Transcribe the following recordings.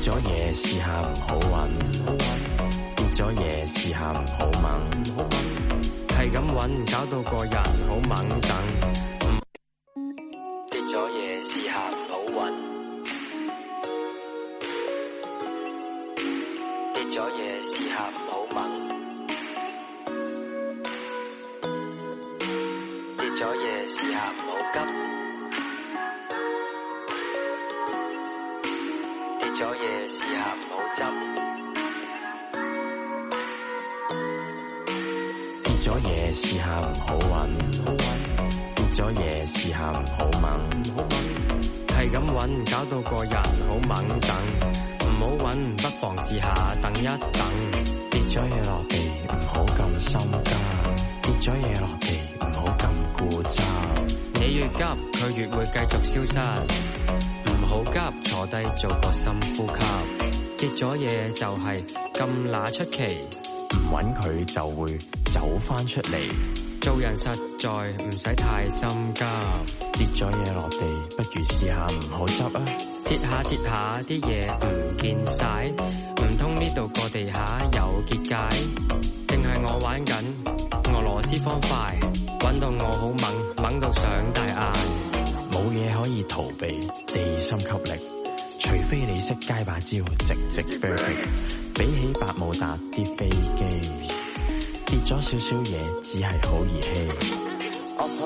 咗嘢試下唔好揾，跌咗嘢試下唔好掹，係咁揾搞到個人好猛整。跌咗嘢試下唔好揾，跌咗嘢試下唔好掹，跌咗嘢試下唔好急。跌咗嘢試下唔好執，跌咗嘢試下唔好揾，跌咗嘢試下唔好掹，係咁揾搞到個人好猛整，唔好揾不妨試下等一等，跌咗嘢落地唔好咁心急，跌咗嘢落地唔好咁固執，你越急佢越會繼續消失。唔好急，坐低做個深呼吸。跌咗嘢就係咁乸出奇，唔揾佢就會走翻出嚟。做人實在唔使太心急，跌咗嘢落地，不如試下唔好執啊！跌下跌下啲嘢唔見晒，唔通呢度個地下有結界？定係我玩緊俄羅斯方塊，揾到我好猛，猛到上大嗌。冇嘢可以逃避地心吸力，除非你識街霸招，直直 break。比起百慕達啲飛機，跌咗少少嘢，只係好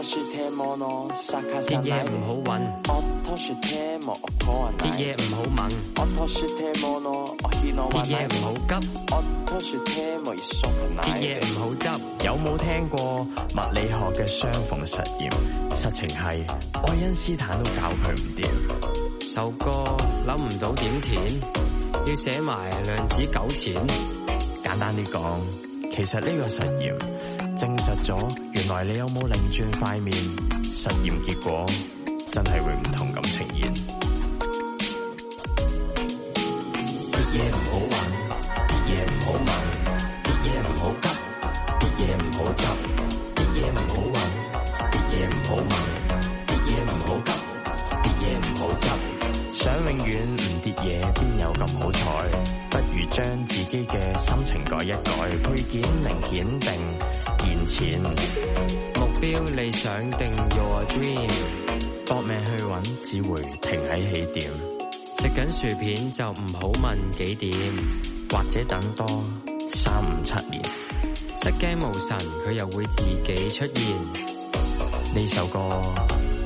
兒戲。啲嘢唔好揾，啲嘢唔好掹，啲嘢唔好急，啲嘢唔好執。有冇聽過物理學嘅相逢實驗？實情係愛因斯坦都教佢唔掂。首歌諗唔到點填，要寫埋量子糾纏。簡單啲講，其實呢個實驗證實咗，原來你有冇擰轉塊面，實驗結果真係會唔同咁呈現。啲嘢唔好揾，啲嘢唔好問，啲嘢唔好急，啲嘢唔好執，啲嘢唔好揾，啲嘢唔好問，啲嘢唔好急，啲嘢唔好執。想永遠唔跌嘢，邊有咁好彩？不如將自己嘅心情改一改，配件零件定現錢。目標理想定 your dream，搏命去揾，只會停喺起點。食緊薯片就唔好問幾點，或者等多三五七年，失驚無神佢又會自己出現。呢首歌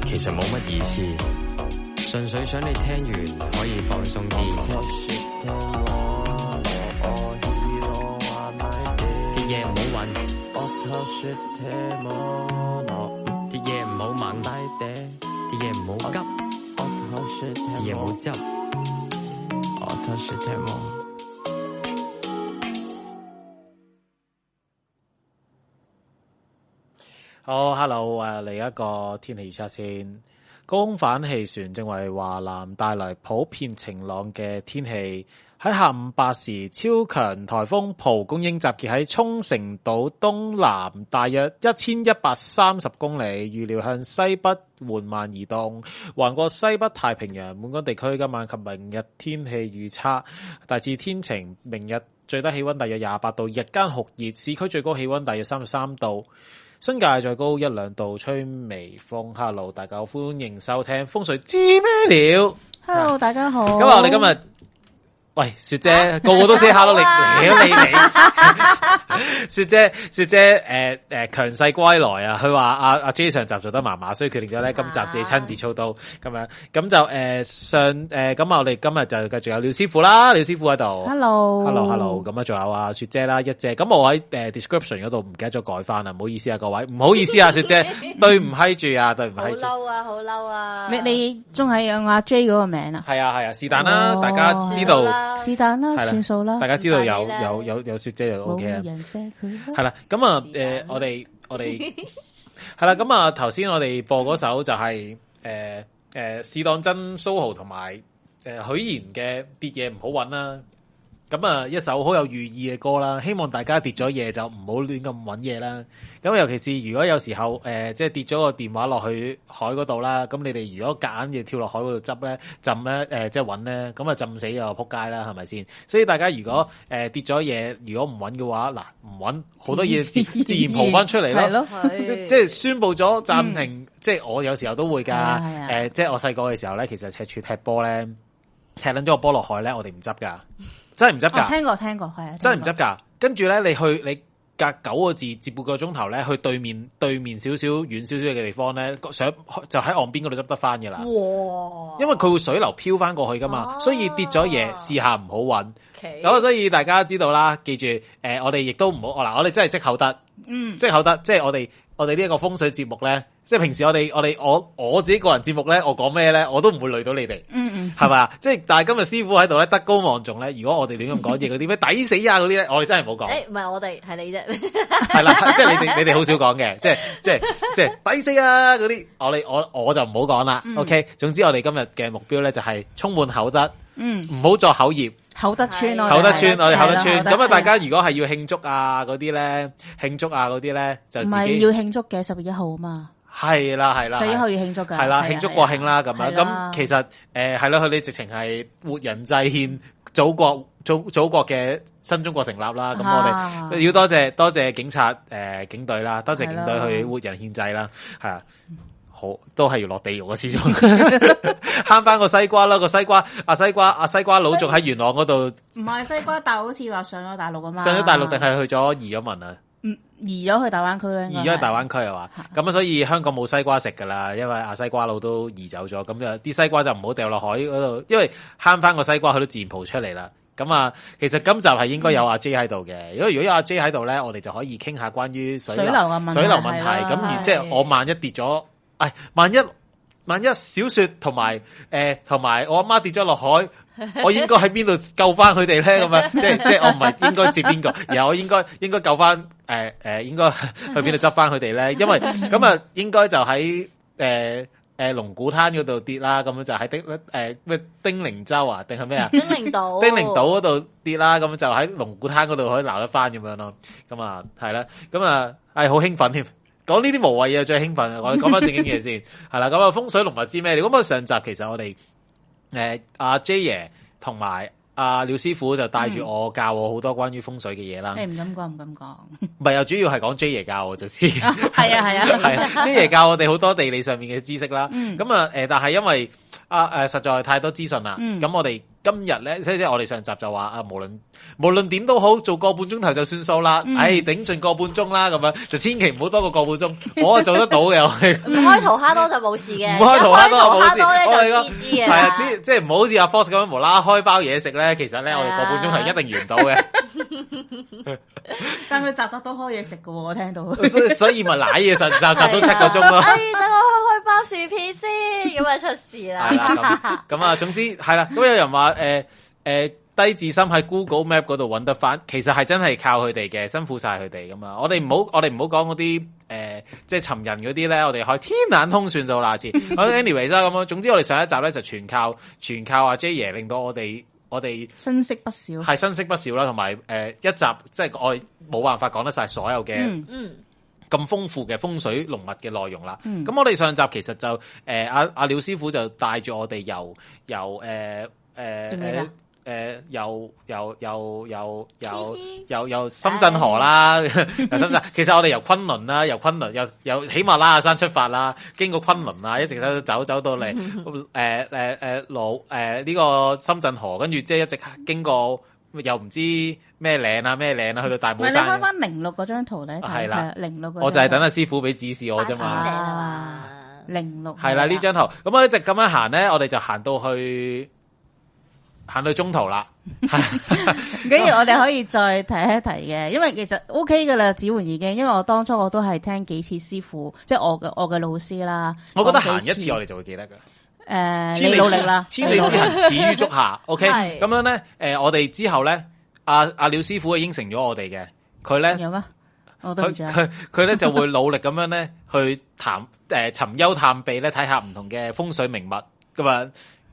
其實冇乜意思，純粹想你聽完可以放鬆啲。啲嘢唔好揾，啲嘢唔好問，啲嘢唔好急，啲嘢唔好執。好，hello，誒，嚟一個天氣預測先。高空反氣旋正為華南帶來普遍晴朗嘅天氣。喺下午八時，超強颱風蒲公英集結喺沖繩島東南大約一千一百三十公里，預料向西北緩慢移動，橫過西北太平洋。本港地區今晚及明日天氣預測大致天晴，明日最低氣温大約廿八度，日間酷熱，市區最高氣温大約三十三度。新界再高一兩度，吹微風。Hello，大家好，歡迎收聽風水知咩料。 Hello，大家好。咁啊，我哋今日喂雪 姐，個個都 say hello，你你啊你你， 雪姐雪姐，誒誒強勢歸來啊！佢話阿阿 J 上集做得麻麻，所以決定咗咧啊今集自己親自操刀咁樣。咁就誒上誒咁啊，我哋今日就繼續有廖師傅啦，廖師傅喺度。 Hello。哦 hello，hello，咁啊，仲有啊，雪姐啦，一姐，咁我喺誒 description 嗰度唔記得咗改翻啦，唔好意思啊，各位，唔好意思啊，雪姐， 對唔閪住啊，對唔好閪住，嬲啊，好嬲啊！你你仲係用阿 J 嗰個名啊？係啊係啊，是但啦，哦大家知道，是但啦，係啦算數啦大，家知道有唔怪你啦有有有雪姐就 OK 啊啦冇，人識佢啦。係啦，咁啊，是但誒，我哋我 哋係啦，咁啊，頭先我哋播嗰首就係呃誒呃誒，是當真蘇豪同埋誒許賢嘅跌嘢唔好揾啦，咁啊，一首好有寓意嘅歌啦，希望大家跌咗嘢就唔好亂咁揾嘢啦。咁尤其是如果有時候誒、呃即係跌咗個電話落去海嗰度啦，咁你哋如果夾硬要跳落海嗰度執咧、浸咧、誒、即係揾咧，咁啊浸死又撲街啦，係咪先？所以大家如果誒、呃跌咗嘢，如果唔揾嘅話，嗱唔揾好多嘢自自然蒲翻出嚟係咯。咯，即係宣布咗暫停，即係我有時候都會㗎。誒、嗯係啊係啊即係我細個嘅時候咧，其實赤柱踢波咧，踢撚咗個波落海咧，我哋唔執㗎， 真係唔執我㗎，哦聽過聽過，係啊，真係唔聽過執㗎。跟住咧，你去你隔九個字至半個鐘頭咧，去對面對面少少遠少少嘅地方咧，想就喺岸邊嗰度執得翻㗎啦。哇，因為佢會水流漂翻過去㗎嘛，哦所以跌咗嘢試下唔好揾。奇咁啊所以大家知道啦，記住，誒、呃我哋亦都唔好，嗱，我哋真係即口得，嗯，即口得，即係我哋我哋呢一個風水節目咧，即係平時我哋我哋我我自己個人節目咧，我講咩咧，我都唔會累到你哋，嗯嗯，係咪啊？即係但係今日師傅喺度咧，德高望重咧，如果我哋亂咁講嘢嗰啲咩抵死啊嗰啲咧，我哋真係唔好講。誒，唔係我哋，係你啫，系啦，即系你哋你哋好少講嘅，即係即係即系抵死啊嗰啲，我哋我我就唔好講啦。OK，總之我哋今日嘅目標咧就係充滿口德，嗯，唔好作口業，口德村咯，係口德村係啦我哋口係德啦村。村咁啊，大家如果係要慶祝啊嗰啲咧，慶祝啊嗰啲咧就唔自係己要慶祝嘅，十月一號啊嘛，係啦係啦，十月一號要慶祝㗎，係啦，係啊慶祝國慶啦，咁樣係啊咁其實誒係啦，佢哋直情係活人祭獻祖國祖祖國嘅新中國成立啦。咁啊我哋要多謝多謝警察誒、呃警隊啦，多謝係警啦隊去活人獻祭啦，係啊。好，都係要落地獄啊！始 終慳翻個西瓜啦，個西瓜阿西瓜阿西瓜佬仲喺元朗嗰度唔係西瓜豆，好似話上咗大陸啊嘛，上咗大陸定係去咗移咗民啊？嗯移咗去大灣區啦，應該移係咗去大灣區係嘛？咁啊，所以香港冇西瓜食噶啦，因為阿西瓜佬都移走咗，咁就啲西瓜就唔好掉落海嗰度，因為慳翻個西瓜，佢都自然蒲出嚟啦。咁啊，其實今集係應該有阿 J 喺度嘅，如果如果有阿 J 喺度咧，我哋就可以傾下關於水水流嘅問題水流問題。係啦咁而即係係我萬一跌咗，唉，萬一萬一小雪同埋誒同埋我阿媽跌咗落 海。我應該喺邊度救翻佢哋咧？咁樣即 係即係我唔係應該接邊個，而係我應該應該救翻誒誒， 應該去邊度執翻佢哋咧？因為咁啊，應該就喺誒誒龍鼓灘嗰度跌啦，咁樣就喺丁誒咩丁靈洲啊，定係咩啊？丁靈 島，丁靈島嗰度跌啦，咁就喺龍鼓灘嗰度可以鬧得翻咁樣咯。咁啊，係啦，咁啊，係好興奮添。 講呢啲無謂嘢最興奮啊！我哋講翻正經嘢先，係啦。咁啊，風水龍脈知咩料？咁啊，上集其實我哋誒阿 J 爺同埋阿廖師傅就帶住我教我好多關於風水嘅嘢啦。你唔敢講唔敢講，唔係又主要係講 J 爺教我就知。 係啊係啊，系 啊，即 係教我哋好多地理上面嘅知識啦。嗯咁啊，诶，但係因為啊诶，實在太多資訊啦。嗯咁我哋今日咧，即係即係我哋上集就話啊，無論無論點都好，做個半鐘頭就算數啦。嗯唉，頂盡個半鐘啦，咁樣就千祈唔好多過個半鐘。我啊做得到嘅， 我係唔開桃蝦多就冇事嘅，唔開桃蝦多就冇事一開桃蝦我多哋咧個就知知嘅係啦，啊，即即係唔好好似阿 Force 咁樣無啦啦開包嘢食咧。其實咧，我哋個半鐘頭一定完 到嘅。但佢集得都開嘢食嘅喎，我聽到。 所以所以咪賴嘢實集集到七個鐘係啊咯。哎，等我開開包薯 片先，咁啊出事啦。系啦，咁咁啊，總之係啦。咁有人話诶诶低智深喺 Google Map 嗰度揾得翻，其實係真係靠佢哋嘅，辛苦晒佢哋咁啊。我哋唔好我哋唔好講嗰啲诶即係尋人嗰啲咧，我哋開天眼通算數啦，次。anyways 啦，咁樣總之我哋上一集咧就全靠全靠阿 J 爺令到我哋我哋。新識不少，係新識不少啦，同埋誒一集即係我哋冇辦法講得晒所有嘅嗯 嗯，咁豐富嘅風水龍脈嘅內容啦。咁、嗯我哋上集其實就誒阿阿廖師傅就帶住我哋呃由由誒誒做咩㗎誒誒由由由由由嘻嘻由由深圳河啦，由 深圳。其實我哋由昆崙啦，由昆崙由由喜馬拉雅山出發啦，經過昆崙啊嗯啦，一直走走走 到嚟呃誒誒誒羅誒呃呢個深圳河，跟住即係一直經過又唔知咩嶺啊咩嶺啊，去到大唔帽係你開山。翻零六嗰張圖咧，睇啊係啦佢零六嗰張我就係等阿師傅俾指示我啫巴士嘛嚟。啊啊嘛零六啊系啦，呢張圖咁啊我一直咁樣行咧，我哋就行到去行到中途 啦。 跟住我哋可以再提一提嘅，啊因為其實 O K 噶啦，子桓已經，因為我當初我都係聽幾次師傅，即係我嘅我嘅老師啦。我覺得行講幾一次我哋就會記得噶。誒，千你里努之力啦，千里之你努力行，始於足下。OK，係咁樣咧，诶，我哋之後咧，阿阿廖師傅應承咗我哋嘅，佢咧有咩？我都佢唔知啊。佢佢咧就會努力咁樣 咧去探诶尋幽探秘咧，睇下唔同嘅風水名物咁啊。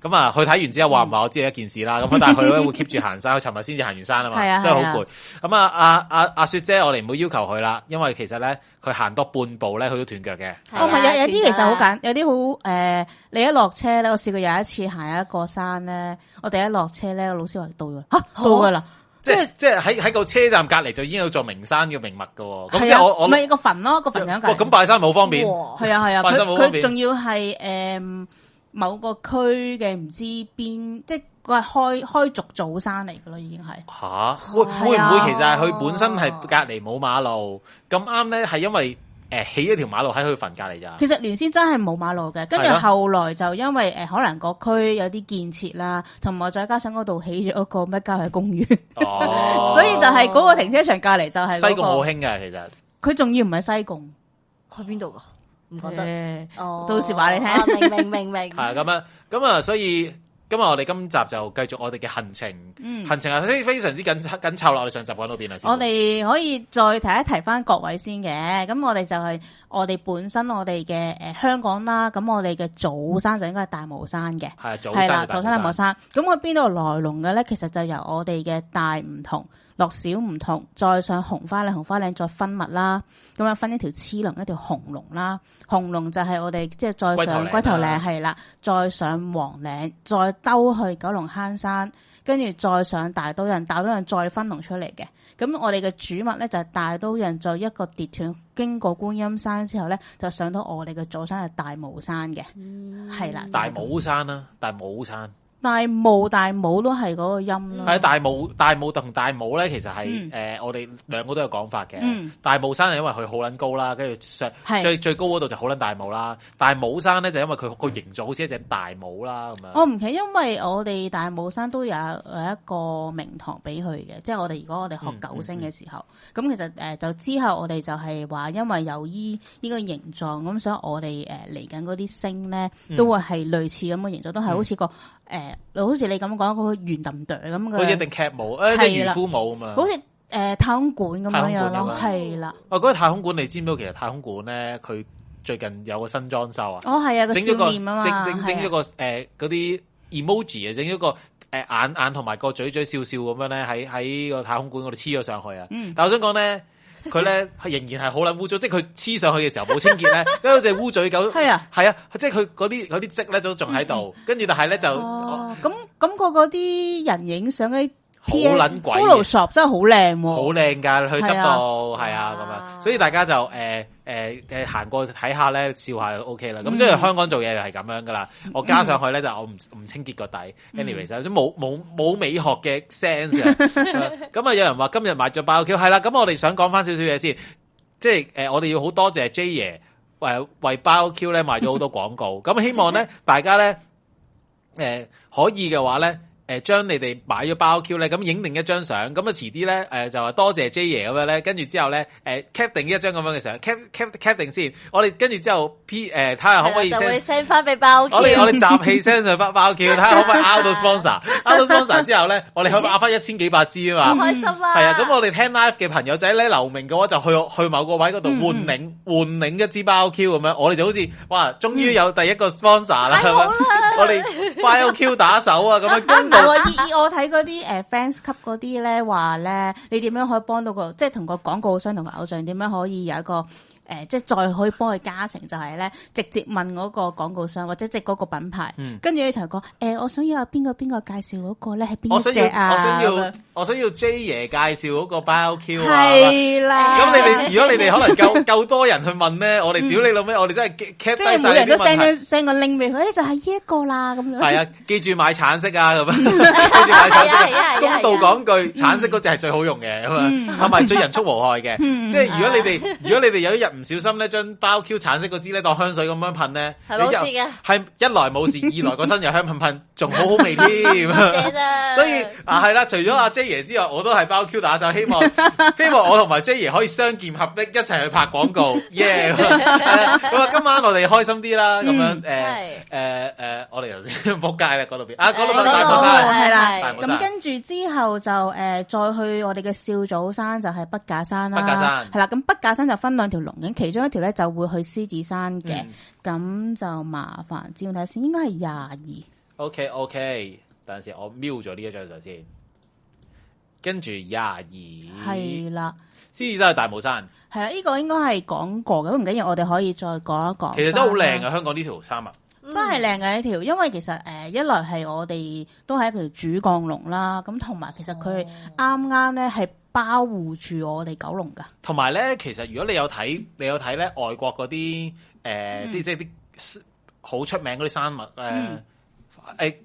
咁啊，佢睇完之後嗯話唔係我知係一件事啦。咁啊但係佢咧會 keep 住行山，佢尋日先至行完山啊 係啊嘛，真係係啊好攰。咁啊，阿阿阿雪姐，我哋唔好要求佢啦，因為其實咧佢行多半步咧，佢都斷腳嘅。係啊哦，唔係啦有有啲其斷實好咗啦簡，有啲好誒，你一落車咧，我試過有一次行一個山咧，我第一落車咧，個老師話到啦，吓到㗎啦，即係即係喺喺個車站隔離就已經有座名山叫名物噶喎。哦咁即係啊係我我唔係個墳咯，個墳樣哇㗎。咁拜山咪好方便。哇係啊係啊，拜佢山好方佢便仲要係诶、誒某個區嘅唔知邊，即係佢係開開族祖山嚟噶咯，已經係。吓，會係會唔啊會其實係佢本身係隔離冇馬路，咁啱咧係因為诶起咗條馬路喺佢墳隔離 咋？其實原先真係冇馬路嘅，跟住係啊後來就因為诶、誒可能個區有啲建設啦，同埋再加上嗰度起咗一個咩郊野公園，哦所以就係嗰個停車場隔離就係西嗰貢好個。興嘅其實。佢仲要唔係西貢，去邊度啊噶？唔覺得。誒哦到時話你聽啊明明明明。嗯系咁啊，咁啊，所以今日我哋今集就繼續我哋嘅行程，嗯行程係非非常之緊緊湊啦。我哋上集講到邊啊？師傅我哋可以再提一提翻各位先嘅，咁我哋就係我哋本身我哋嘅诶香港啦，咁我哋嘅祖山就應該係大帽山嘅，係啊早係啦，山祖山大帽山。咁佢邊度來龍嘅咧？其實就由我哋嘅大唔同。落小唔同，再上紅花嶺，紅花嶺再分物啦，咁樣分一條黐龍，一條紅龍啦。紅龍就係我哋即係再上龜龜頭頭嶺啊嶺啦係啦，再上黃嶺，再兜去九龍坑山，跟住再上大刀人，大刀人再分龍出嚟嘅。咁我哋嘅主物咧就係、大刀人，再一個跌斷，經過觀音山之後咧，就上到我哋嘅祖山係大帽山嘅，係啦、大帽山啦，大帽山大帽大帽都係嗰個音咯。係大帽大帽同大帽咧，其實嗯係诶我哋兩個都有講法嘅嗯。大帽山係因為佢好撚高啦，跟住上係最最高嗰度就好撚大帽啦。大帽山咧就因為佢個形狀好似一隻大帽啦咁樣。嗯我唔記，因為我哋大帽山都有有一個名堂俾佢嘅，即係我哋如果我哋學九星嘅時候，嗯咁、其實誒、呃就之後我哋就係話，因為有依呢個形狀，咁所以我哋誒嚟緊嗰啲星咧，嗯都會係類似咁嘅形狀，都係好似個誒、呃好似你咁講嗰個圓揼哚咁好似一嘅，定劇舞，诶，即係係啦漁夫舞咁啊。好似誒、呃太空館咁樣樣太空咯，館咁係啦，哦，嗰個太空館你知唔知道？其實太空館咧，佢最近有個新裝修啊，哦係啊，個整咗個笑整面啊嘛，整整係咗啊個誒嗰啲 emoji 啊，整咗個誒眼眼同埋個嘴嘴笑笑咁樣咧，喺喺個太空館嗰度黐咗上去啊。嗯但我想講咧，佢 咧係仍然係好撚污糟，即係佢黐上去嘅時候冇清潔咧，因為只烏嘴狗係啊。係啊，即係佢嗰啲嗰啲積咧都仲喺 度，跟住但係咧就好哦，咁咁個嗰啲人影相嘅 P 撚鬼嘅 Photoshop 真係好靚喎，靚㗎，佢係執啊到係啊咁樣，所以大家就誒誒誒行過睇下咧，笑下就 O K 啦。咁嗯即係香港做嘢就係咁樣㗎啦。我加上去咧就我唔唔清潔個底，anyways 嗯啊都冇冇冇美學嘅 sense 啊。 咁啊有人話今日買咗爆 Q 係啦，咁我哋想講翻少少嘢先，即係誒我哋要好多謝 J 爺誒為包 Q 咧賣咗好多廣告，咁希望咧大家咧。誒、可以嘅話咧，誒、將你哋買咗包 Q 咧，咁影定一張相，咁啊遲啲咧，誒、就話多謝 J 爺咁樣咧，跟住之後咧，誒、cap 定一張咁樣嘅相，cap cap cap 定先，我哋跟住之後 P 誒、睇下可唔可以係啦就會 send。 send 翻俾包啊我哋我哋哋集氣 send 上包包 Q，睇下可唔可以 out 到 sponsor，out 到 sponsor 之後咧，我哋可以 out 翻一千幾百支啊好嘛。開心啊！係啊，咁我哋聽 live 嘅朋友仔咧留名嘅話，就去去某個位嗰嗯度換領換領一支包 Q 咁樣，我哋就好似哇，終於有第一個 sponsor 哎啦，太係好咪啦？我 哋 bio Q 打手啊，咁 樣啊唔公係道喎，以以我睇嗰啲誒 fans 級嗰啲咧話咧，你點樣可以幫到個即係同個廣告商同個偶像點樣可以有一個誒、呃即係再可以幫佢加成就係、咧，直接問嗰個廣告商或者即係嗰個品牌，嗯跟住你就講誒、呃我想要阿邊個邊個介紹嗰個咧係我邊一想隻要，啊？我想咁要樣，我想要 J 爺介紹嗰個 Bio Q 啊。係啦，咁你 哋，如果你哋可能夠夠多人去問咧，我哋屌你老味，我哋真係 cap 低即係每晒人你啲啊都問 send 題。咗 send 個 link 俾佢，誒就係呢一個啦咁樣。係啊，記住買橙色啊， 咁樣記住買橙係啊係啊色係啊。啊嗯公道講句，橙色嗰隻係最好用嘅，咁啊，同埋最人畜無害 嘅。即係啊如果你哋，如果你哋有一日唔小心咧，將 Bio Q 橙色嗰支咧當香水咁樣噴咧，係冇事你一嘅係一來冇事，二來個身又香噴噴，仲好好 味添。謝 啫。所嗯以啊，系啦，除咗阿 J 爺之外，我都係包 Q 打手，希望 希望我同埋 J 爺可以相劍合璧，一齊去拍廣 告，耶！係啦咁啊，今晚我哋開心啲啦，嗯咁樣诶诶诶，我哋頭先 仆街啦，嗰度邊啊，嗰度誒邊大哎嗰角度山，係啦大帽咁山跟住之後就誒、呃再去我哋嘅少祖山就係北架山啦，北架山係啦。咁北架山就分兩條龍嘅，其中一條咧就會去獅子山嘅。咁嗯、就麻煩，照睇先，應該係廿二。 OK OK，等陣先，我瞄咗呢一張相先，跟住廿二，係啦，獅子山去大帽山，係啊，呢個應該係講過嘅，咁唔緊要，我哋可以再講一講。其實都好靚哦啊啊嘅，香港呢條山啊，嗯真係靚嘅一條，因為其實誒、呃一來係我哋都係一條主降龍啦，咁同埋其實佢啱啱咧係包護住我哋九龍噶，同埋咧，其實如果你有睇，你有睇咧外國嗰啲誒啲即係啲好出名嗰啲山脈誒嗯誒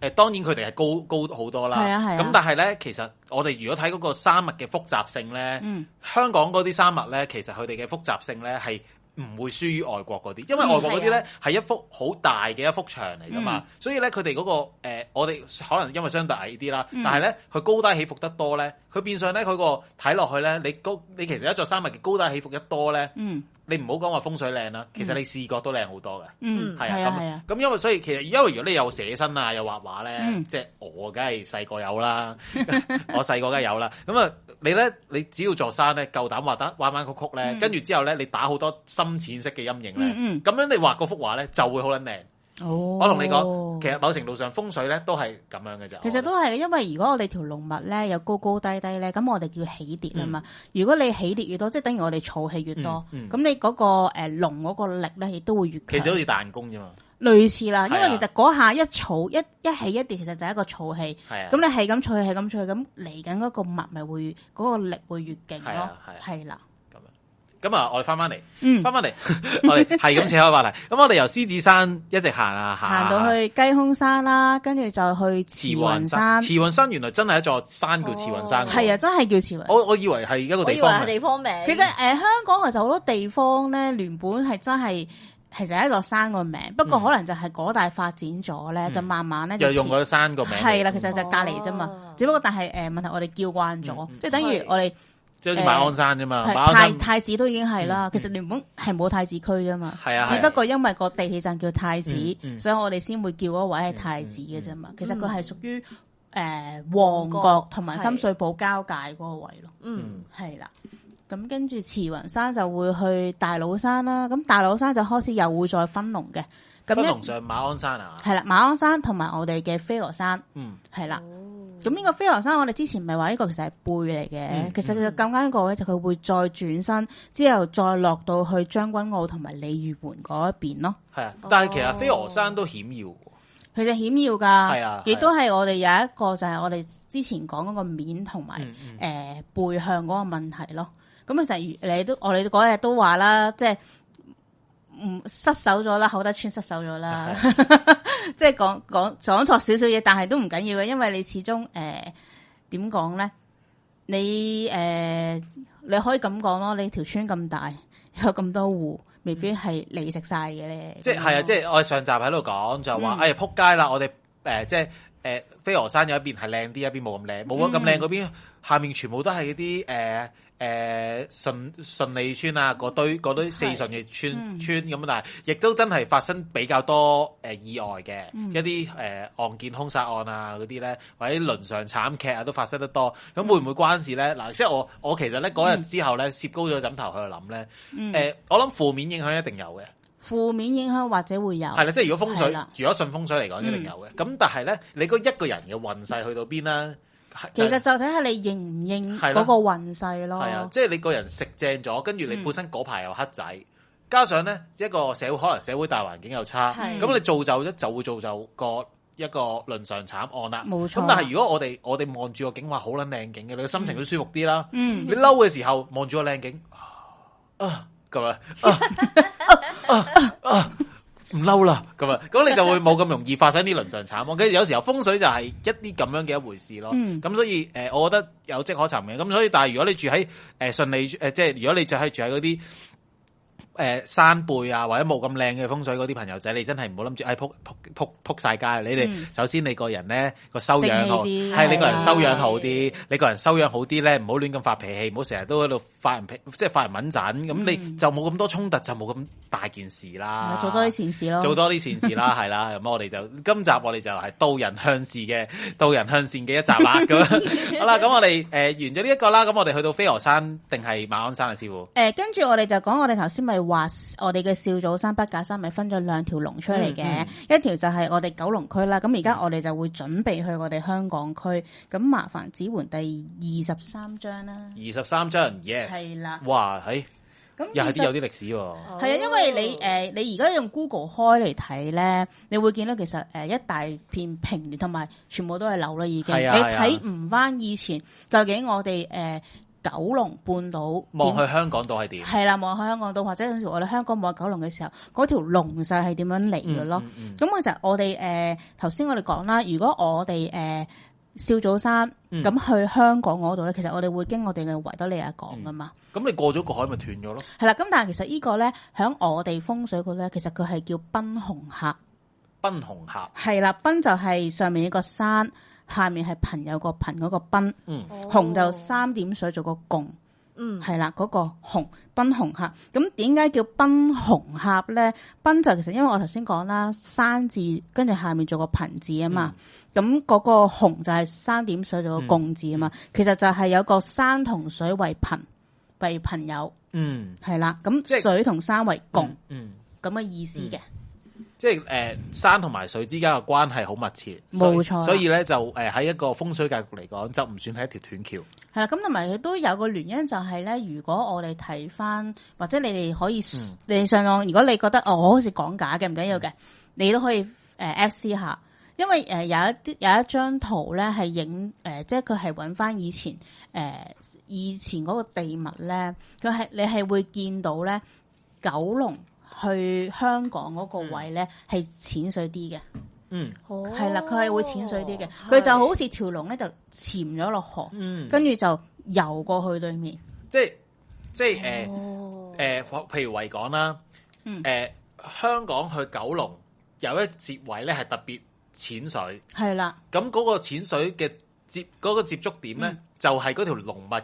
誒，當然佢哋係高高好多啦。係啊係啊咁但係咧，其實我哋如果睇嗰個山脈嘅複雜性咧，嗯香港嗰啲山脈咧，其實佢哋嘅複雜性咧係唔會輸於外國嗰啲，因為嗯外國嗰啲係嗯咧係一幅好大嘅一幅牆嚟噶嘛，所以咧佢哋嗰個誒，我哋可能因為相對矮啲啦，嗯但係咧佢高低起伏得多咧，佢變相咧佢個睇落去咧，你高你其實一座山脈嘅高低起伏一多咧，嗯你唔好講話風水靚啦，其實嗯你視覺都靚好多嘅。嗯，係係啊係啊啊，，咁咁因為所以其實因為如果你有寫生啊，有畫畫咧，嗯即係我梗係細個有啦， 我細個梗係有啦。咁啊，你咧你只要座山咧夠膽畫得彎彎曲曲咧，跟住之後咧你打好多深淺色嘅陰影咧，咁、嗯嗯嗯樣你畫嗰幅畫咧就會好撚靚。哦，我同你講，其實某程度上風水咧都係咁樣嘅咋。其實都係嘅，因為如果我哋條龍脈咧有高高低低咧，咁我哋叫起跌啊嘛。如果你起跌越多，即係等於我哋儲氣越多，咁、嗯嗯你嗰、個誒龍嗰個力咧，亦都會越其實好強。似彈弓啫嘛，類似啦，因係啊為其實嗰下一儲一一起一跌，其實就係一個儲氣。係啊。咁你係咁儲氣，係咁儲氣，咁嚟緊嗰個脈咪會嗰、個力會越係勁咯啊係啊，係啦、咁啊，我哋翻翻嚟，嗯翻翻嚟，我 哋係咁扯開話題。咁我哋由獅子山一直行啊行啊，行到去雞胸山啦，跟住就去慈慈雲雲山山，，慈雲山原來真係一座山叫慈雲山㗎喎。係啊，真係叫慈雲。我我以為係一個我地以為方啊係名，地方名。其實誒、呃香港其實好多地方咧，原本係真係其實係一座山個名，不過可能就係嗰大發展咗咧，就慢慢咧嗯又用個山個名嚟，係啦，其實就隔離啫嘛哦。只不過但係誒、呃、問題，我哋叫慣咗，嗯即係等於係我哋即係好似馬鞍山啫嘛，馬係啊鞍太山嗯太子都已經係啦。其實原本係冇太子區噶嘛，係啊，只係啊不過因為個地鐵站叫太子，嗯嗯所以我哋先會叫嗰位係太子嘅啫嘛。其實佢係屬於誒呃旺角同埋深水埗交界嗰個位咯。嗯，係啦。咁跟住慈雲山就會去大老山啦，咁大老山就開始又會再分龍嘅，咁不一同上馬鞍山 啊，係啦，馬鞍山同埋我哋嘅飛鵝山嗯，係啦。哦咁呢個飛鵝山，我哋之前咪話呢個其實係背嚟嘅，嗯其實佢就咁啱一個位就佢會再轉身之後再落到去將軍澳同埋鯉魚門嗰一邊咯。係啊，但係其實飛鵝山都險要喎，佢就險要係㗎啊，亦都係我哋有一個就係我哋之前講嗰個面同埋嗯嗯誒背向嗰個問題咯。咁其實如你都我哋嗰日都話啦，即係唔失手咗啦，口德村失手 咗啦，即係講講講錯少少嘢，但係都唔緊要嘅，因為你始終誒點講咧，你誒、呃你可以咁講咯，你條村咁大，有咁多戶，未必係你食晒嘅咧。即係係啊，即係我哋上集喺度講就話，嗯哎呀撲街啦，我哋誒即係。誒飛鵝山有一邊係靚啲，一邊冇咁靚，冇咁靚嗰邊下面全部都係嗰啲誒誒順順利村啊，嗰堆嗰堆四順嘅村村咁，但係亦都真係發生比較多誒、呃意外嘅、一啲誒、呃案件兇殺案啊嗰啲咧，或者倫常慘劇啊都發生得多。咁會唔會關事咧？嗱，即係我我其實咧嗰日之後咧，攝高咗枕頭去諗咧，誒、我諗負面影響一定有嘅。負面影響或者會有。係啦，即係如果風水啊係啦，嗯如果信風水嚟講，一定有嘅。咁、但係咧，你嗰一個人嘅運勢去到邊啦？係其實就睇下你認唔認係嗰啦個運勢係啊咯，。即係你個人食正咗，跟住你嗯本身嗰排又黑仔，加上咧一個社會可能社會大環境又差，係咁你造就一就會造就個一個倫常慘案啦。冇錯咁但係如果我哋我哋望住個景話好撚靚景嘅，你個心情都舒服啲啦。嗯你嬲嘅時候望住個靚景啊咁啊啊啊啊啊唔嬲啦咁啊，咁你就會冇咁容易發生啲倫常慘案。跟住有時候風水就係一啲咁樣嘅一回事咯。嗯咁所以誒、呃我覺得有跡可尋嘅。咁所以，但係如果你住喺誒、呃、順利誒、呃即係如果你就係住喺嗰啲誒山背啊，或者冇咁靚嘅風水嗰啲朋友仔，你真係唔好諗住誒撲撲撲撲曬街。你哋、嗯首先你個人咧個修養好，正氣啲係你個人係啊修養好啲，你個人修養好啲咧，唔好亂咁發脾氣，唔好成日都喺度發人脾，即係發人敏陣。嗯咁你就冇咁多衝突，就冇咁大件事啦。做多啲善事咯。啊做多啲善事 啦，係啦，咁我哋就今集我哋就係導人向善嘅導人向善嘅一集 啦，咁好啦，咁我哋誒、呃完咗呢一個啦，咁我哋去到飛鵝山定係馬鞍山啊，師傅，誒，跟住我哋就講我哋頭先咪話我哋嘅少祖山、北架山咪分咗兩條龍出嚟嘅，嗯一條就係我哋九龍區啦。咁而家我哋就會準備去我哋香港區。咁麻煩指換第二十三章啦，二十三章，yes，係啦。哇，喺咁又係啲有啲歷歷。史喎，Ừ. 係啊，因為你誒、呃你而家用 Google 開嚟睇咧，你會見到其實誒、呃一大片平原，同埋全部都係樓啦已經。係啊係啊你睇唔翻以前究竟我哋誒、呃九龍半島望點去香港島係點？係啦，望下香港島，或者有時我哋香港望下九龍嘅時候，嗰條龍勢係點樣嚟嘅咯？嗯，嗯咁、其實我哋誒頭先我哋講啦，如果我哋誒、呃、少祖山咁、嗯去香港嗰度咧，其實我哋會經我哋嘅維多利亞港噶嘛。嗯咁你過咗個海咪斷咗咯？係啦，咁但係其實呢個咧，響我哋風水嗰咧，其實佢係叫賓紅峽。奔紅峽，係啦，賓就係上面一個山，下面係朋友個朋嗰個賓，嗯，紅就，三點水做個共。嗯，係啦，嗰、個紅奔紅峽，咁點解叫奔紅峽咧？奔就其實因為我頭先講啦，山字跟住下面做個貧字啊嘛，咁嗰、個紅就係三點水做個共字啊嘛，其實就係有個山同水為朋為朋友，嗯，係啦，即係咁水同山為共嗯，咁嘅、意思嘅，即係诶山同埋水之間嘅關係好密切，冇所以錯啦所以咧就诶喺一個風水格局嚟講，就唔算係一條斷橋。係啦，咁同埋佢都有個原因就係咧，如果我哋睇翻或者你哋可以、你哋上網，如果你覺得哦我好似講假嘅唔緊要嘅，你都可以誒呃 F C 下，因為誒、呃有一啲有一張圖咧係影誒，即係佢係揾翻以前誒、呃以前嗰個地物咧，佢係你係會見到咧九龍去香港嗰個位咧係淺水啲嘅。嗯哦係啦，佢係會淺水啲嘅，佢就好似條龍咧就潛咗落河，嗯，跟住就游過去對面。即係即係诶。呃哦，誒、譬如維港啦，誒、嗯香港去九龍有一節位咧係特別淺水，係啦，咁嗰個淺水嘅接嗰、個接觸點咧，就係嗰條龍脈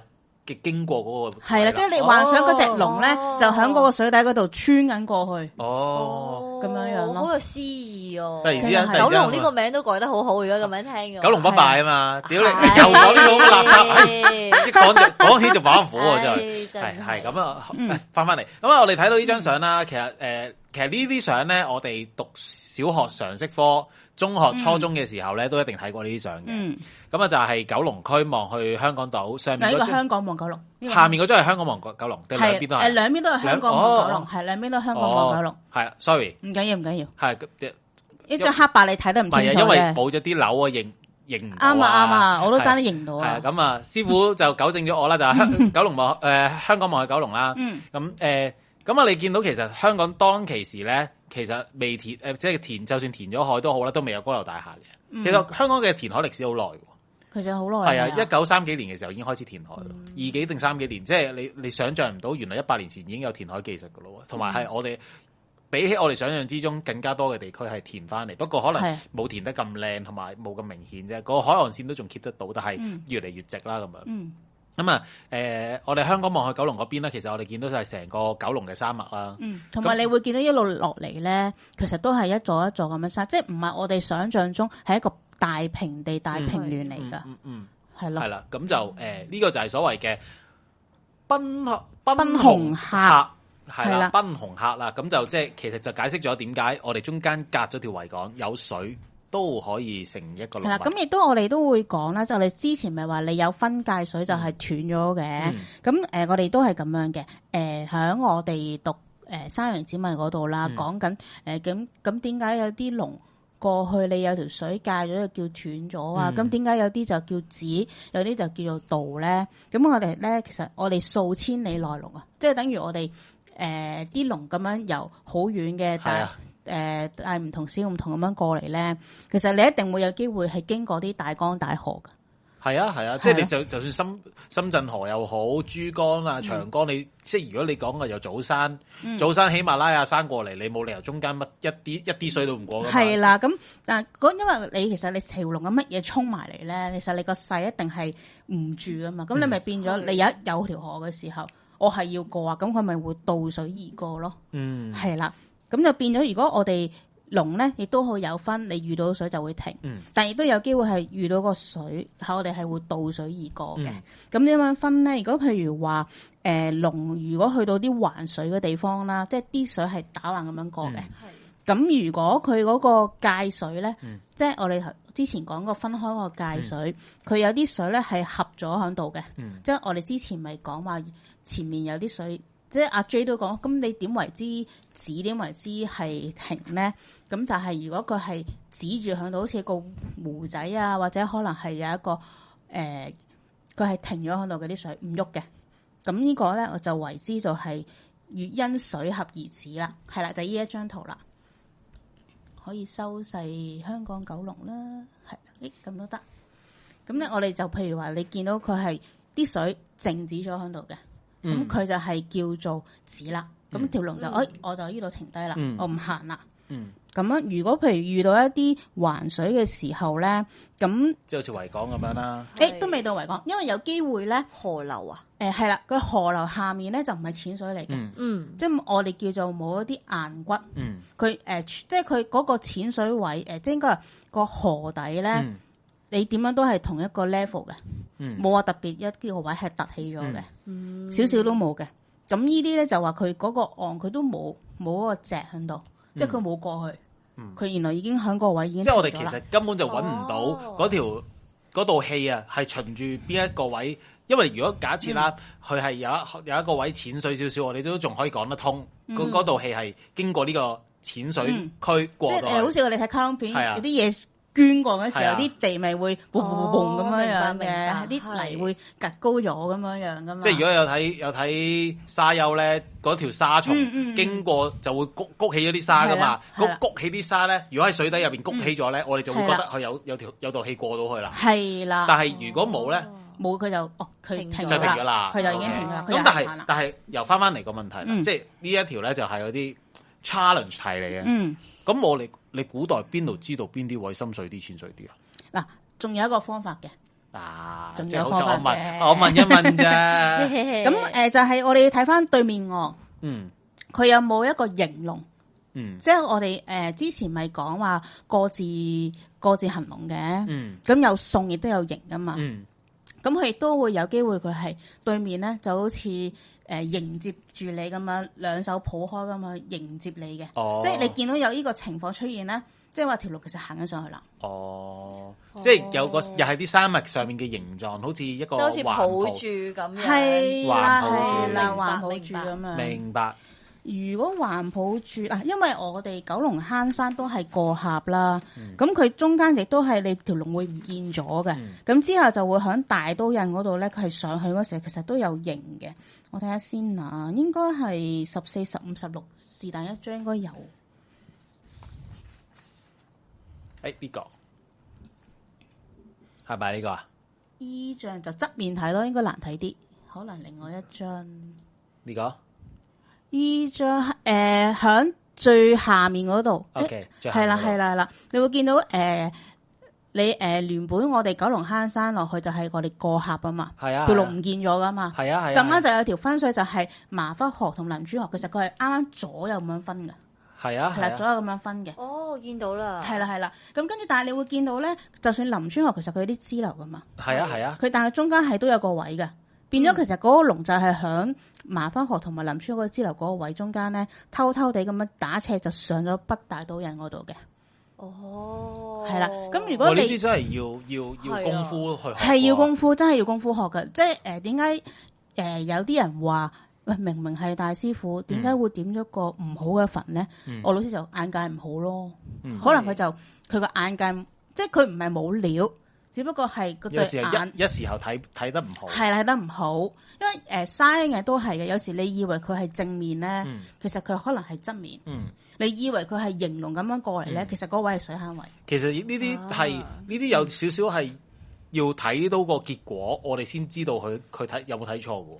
嘅經過嗰個位嗯係啦，即係你幻想嗰隻龍咧，哦就喺嗰個水底嗰度穿緊過去。哦，咁樣樣咯好有詩意哦。突然之間，其突實係然九之間龍呢個名都改得好好，如果咁樣聽嘅話。九龍不敗啊嘛，屌你係又講呢種垃圾，一講就講起就玩火啊唉真係。真係係係咁啊，嗯翻翻嚟咁啊，我哋睇到呢張相啦，其實誒，其實呢啲相咧，我哋讀小學常識科、中學、初中嘅時候咧，都一定睇過呢啲相嘅。嗯，咁啊，就係九龍區望去香港島上嗱，面呢個嗰張，香港望九龍，呢個下面嗰張係香港望九九龍，定兩邊係都誒係。兩邊都係香港望九龍，係兩邊都係香港望九龍哦。，係啦，sorry，唔緊要，唔緊要，係咁一張黑白你睇得唔唔清係啊，楚因為嘅。冇咗啲樓啊，認認唔到啱啊啱啊，我都係爭啲認唔到係啊，啊。咁啊，師傅就糾正咗我啦，就係香 九龍望誒香港望去九龍啦。嗯，咁誒，咁啊，你見到其實香港當其時咧，其實未填誒，即係填，就算填咗海都好啦，都未有高樓大廈嘅。其實香港嘅填海歷史好耐喎，其實好係耐啊，㗎。一九三幾年嘅時候已經開始填海咯，嗯二幾定三幾年，即係你你想象唔到，原來一百年前已經有填海技術噶咯喎，同埋嗯係我哋。比起我哋想象之中更加多嘅地區係填翻嚟，不過可能係冇填得咁靚，同埋冇咁明顯啫。個海岸線都仲 keep 得到，但係嗯越嚟越直啦咁樣。嗯咁啊，誒、我哋香港望去九龍嗰邊咧，其實我哋見到就係成個九龍嘅山脈啦。嗯，同埋你會見到一路落嚟咧，其實都係一座一座咁樣山，即係唔係我哋想象中係一個大平地、大平原嚟㗎，嗯嗯，係係咯。啦，咁就誒呢、個就係所謂嘅奔奔奔紅紅客客係係啦，啦奔紅客啦，咁就即係其實就解釋咗點解我哋中間隔咗條維港有水都可以成一個係龍啦，脈。咁亦都我哋都會講啦，就你之前咪話你有分界水就係斷咗嘅，嗯咁誒、呃我哋都係咁樣嘅，誒、呃喺我哋讀誒、呃山羊子咪嗰度啦，嗯講緊誒咁咁點解有啲龍過去你有條水界咗就叫斷咗啊？嗯咁點解有啲就叫止，有啲就叫做道咧？咁我哋咧其實我哋數千里內龍啊，即係等於我哋誒啲龍咁樣由好遠嘅係大啊誒、呃、但係唔同小唔同咁樣過嚟咧，其實你一定會有機會係經過啲大江大河嘅。係啊，係啊，即係你就就算深深圳河又好，珠江嗯啊、長江，你即係如果你講嘅有早山，早山喜馬拉雅山過嚟，你冇理由中間乜一啲一啲水都唔過㗎嘛。係啦，咁但係嗰因為你其實你條龍咁乜嘢衝埋嚟咧，其實你個勢一定係唔住噶嘛，咁嗯你咪變咗你有一有條河嘅時候，我係要過啊，咁佢咪會倒水而過咯，嗯，係啦，咁就變咗如果我哋龍咧亦都好有分，你遇到水就會停，嗯但亦都有機會係遇到個水，係我哋係會渡水而過嘅嗯。咁點、樣分咧？如果譬如話誒龍，如果去到啲環水嘅地方啦，即係啲水係打橫咁樣過嘅。咁如果佢嗰個界水咧，嗯即係我哋頭之前講過分開個界水，佢、有啲水咧係合咗喺度嘅，嗯即係我哋之前咪講話前面有啲水，即係阿 J 都講，咁你點為之止，點為之係停咧？咁就係如果佢係指住喺度，好似個湖仔啊，或者可能係有一個誒，呃佢、係停咗喺度嗰啲水唔喐嘅，咁呢個咧我就為之就係越因水合而止啦，係啦，就呢一張圖啦。可以收細香港九龍啦，係，咦咁都得。咁咧，我哋就譬如話，你見到佢係啲水靜止咗喺度嘅，咁嗯佢、就係叫做止啦。咁條龍就，哎，我就呢度停低啦，嗯我唔行啦。嗯，咁樣，如果譬如遇到一啲環水嘅時候咧，咁即係好似維港咁樣啦。誒、都未到維港，因為有機會咧，河流啊，誒係啦，個河流下面咧就唔係淺水嚟嘅，嗯嗯，即係我哋叫做冇一啲硬骨。嗯佢誒、呃即係佢嗰個淺水位誒、呃即係應該係個河底咧，嗯你點樣都係同一個 level 嘅，嗯冇話特別一啲個位係凸起咗嘅，嗯少少、都冇嘅。咁呢啲咧就話佢嗰個岸佢都冇冇嗰個脊喺度，即係佢冇過去，佢、原來已經喺個位已經嗯即係我哋停其咗啦實根本就揾唔到哦嗰條嗰道氣啊，係循住邊一個位。因為如果假設啦，嗯佢係有一有一個位淺水少少，我哋都仲可以講得通。嗰嗰道氣係經過呢個淺水嗯區即係過啊誒、到呃好去。似我哋睇卡通片係啊有啲嘢。捐過嘅時係候，啊啲地咪會嘣嘣嘣咁樣樣哦嘅，明白明白啲泥係會趌高咗咁樣樣噶嘛。即係如果有睇有睇沙丘咧，嗰條沙蟲嗯嗯嗯經過就會谷谷起咗啲沙噶係嘛啦。谷係啦嗯谷起啲沙咧，如果喺水底入邊谷起咗咧，我哋就會覺係得啦啊佢有有條有道氣過到去啦。係啦，但係如果冇咧，冇佢就哦，佢停停就停咗咗啦，啦，哦佢就已經停咗啦，佢咁又但行係啦。但係又翻翻嚟個問題啦，嗯即係呢一條咧就係嗰啲 challenge 題嚟嘅。嗯，咁、我哋你古代邊度知道邊啲位深水啲、淺水啲啊？嗱，仲有一個方法嘅，啊，仲即係有好似我方法問嘅我問一問 啫。咁咁誒、呃就係我哋要睇翻對面岸，嗯佢有冇一個形龍？嗯即係我哋誒、呃之前咪講話各自各自行龍嘅，嗯咁、有送亦都有形噶嘛，嗯咁佢亦都會有機會佢係對面咧就好似誒、呃迎接住你咁樣，兩手抱開咁樣迎接你嘅，哦即係你見到有呢個情況出現咧，即係話條路其實行緊上去啦，哦，即係有個又係啲山脈上面嘅形狀，好似一個就好似環抱抱住。咁樣，係啦環抱住明係啦，白環抱明住白咁樣。明白。如果環抱住啊，因為我哋九龍坑山都係過峽啦，咁佢、中間亦都係你條龍會唔見咗嘅，咁、之後就會響大刀印嗰度咧，佢係上去嗰時候其實都有形嘅。我睇下先啊，應該係十四、十五、十六是但一張應該有。誒呢、個係咪呢個啊？依張就側面睇咯，應該難睇啲，可能另外一張。呢、個依張誒響最下面嗰度 OK，最下面係啦嗰度係啦係啦，你會見到誒、呃你誒、呃原本我哋九龍坑山落去就係我哋過峽啊嘛，係啊條路唔見咗噶嘛，係啊係啊咁啱就有條分水就係麻忽河同林珠河，其實佢係啱啱左右咁樣分嘅，係啊係啦係左啊，右咁樣分嘅。哦，我見到啦，係啦，係啦，咁跟住，但係你會見到咧，就算林村河，其實佢有啲支流噶嘛，係啊係啊，嗯佢但係中間係都有個位嘅，變咗其實嗰個龍就係響麻花河同埋林村嗰個支流嗰個位中間咧，偷偷地咁樣打斜就上咗北大島人嗰度嘅，哦，係啦咁如果我呢你啲真係要要要係啊功夫去學係要喎功夫，真係要功夫學嘅。即係誒點解誒有啲人話喂明明係大師傅，點嗯解會點咗個唔好嘅墳咧？我老師就眼界唔好咯，嗯可能佢就佢個眼界，即係佢唔係冇料，只不過係個有對時眼係。一一時候睇睇得唔好，係啦，睇得唔好，因為誒嘥嘅都係嘅。有時你以為佢係正面咧，嗯其實佢可能係側面。嗯，你以為佢係形龍咁樣過嚟咧，其實嗰位係水坑位。其實呢啲係啊呢啲有少少係要睇到個結果，我哋先知道佢佢睇有冇睇錯嘅喎。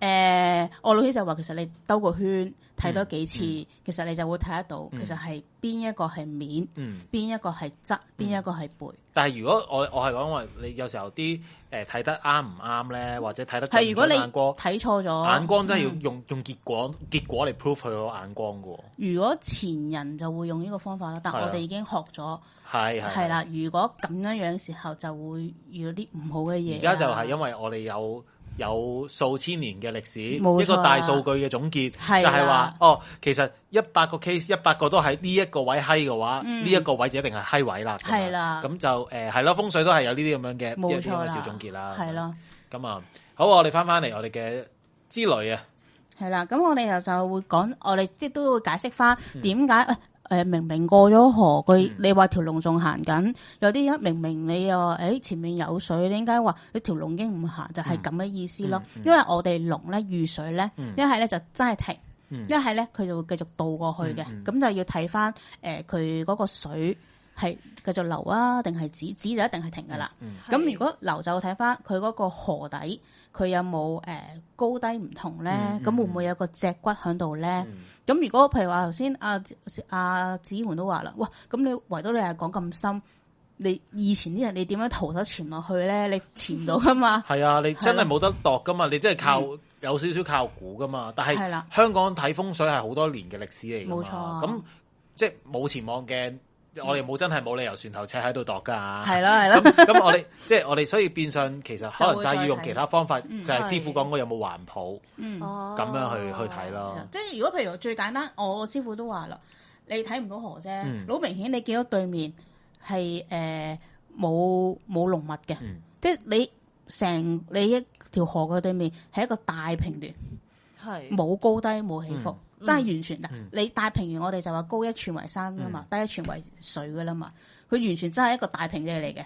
诶、我老師就話其實你兜個圈睇多幾次，其實你就會睇得到，嗯其實係邊一個係面，嗯，邊一個係側，邊一個係背。但係如果我我係講話，你有時候啲誒睇得啱唔啱咧，或者睇得準唔準係如果你眼光睇錯咗，眼光真係要嗯用用結果結果嚟 prove 佢個眼光嘅喎，如果前人就會用呢個方法啦，但係啊我哋已經學咗，係係係。啦。如果咁樣樣時候，就會遇到啲唔好嘅嘢啊。而家就係因為我哋有有數千年嘅歷史，冇錯啊一個大數據嘅總結，係就啦係話哦，其實一百個 case 一百個都喺呢一個位閪嘅話，嗯呢一個位就一定係閪位啦。咁樣係啦咁就誒係咯，風水都係有呢啲咁樣嘅冇一啲錯咁啦，嘅小總結啦。係咯。咁啊，好，我哋翻翻嚟我哋嘅之旅啊，係啦，咁我哋就就會講，我哋即係都會解釋翻點解誒誒明明過咗河，佢嗯你話條龍仲行緊，有啲人明明你又話誒前面有水，你點解話你條龍已經唔行？就係咁嘅意思咯。因為我哋龍咧遇水咧，嗯一係咧就真係停。嗯一係咧，佢就會繼續倒過去嘅，嗯嗯咁、就要睇翻誒佢嗰個水係繼續流啊，定係止止就一定係停噶啦。嗯咁如果流就睇翻佢嗰個河底，佢有冇誒、呃高低唔同咧？嗯嗯咁、會唔會有個脊骨喺度咧嗯？咁、如果譬如話頭先阿阿子媛都話啦，哇！咁你維多利亞港咁深，你以前啲人你點樣徒手潛落去咧？你潛唔到 噶嘛？係啊，你真係係啦嗯冇得度噶嘛，你真係靠。有少少靠估噶嘛，但係係啦香港睇風水係好多年嘅歷史嚟㗎冇錯嘛，啊咁即係冇前望嘅，我哋冇真係冇理由船頭尺喺度度㗎。係啦係啦，啊咁咁我哋即係我哋，所以變相其實可能就係要用其他方法，就嗯係師傅講過有冇環抱咁嗯。哦，樣去去睇。咯。啊即係如果譬如最簡單，我師傅都話啦，你睇唔到河啫嗯，好、明顯你見到對面係誒冇冇龍脈嘅，嗯即係你成你一條河嘅對面係一個大平原，係冇高低冇起伏。真係完全嗱，嗯你大平原我哋就話高一寸為山噶嘛，低一寸為水噶啦嘛，佢完全真係一個大平地嚟嘅。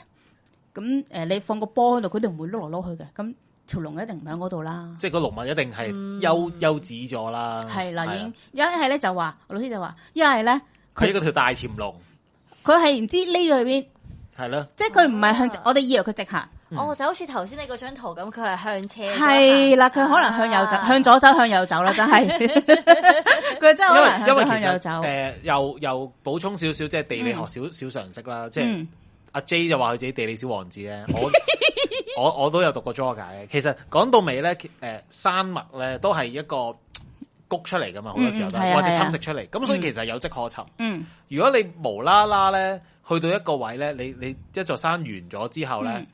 咁誒、呃你放個波喺度，佢哋唔會碌嚟碌去嘅。咁條龍一定唔喺嗰度啦。即係個龍脈一定係休休止咗啦。系啦，啊係已經一嗯係咧就話，老師就話，一係咧佢呢佢個條大潛龍佢係唔知匿咗去邊，係咯，即係佢唔係向直啊，我哋以為佢直行，哦，就好似頭先你嗰張圖咁，佢係向斜咗嗯行。係啦，佢可能向右走，啊向左走，向右走啦，真係， 佢真係因可能為因向為左其向右實走，誒又又補充少少即係地理學小小常識啦，即係。嗯，阿 J 就話佢自己地理小王子咧， 我我我都有讀過 Georgia 嘅。其實講到尾咧，誒、山脈咧都係一個谷出嚟噶嘛，好多時候都係嗯嗯係啊或者係侵啊蝕出嚟。咁所以其實有跡可尋。嗯，如果你無啦啦咧去到一個位咧，你你一座山完咗之後咧，嗯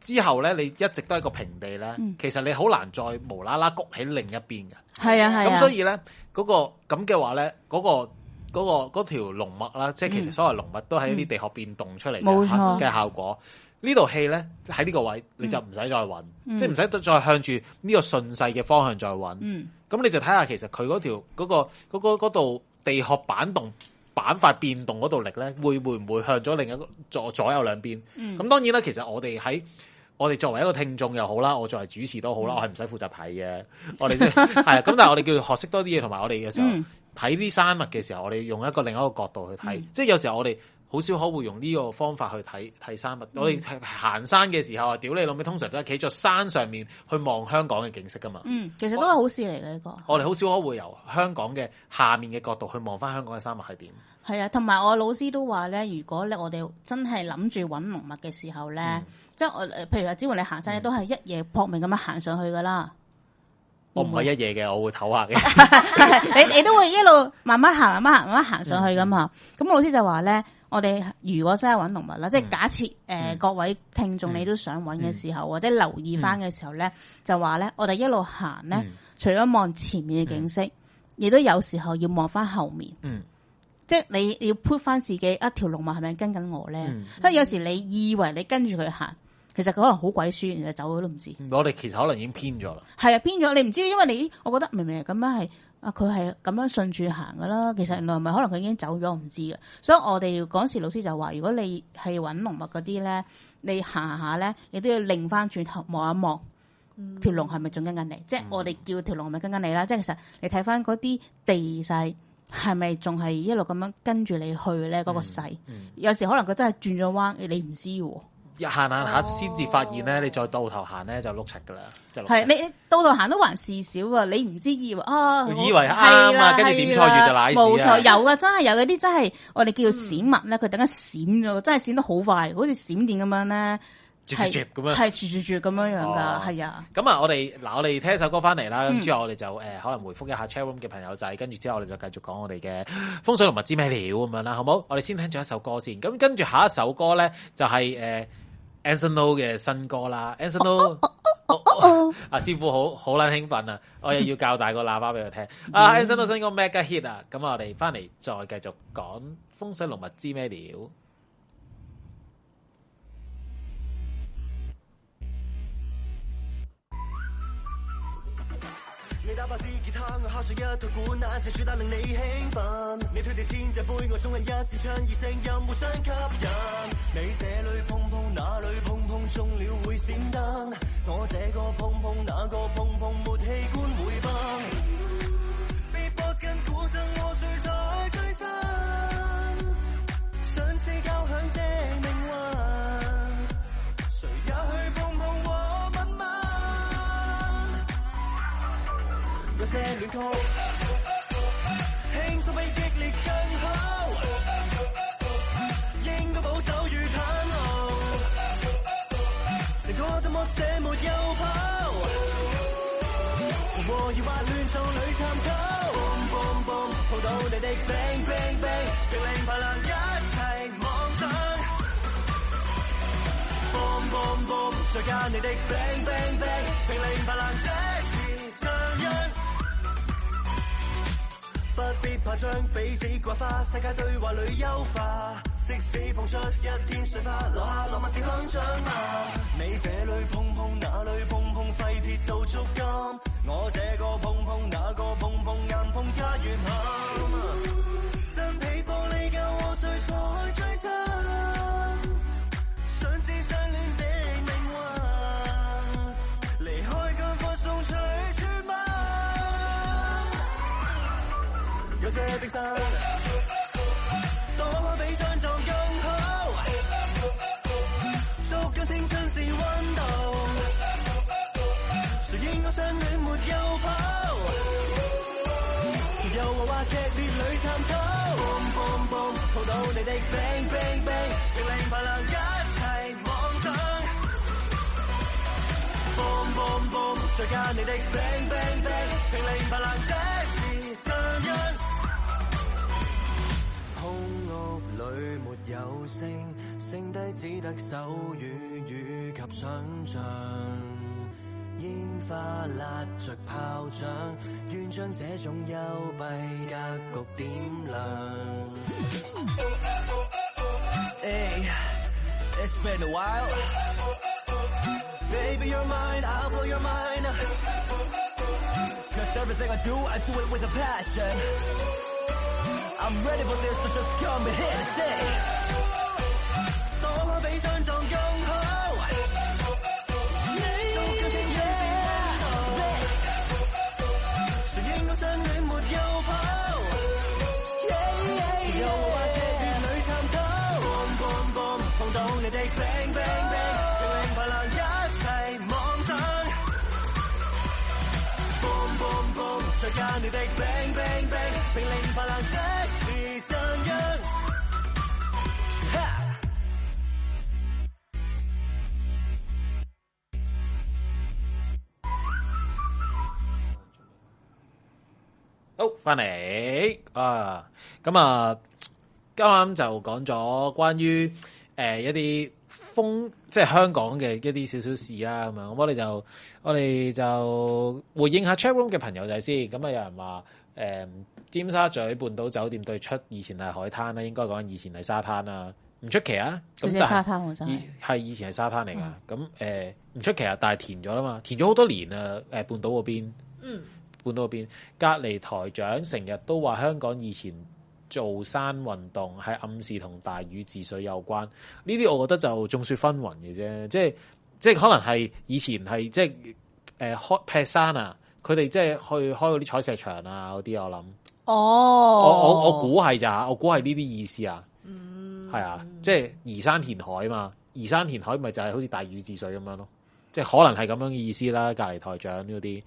之後咧你一直都係個平地咧，嗯其實你好難再無啦啦谷喺另一邊嘅。係啊，係啊，咁所以咧，嗰、個咁嘅話咧，嗰、個嗰、個嗰條龍脈啦，即係其實嗯所謂龍脈都係一啲地殼變動出嚟冇嘅錯效嘅效果。呢度戲咧喺呢個位你就唔使再揾，嗯即係唔使再向住呢個順勢嘅方向再揾。咁、嗯，你就睇下其實佢嗰條嗰個嗰個嗰度地殼板動板塊變動嗰度力咧，會會唔會向咗另一個左左右兩邊？嗯咁當然啦，其實我哋喺我哋作為一個聽眾又好啦，我作為主持都好嗯啦，我係唔使負責睇嘅。我哋即係 係啊咁，但係我哋叫學識多啲嘢，同埋我哋嘅時候嗯睇啲山脈嘅時候，我哋用一個另一個角度去睇。即係有時候我哋好少可會用呢個方法去睇睇山脈。我哋嗯睇行山嘅時候啊，屌你老味，通常都係企咗山上面去望香港嘅景色噶嘛。嗯，其實都係好事嚟嘅呢個，我哋好少可會由香港嘅下面嘅角度去望翻香港嘅山脈係點。係啊，同埋我老師都話咧，如果咧我哋真係諗住揾龍脈嘅時候咧，嗯即係我誒譬如話，只要你行山，你都係一夜撲命咁樣行上去噶啦。我唔係一夜嘅，我會唞下嘅。你你都會一路慢慢行、慢慢行、慢慢行上去嗯噶嘛。咁、老師就話咧，我哋如果真係揾動物啦，嗯即係假設誒、呃各位聽眾你都想揾嘅時候，或者留意翻嘅時候咧，就話咧，我哋一路行咧，嗯除咗望前面嘅景色，亦都有時候要望翻後面。嗯即係你你要 put 翻自己一條龍脈係咪跟緊我咧？嗯因為有時你以為你跟住佢行，其實佢可能好鬼輸，然後走咗都唔知。我哋其實可能已經偏咗啦。係啊，偏咗你唔知，因為你我覺得明明係咁樣係啊，佢係咁樣順住行噶啦。其實原來咪可能佢已經走咗，我唔知嘅。所以我哋嗰時老師就話，如果你係揾龍脈嗰啲咧，你行下咧，你都要擰翻轉頭望一望。條龍係咪仲跟緊你？即係我哋叫條龍係咪跟緊你啦？即係其實你睇翻嗰啲地勢係咪仲係一路咁樣跟住你去咧？嗰、個勢、有時可能佢真係轉咗彎，你唔知喎。行行下先至發現咧，你再到頭行咧就碌柒噶啦，就碌柒係你你到度行都還事少啊！你唔知以為啊，我以為啱啊係啦跟住點係啦菜冇月就瀨屎啊錯，有啊，真係有嗰啲真係我哋叫閃物咧，佢等間閃咗，真係閃得好快，好似閃電咁樣咧，接係接咁樣。係住住住咁樣樣哦㗎，係啊，咁啊，我哋嗱，我哋聽一首歌翻嚟啦，嗯咁之後我哋就誒可能回覆一下 chat room 嘅朋友仔，跟住之後我哋就繼續講我哋嘅風水同物知咩料咁樣啦，好冇？我哋先聽咗一首歌先，咁跟住下一首歌咧就係誒 Anson Lo 嘅新歌啦，Anson Lo。哦，阿啊師傅好好撚興奮啊！我又要教大個喇叭俾佢聽。啊嗯 a n s o n 都新歌 mega hit 啊！咁我哋翻嚟再繼續講風水龍物知咩料？你打爆支吉他，我敲上一套管，那隻主打令你興奮。你推地千隻杯，我送人一扇窗，異性任互相吸引。你這裏碰碰，那裏碰碰，中了會閃燈。我這個碰碰，那個碰碰，沒器官會崩。Beatbox 跟古箏，我最在追真，想死交響的命運，誰也去碰碰我吻吻。有些亂曲，輕鬆比激烈更好，應該保守與坦露，成果怎麼寫沒有跑，和疑或亂撞裏探討，boom boom boom，碰到你的 bang bang bang，命令快樂一齊妄想。boom boom boom，再加你的 bang bang bang，命令泛濫這是噪音。不必怕將彼此掛花，世界對話裏優化。即使碰出一天水花，留下浪漫時空掌握。你這裏碰碰，那裏碰碰，廢鐵到足金。我這個碰碰，那個碰碰，硬碰加軟冚。真皮玻璃教我最才最真。想知相戀的命運，離開乾貨送取絕吻。有些的心，躲開比想像更好，捉緊青春是溫度。誰應該相戀沒有跑？從誘惑或劇烈裏探討，boom boom boom，抱到你的 bang bang bang，命令快樂一齊妄想，boom boom boom，再加你的 bang bang bang，命令快樂這是真因。空屋裏沒有聲，剩低只得手語以及想像。煙花焫着炮仗，願將這種幽閉格局點亮。Hey, it's been a while. Baby, you're mine, I'll blow your mind. Cause everything I do, I do it with a passion. I'm ready for this, so just come and hit it, say. 多比想像更好，就更清楚是溫度誰應該相戀沒有跑？誰又話劇烈裏探討，boom boom boom，碰到你的 bang bang bang，命令快樂一齊妄想，boom boom boom，再加你的 bang bang bang，命令快樂即是真因。哈好，翻嚟啊！咁啊，啱啱就講咗關於誒、呃一啲風，即係香港嘅一啲少少事啦。咁樣，咁我哋就我哋就回應下 chat room 嘅朋友仔先。咁啊，有人話誒、呃尖沙咀半島酒店對出以前係海灘啦，應該講以前係沙灘啦，唔出奇啊。嗯咁佢只但係沙灘喎真以係。係以前係沙灘嚟噶，咁誒唔出奇啊，但係填咗啦嘛，填咗好多年啦，誒、半島嗰邊，嗯，半島嗰邊隔離台長成日都話香港以前做山運動係暗示同大禹治水有關，呢啲我覺得就眾說紛紜嘅啫，即係即係可能係以前係即係誒、開劈山啊，佢哋即係去開嗰啲採石場啊嗰啲，我諗。哦，嗯我我我我估係咋，我估係呢啲意思啊。係啊，即係移山填海嘛。移山填海咪就係好似大禹治水咁樣咯，即係可能係咁樣嘅意思啦。隔離台長嗰啲，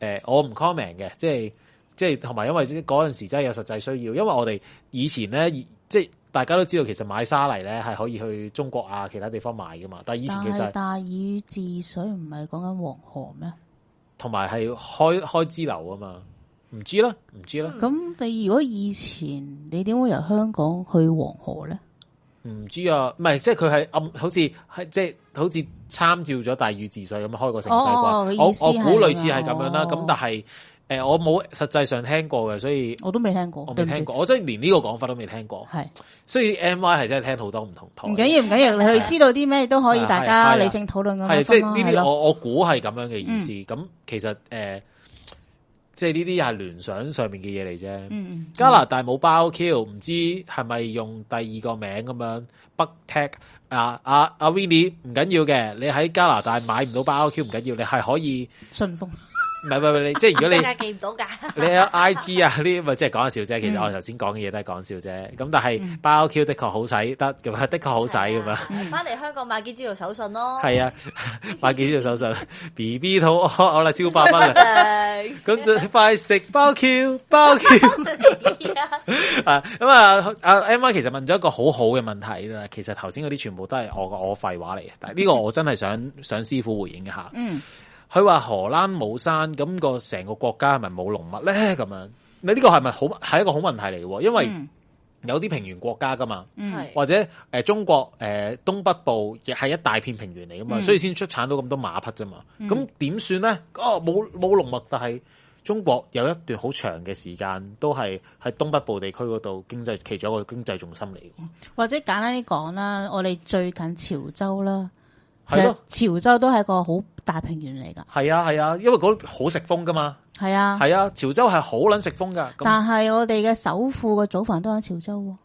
誒、我唔 comment 嘅，即係即係同埋因為嗰陣時真係有實際需要，因為我哋以前咧，以即係大家都知道其實買沙泥咧係可以去中國啊其他地方買噶嘛，但係以前但其係實大禹治水唔係講緊黃河咩？同埋係開開支流啊嘛，唔知啦，唔知啦，咁你如果以前你點會由香港去黃河咧？唔知啊，唔係即係佢係暗，好似係即係好似參照咗大禹治水咁開個城市啩。哦我佢意思我係估類咁似係咁樣啦，樣咁、哦但係誒、呃我冇實際上聽過嘅，所以我都未聽過，我未對唔聽住過，我真係連呢個講法都未聽過。係所以 M Y 係真係聽好多唔同台。唔緊要，唔緊要，你去知道啲咩都可以，係啊大係家係理性討論咁係樣即分咯係呢係啲，咯嗯我我估係咁樣嘅意思。咁、其實誒、呃即係呢啲係聯想上面嘅嘢嚟啫。嗯嗯加拿大冇包 Q，唔知係咪用第二個名咁樣北 tech 啊啊啊 Vinny 唔緊要嘅，你喺加拿大買唔到包 Q 唔緊要，你係可以順豐唔係唔係唔係你即係如果點你 解記唔到㗎？你有 I G 啊呢啲咪即係講下笑啫，其實我哋頭先講嘅嘢都係講笑啫。咁但係包 Q 的確好使得咁 啊，的確好使咁啊。嗯翻嚟香港買幾支做手信咯。係啊， 買幾條手信，B B 肚屙，我啦，超八蚊啦，誒咁就快食包 Q 包 Q。啊，咁啊，阿 M Y 其實問咗一個好好嘅問題啦。其實頭先嗰啲全部都係我個我廢話嚟嘅，但係呢個我真係想想師傅回應一下。嗯，佢話荷蘭冇山，咁、個成個國家係咪冇農物咧？咁樣，你呢個係咪好係一個好問題嚟嘅喎？因為嗯有啲平原國家噶嘛，嗯係或者誒、呃中國誒、呃、東北部亦係一大片平原嚟噶嘛，嗯所以先出產到咁多馬匹啫嘛。咁點算咧？哦，冇冇農物，但係中國有一段好長嘅時間都係喺東北部地區嗰度經濟其中一個經濟重心嚟嘅。或者簡單啲講啦，我哋最近潮州啦，係咯，其實潮州都係個好大平原嚟㗎，係啊，係啊，因為嗰度好食風噶嘛，係啊。係啊，潮州係好撚食風噶。咁但係我哋嘅首富嘅祖墳都喺潮州喎。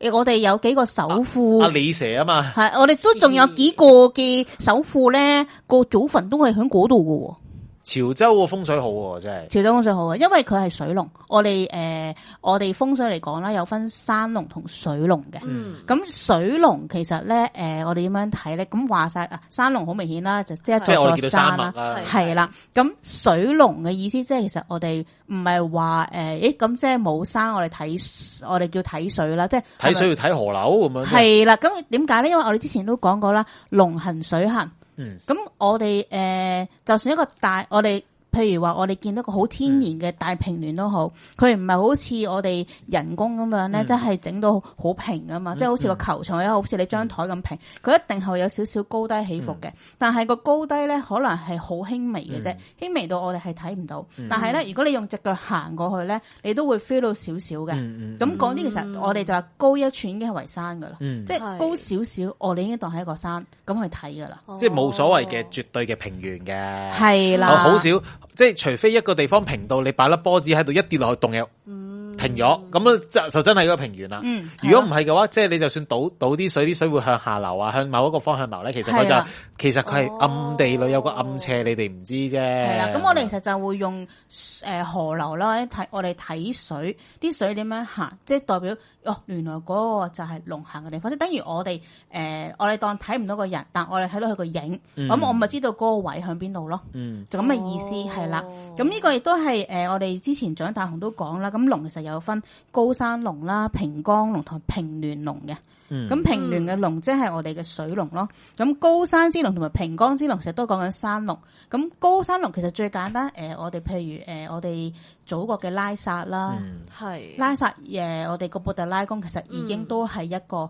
誒我哋有幾個首富阿李蛇啊嘛，係，我哋都仲有幾個嘅首富咧，個祖墳都係喺嗰度潮州個風水好喎，真係嘅喎。潮州風水好啊，因為佢係水龍。我哋誒、呃我哋風水嚟講啦，有分山龍同水龍嘅。嗯，咁、水龍其實咧，誒、我哋點樣睇咧？咁話晒啊，山龍好明顯啦，就即係即一係我座哋見到座山啊山脈啦。啦係。係啦，咁水龍嘅意思即係其實我哋唔係話誒，咦咁即係冇山，我哋睇我哋叫睇水啦，即係睇水要睇河流咁樣。係啦，咁點解咧？因為我哋之前都講過啦，龍行水行。嗯，咁我哋誒、呃就算一個大，我哋譬如話，我哋見到個好天然嘅大平原都好，佢唔係好似我哋人工咁樣嗯咧，即係整到好平噶嘛，即係好似個球場又好似你張嗯台咁平，佢一定係會有少少高低起伏嘅。但係個高低咧，可能係好輕微嘅啫，嗯輕微到我哋係睇唔到。但係咧，如果你用隻腳行過去咧，你都會 feel 到少少嘅。嗯嗯咁講啲其實我哋就話高一寸已經係為山噶啦，嗯即係係高少少，我哋已經當係一個山咁去睇噶啦，嗯即係冇所謂嘅哦絕對嘅平原嘅。哦係啊我啦，哦好少，即係除非一個地方平到你擺粒波子喺度，一跌落去洞又嗯停咗，咁啊就就真係一個平原啦。嗯如果唔係嘅話，即係你就算倒倒啲水，啲水會向下流啊，向某一個方向流咧，其實佢係啊就啦其實佢係暗地裏有個暗斜，你哋唔知啫。係係啦。咁我哋其實就會用誒河流啦，或者睇我哋睇水，啲水點樣行，即係代表哦，原來嗰個就係龍行嘅地方，即係等於我哋誒，我哋當睇唔到個人，但我哋睇到佢個影，咁我咪知道嗰個位向邊度咯。嗯就咁嘅意思係啦。咁呢個亦都係誒，我哋之前長大雄都講啦。咁龍其實有分高山龍啦、平江龍同平亂龍嘅。嗯咁、平亂嘅龍即係我哋嘅水龍咯。咁高山之龍同埋平江之龍其實都講緊山龍。咁高山龍其實最簡單誒、我哋譬如誒、我哋祖國嘅拉薩啦。嗯係拉薩誒、呃我哋個布特拉宮其實已經都係一個、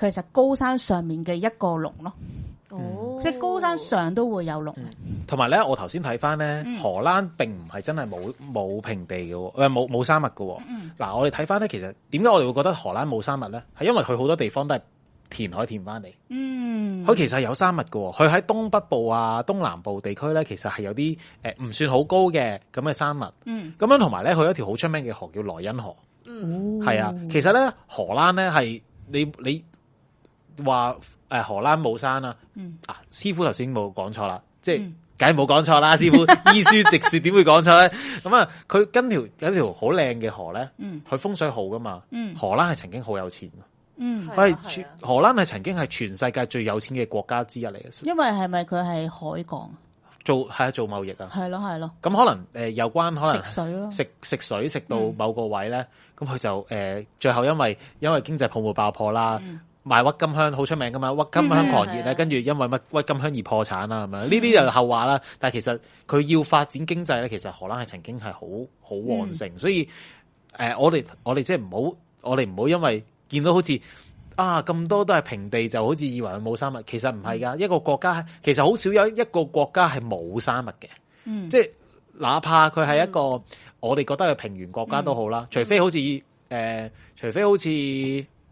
其實高山上面嘅一個龍咯，嗯哦即係高山上都會有龍嘅。同埋咧，我頭先睇翻咧，荷蘭並唔係真係冇冇平地嘅喎，誒冇冇山脈嘅喎。嗱、我哋睇翻咧，其實點解我哋會覺得荷蘭冇山脈咧？係因為佢好多地方都係填海填翻嚟，嗯，佢其實係有山脈嘅喎。佢喺東北部啊、東南部地區咧，其實係有啲誒唔算好高嘅咁嘅山脈。嗯，咁樣同埋咧，佢有一條好出名嘅河叫萊茵河。哦係啊，其實咧荷蘭咧係你你話誒、呃荷蘭冇山啊，嗯啊師傅頭先冇講錯啦，即係嗯梗係冇講錯啦， 師傅依書直說點會講錯咧？咁啊，佢跟條有一條好靚嘅河咧，嗯佢風水好噶嘛，嗯荷蘭係曾經好有錢㗎，嗯，係喂啊，係全啊荷蘭係曾經係全世界最有錢嘅國家之一嚟嘅，因為係咪佢係海港？做係啊做貿易啊。係咯係咯，咁可能誒、呃有關可能食水咯食食水食到嗯某個位咧，咁佢、就誒、呃最後因為因為經濟泡沫爆破啦。賣鬱金香好出名噶嘛，鬱金香嗯狂熱係咧，啊跟住因為乜鬱金香而破產啦，咁樣呢啲就後話啦。但係其實佢要發展經濟咧，其實荷蘭係曾經係好好旺盛，嗯所以誒、呃我哋我哋即係唔好，我哋唔好因為見到好似啊咁多都係平地，就好似以為佢冇山脈，其實唔係嗯㗎。一個國家其實好少有一個國家係冇山脈嘅，嗯即係哪怕佢係一個、我哋覺得係平原國家都好啦，嗯除非好似誒、呃除非好似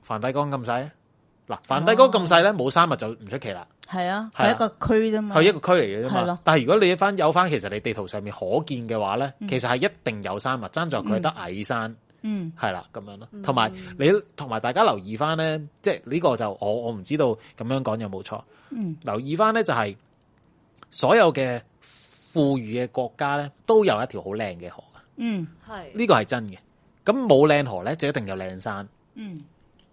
梵蒂岡咁細。啊哦嗱，梵蒂岡咁細咧，冇山脈就唔出奇啦，係啊，係啊係一個區啫嘛，佢一個區嚟嘅啫係嘛咯。但係如果你翻有翻，其實你地圖上面可見嘅話咧，其實係一定有山脈，爭在佢係得矮山。嗯係啦，咁樣咯。同埋你同埋大家留意翻咧，即係呢個就我我唔知道咁樣講有冇錯。嗯，留意翻咧就係、所有嘅富裕嘅國家咧，都有一條好靚嘅河，嗯係啊呢個係真嘅。咁冇靚河咧，就一定有靚山。嗯，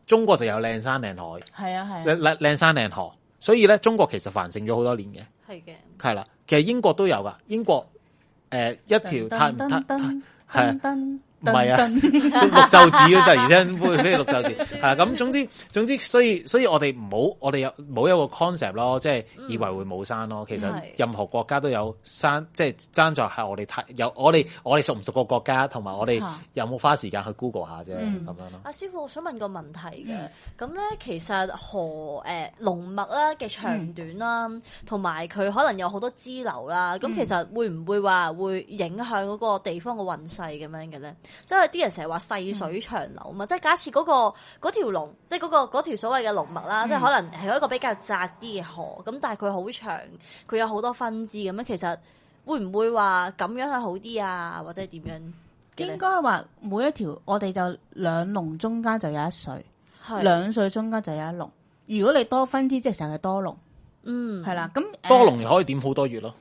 中國就有靚山靚海，係啊係靚啊，靚靚山靚河。所以咧，中國其實繁盛咗好多年嘅，係嘅，係啦。其實英國都有噶，英國誒、呃一條太太噔噔係啊噔噔唔係啊 噔噔綠袖子突然之間會飛綠袖 子，係啦。咁總之總之，所以所以我哋唔好，我哋有冇一個 concept 咯，即係嗯以為會冇山咯。其實係任何國家都有山，即係爭在係我哋睇有我哋我哋熟唔熟個國家，同埋我哋嚇有冇花時間去 Google 下啫，咁嗯樣咯。啊阿師傅，我想問個問題嘅。咁咧，其實河誒龍脈啦嘅長短啦，嗯同埋佢可能有好多支流啦。咁其實會唔會話會影響嗰個地方嘅運勢咁樣嘅咧？即係啲人成日話細水長流嗯嘛。即係假設嗰個嗰條龍，即係嗰個嗰條所謂嘅龍脈嗯啦，即係可能係一個比較窄啲嘅河，咁但係佢好長，佢有好多分支咁樣。其實會唔會話咁樣係好啲啊？或者係點樣嘅應咧？該話每一條我哋就兩龍中間就有一水，係兩水中間就有一龍。如果你多分支，即係成日多龍，嗯係啦。咁誒多龍可以點好多月咯。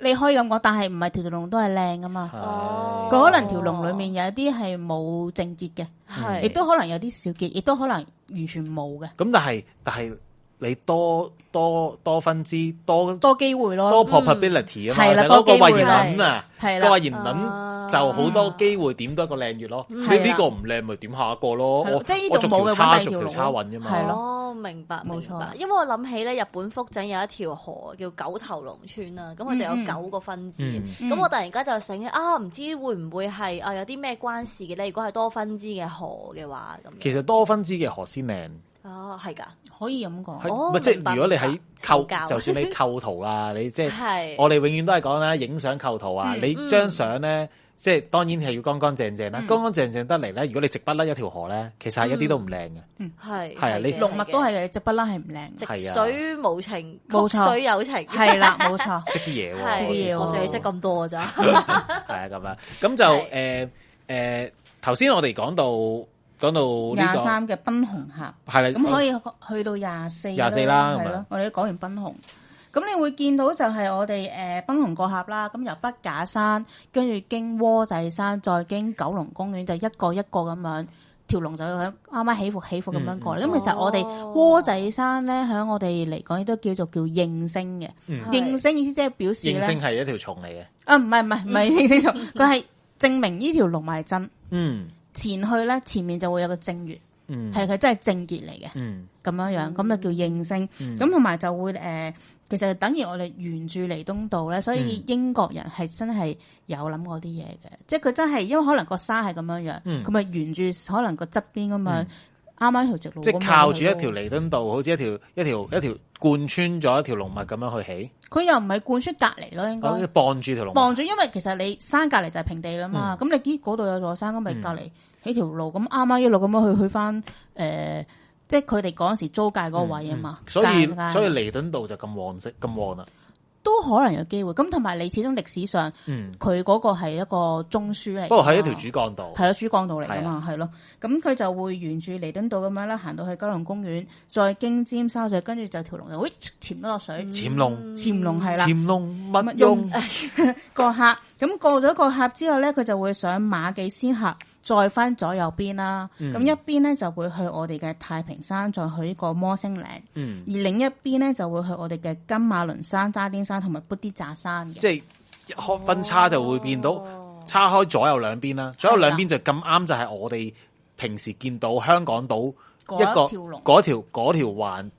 你可以咁講，但係唔係條條龍都係靚噶嘛？哦佢可能條龍裡面有一啲係冇正結嘅，係亦都可能有啲小結，亦都可能完全冇嘅，咁但係但係你多多多分支多多機會多咯。 probability 啊嘛，成係啦日攞多機個會慧言文啊，係個啦慧，言文啊就好多機會點多一個靚月咯。你嗯係啦呢個唔靚咪點下一個咯。係咯我即係呢度我逐條冇嘅叉搵第逐條二條路叉揾啫嘛。係咯哦，明白，冇明錯白。因為我諗起咧，日本福井有一條河叫九頭龍村啦，咁佢就嗯嗯有九個分支。嗯咁、我突然間就醒起啊，唔知會唔會係啊有啲咩關事嘅咧？如果係多分支嘅河嘅話，咁樣其實多分支嘅河先靚，哦係㗎，可以咁講。係哦唔係即明白係如果你喺明白構，受教就算你構圖啊，你即係係我哋永遠都係講啦，影相構圖啊，嗯你張相嗯咧。即係當然係要乾乾淨淨啦，嗯乾乾淨淨得嚟咧。如果你直不甩一條河咧，其實係一啲都唔靚嗯嘅。係係啊你嘅龍脈都嘅係嘅，直不啦係唔靚嘅。係啊直水無情，冇曲錯水有情，係啦，冇錯。識啲嘢喎，係好似喎我講淨係識咁多㗎咋，係啊，咁樣咁就誒誒，頭先我哋講到講到呢廿個三嘅奔紅客，係啦，咁可以去到廿四24啦咁啊係樣咯。我哋都講完奔紅，咁你會見到就係哦我哋誒奔紅過峽啦，咁由北架山跟住經窩仔山，再經九龍公園，就一個一個咁樣。條龍就響啱啱起伏起伏咁樣過嚟，咁、嗯其實我哋哦窩仔山咧，響我哋嚟講亦都叫做叫應聲嘅。嗯應聲意思即係表示應聲咧，係一條蟲嚟嘅。啊唔係唔係唔係應聲蟲，佢係證明呢條龍脈係真。嗯前去咧，前面就會有個正月，嗯係佢真係正結嚟嘅。嗯咁樣樣，咁就叫應聲。咁同埋就會誒、呃其實等於我哋沿住彌東道咧，所嗯以英國人係真係有諗過啲嘢嘅，即係佢真係因為可能個沙係咁樣樣，嗯佢咪、沿住可能個側邊咁樣，啱啱條直路，即係靠住一條，彌敦道，好似一條一條一條貫穿咗一條龍脈咁樣去起，佢又唔係灌出隔離咯，應該。我傍住條龍望脈。住，因為其實你山隔離就係平地啦嘛，嗯咁、你見嗰度有座山，咁咪隔離起條路，咁啱啱一路咁樣去去翻誒、呃即係佢哋嗰陣時租界嗰個位啊嘛、嗯嗯所以間間所以彌敦道就咁旺色咁旺啦。都可能有機會。咁同埋你始終歷史上嗯，佢嗰個係一個中樞嚟㗎嘛，不過係一條主啊幹道。係咯主幹道嚟噶嘛，係咯。咁佢就會沿住彌敦道咁樣啦，行到去九龍公園，再經尖沙咀，跟住就條龍就喂潛咗落水，潛龍潛龍係啦，潛龍乜用用？過客。咁過咗個客之後咧，佢就會上馬記仙客，再翻左右邊啦。嗯咁、一邊咧就會去我哋嘅太平山，再去呢個摩星嶺；嗯，而另一邊咧就會去我哋嘅金馬倫山、渣甸山同埋砵啲乍山嘅。即係一開分叉就會變到哦叉開左右兩邊啦，左右兩邊就咁啱就係我哋平時見到香港島嗰一個條龍嗰條嗰條環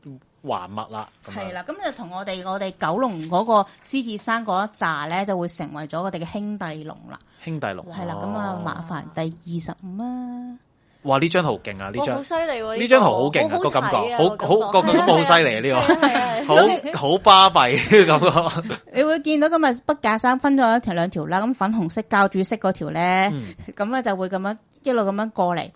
環脈啦，咁啊樣係啦，咁就同我哋我哋九龍嗰個獅子山嗰一紮咧，就會成為咗我哋嘅兄弟龍啦。兄弟龍哦係啦，咁啊，麻煩第二十五啦。哇！呢張圖勁啊，呢哇張好犀利喎！呢張圖好勁啊，個個感覺覺，好好個感覺好犀利啊，呢 個呢好好巴閉啊嘅感 覺。你會見到今日北架山分咗一條兩條啦，咁粉紅色教主色嗰條咧，嗯咁啊、就會咁樣一路咁樣過嚟，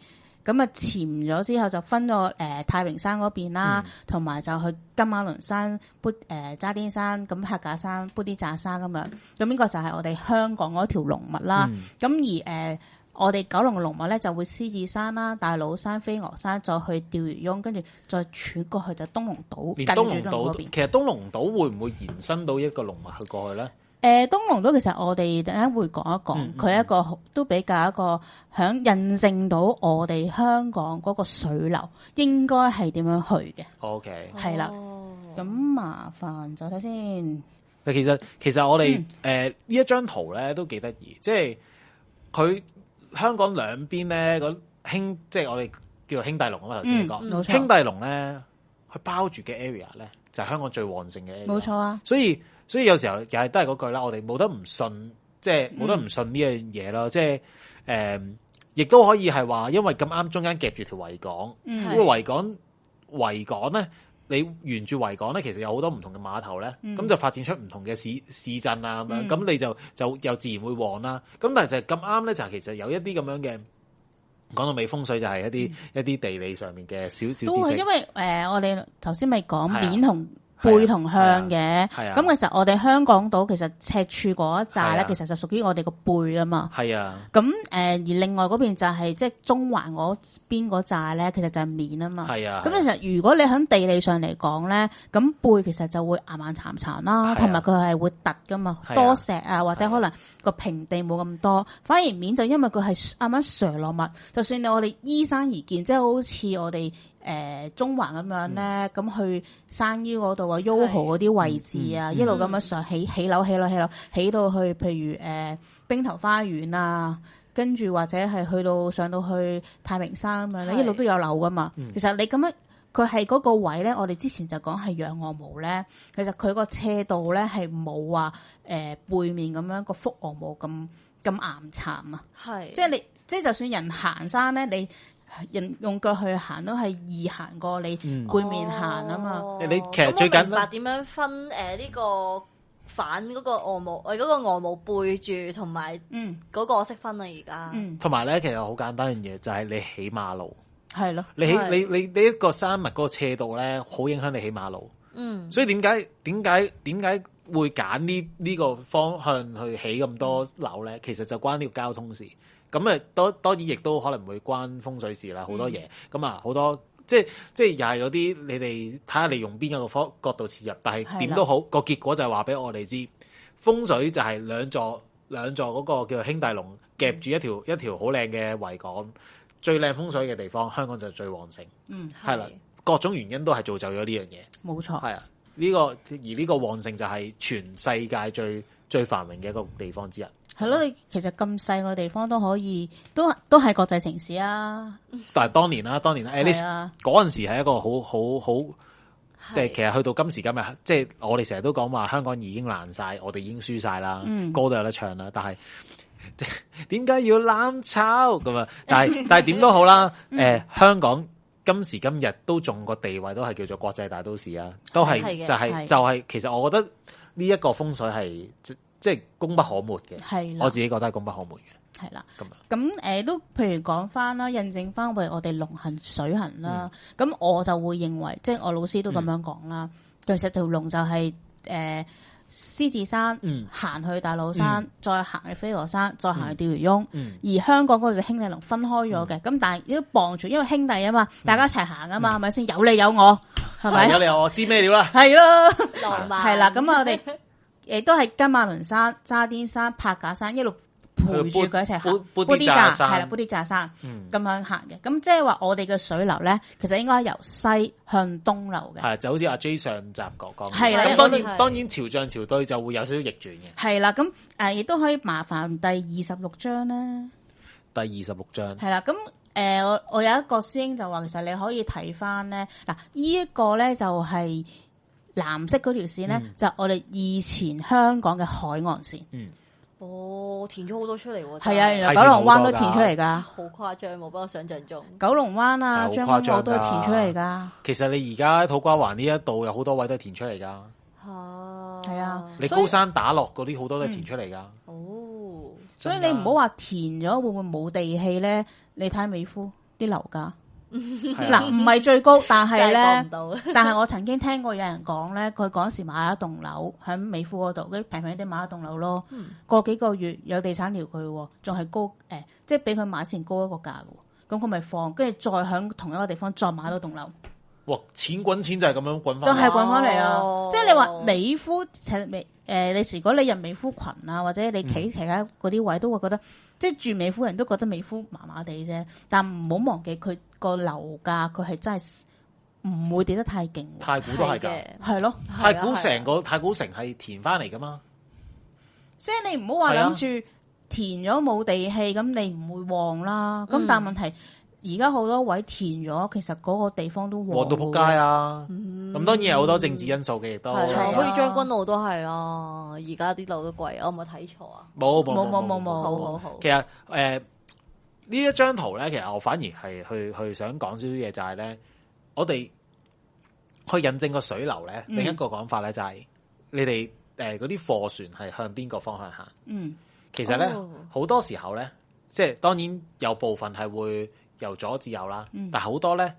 咁啊潛咗之後就分咗誒、呃太平山嗰邊嗯啦，同埋、就去金馬倫山、砵誒渣甸山、咁客架山、砵甸乍山咁樣，咁呢個就係我哋香港嗰條龍脈啦。嗯咁、而誒、呃我哋九龍嘅龍脈咧就會獅子山啦、大老山、飛鵝山，再去釣魚翁，跟住再竄過去就東龍島，連跟東住龍東龍嗰邊島，。其實東龍島會唔會延伸到一個龍脈去過去咧？誒、東龍島其實我哋等一下會講一嗯講，佢、一個好都比較一個響印證到我哋香港嗰個水流應該係點樣去嘅。 O K，係啦哦咁麻煩就睇先，嗱，其實其實我嗯哋誒呢一張圖咧都幾得意，即係佢香港兩邊咧嗰兄，即係我哋叫做兄弟龍啊嘛，頭先你嗯冇講錯兄弟龍咧，佢包住嘅 area 咧就係香港最旺盛嘅 area。冇錯啊，所以所以有時候又係都係嗰句啦，我哋冇得唔信，即嗯係冇得唔信呢樣嘢咯，即係誒。呃亦都可以係話，因為咁啱中間夾住條維港，嗯咁個維港維港咧，你沿住維港咧，其實有好多唔同嘅碼頭咧，咁、嗯就發展出唔同嘅市市鎮啊咁樣，咁、你就就又自然會旺啦。咁但係就係咁啱咧，就係其實有一啲咁樣嘅講到尾風水就係一啲、一啲地理上面嘅少少嗯都知係識因，為誒、我哋頭先咪講係啊面同係啊背同向嘅，係啊咁其實我哋香港島其實赤柱嗰一紮係咧啊，其實就屬於我哋個背啊嘛。係啊咁誒、而另外嗰邊就係、即係中環嗰邊嗰扎咧，其實就係面啊嘛。係啊，咁其實如果你喺地理上嚟講咧，咁背其實就會岩岩殘殘係啦，啊同埋佢係會突噶嘛，係啊多石啊，或係者啊可能個平地冇咁多，反而面就因為佢係啱啱上落物，就算你我哋依山而建，即係好似我哋誒、呃中環咁樣嗯咧，咁、去山腰嗰度啊、YOHO 嗰啲位置嗯啊，一路咁樣上起起樓、起樓、起樓，起到去譬如誒、呃冰頭花園啊。跟住或者係去到上到去太平山咁樣咧，係一路都有樓噶嘛。嗯其實你咁樣，佢係嗰個位咧，我哋之前就講係仰卧毛咧，其實佢個斜度咧係冇話誒背面咁樣個腹卧毛咁咁岩殘啊，係嗯即係你即係就算人行山咧，你人用腳去行都係易行過你嗯背面行啊嘛。哦你其實咁我最簡單明白點樣分誒呢個反嗰個鵝毛，誒嗰個鵝毛背住同埋嗯嗰個我識分啦，啊而家嗯，同埋咧，其實好簡單一樣嘢就係你起馬路，係咯，你起係你你你一個山脈嗰個斜度咧，好影響你起馬路。嗯所以點解點解點解會揀呢呢個方向去起咁多樓咧？其實就關呢個交通事。咁啊，當當然亦都可能會關風水事嗯啦，好多嘢。咁啊，好多即係即係又係嗰啲你哋睇下你用邊一個方角度切入，但係啦係點都好個結果就係話俾我哋知，風水就係兩座兩座嗰個叫做兄弟龍夾嗯住一條、一條好靚嘅維港，最靚風水嘅地方，香港就最旺盛。嗯，係啦，各種原因都係造就咗呢樣嘢。冇錯，係啊，呢、個而呢個旺盛就係全世界最最繁榮嘅一個地方之一。係咯，你其實咁細個地方都可以，都都係國際城市啊，但係當年啦，當年啦，at 係 least 啊，嗰陣時係一個好好好，即係其實去到今時今日，即係我哋成日都講話香港已經爛晒，我哋已經輸晒啦，歌都有得唱啦，但係。 點解要攬炒咁啊？但係但係點都好啦，誒、香港今時今日都仲個地位都係叫做國際大都市啊，都係係嘅就係、係就係、其實我覺得呢一個風水係即即係功不可沒嘅，係啦我自己覺得係功不可沒嘅係啦。咁啊。咁誒、呃都譬如講翻啦，印證翻為我哋龍行水行啦。嗯咁、我就會認為，即係我老師都咁樣講啦。其實條龍就係、誒、呃、獅子山嗯行去大老山，再行去飛鵝山，再行去釣魚翁。嗯而香港嗰度就兄弟龍分開咗嘅，咁、但係都傍住，因為兄弟啊嘛，大家一齊行啊嘛，係咪先？有你有我，係咪？嗯有你有我知咩料啦？係咯。浪漫 係啦，咁我哋亦都係金馬倫山、渣甸山、柏架山一路陪住佢一齊行去，搬搬搬搬啲啲架架係山啦，搬啲架山嗯，咁樣行嘅。咁即係話我哋嘅水流咧，其實應該係由西向東流嘅。係就好似阿 J 上集講講嘅。係啦咁當係然當然潮漲潮退就會有少少逆轉嘅。係啦，咁誒亦都可以麻煩第二十六章啦。第二十六章係啦，咁诶、呃我我有一個師兄就話，其實你可以睇翻咧，嗱，呢一個咧就係藍色嗰條線咧，就我哋以前香港嘅海岸線，哦，填咗好多出嚟喎。係啊，真係原來九龍灣都填出嚟啊㗎，好誇張喎，比我想象中。九龍灣啊、係將好軍誇張澳都係填出嚟㗎，其實你而家土瓜灣呢一度有好多位都係填出嚟㗎。嚇，係啊你所以高山打落嗰啲好多都係填出嚟㗎。哦，所以真你㗎唔好話填咗會唔會冇地氣咧？你睇美孚啲樓價，係嗱啊唔係最高，但係 真係咧講唔。到。但係我曾經聽過有人講咧，佢嗰時買咗一棟樓喺美孚嗰度，跟住平平地買咗棟樓咯。過幾個月有地產撩佢喎，仲係高誒、即係比佢買前高一個價嘅喎。咁佢咪放，跟住再喺同一個地方再買多棟樓，哇，錢滾錢就係咁樣滾就翻。係滾翻嚟啊！哦即係你話美孚其實美誒，你如果你入美孚群啊，或者你企其他嗰啲位，都會覺得即係住美孚人都覺得美孚麻麻地啫。但唔好忘記佢個樓價，佢係真係唔會跌得太勁喎。太古都係㗎。嘅，啊係咯。太古成個太古城係填翻嚟㗎嘛？即係你唔好話諗住填咗冇地氣，咁你唔會旺啦。咁、嗯但係問題而家好多位填咗，其實嗰個地方都旺旺到仆街啊！啊！咁當然有好多政治因素嘅，亦都係啊，係好啊似將軍澳都係啦，而家啲樓都貴，我有冇睇錯啊？冇冇冇哦冇冇冇好好好其，實誒呢、一張圖咧，其實我反而係去去想講少少嘢，就係咧，我哋去引證個水流咧，嗯另一個講法咧就係、你哋誒嗰啲貨船係向邊個方向行？嗯，其實咧哦好、多時候咧，即係當然有部分係會由左至右啦，嗯但好多咧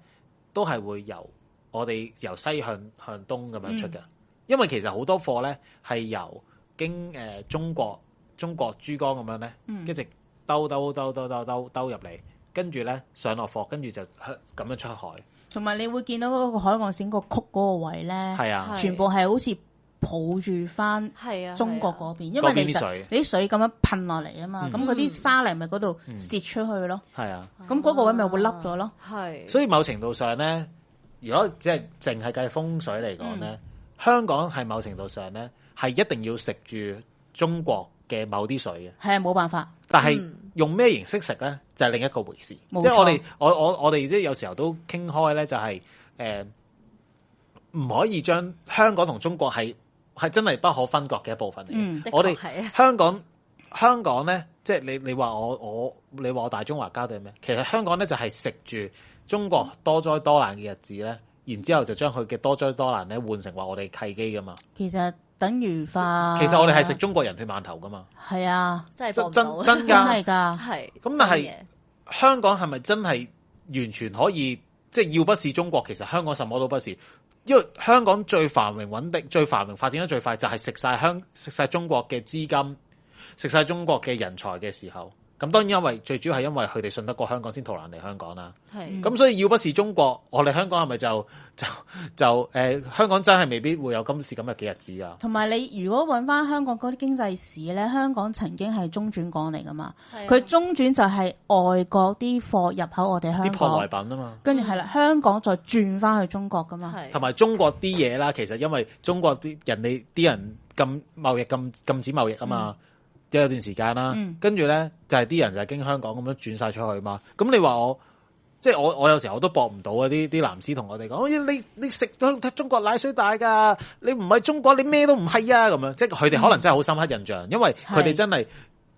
都係會由我哋由西向向東咁樣出嘅，因為其實好多貨咧係由經誒、呃中國中國珠江咁樣咧，嗯一直兜兜兜兜兜兜兜入嚟，跟住咧上落貨，跟住就向咁樣出海，同埋你會見到嗰個海岸線個曲嗰個位咧，係啊係，全部係好似抱住翻。係啊，中國係啊嗰邊，因為你其嗰邊啲實水你啲水咁樣噴落嚟啊嘛，嗯咁嗰啲沙泥咪嗰度泄出去咯，係啊。咁嗰個位咪會凹咗咯。係，所以某程度上咧，如果即係淨係計風水嚟講嗯咧，香港係某程度上咧係一定要食住中國嘅某啲水嘅，係啊，冇辦法，但係嗯用咩形式食咧就係、另一個回事。冇錯即係我哋我我我哋即係有時候都傾開咧，就係誒唔可以將香港同中國係係真係不可分割嘅一部分嚟嘅。嗯的確我哋係啊香港香港咧，即係你你話我我你話我大中華交定係咩？其實香港咧就係食住中國多災多難嘅日子咧，然之後就將佢嘅多災多難咧換成話我哋契機噶嘛。其實等於化。其實我哋係食中國人血饅頭噶嘛，係啊，真係真搏唔真到，真真 係㗎。㗎。係咁但係真嘅香港係咪真係完全可以即係要不是中國，其實香港什麼都不是。因為香港最繁榮穩定、最繁榮發展得最快，就係食晒香、食晒中國嘅資金、食晒中國嘅人才嘅時候。咁當然因為最主要係因為佢哋信得過香港先逃難嚟香港啦。係咁所以要不是中國，我哋香港係咪就就就誒、呃香港真係未必會有今時咁嘅幾日子啊？同埋你如果揾翻香港嗰啲經濟史咧，香港曾經係中轉港嚟噶嘛，係啊佢中轉就係外國啲貨入口我哋香啲破壞港，品啊嘛。跟住係嗯啦，香港再轉翻去中國噶嘛，係同埋中國啲嘢啦，其實因為中國啲人哋啲人禁貿易禁禁止貿易啊嘛，都有段時間啦嗯。跟住咧就係、啲人就係經香港咁樣轉晒出去嘛。咁你話我即係我我有時候我都搏唔到啊！啲啲藍絲同我哋講，哎你你食到中國奶水大㗎，你唔係中國，你咩都唔係啊！咁樣即係佢哋可能真係好深刻印象，因為佢係哋真係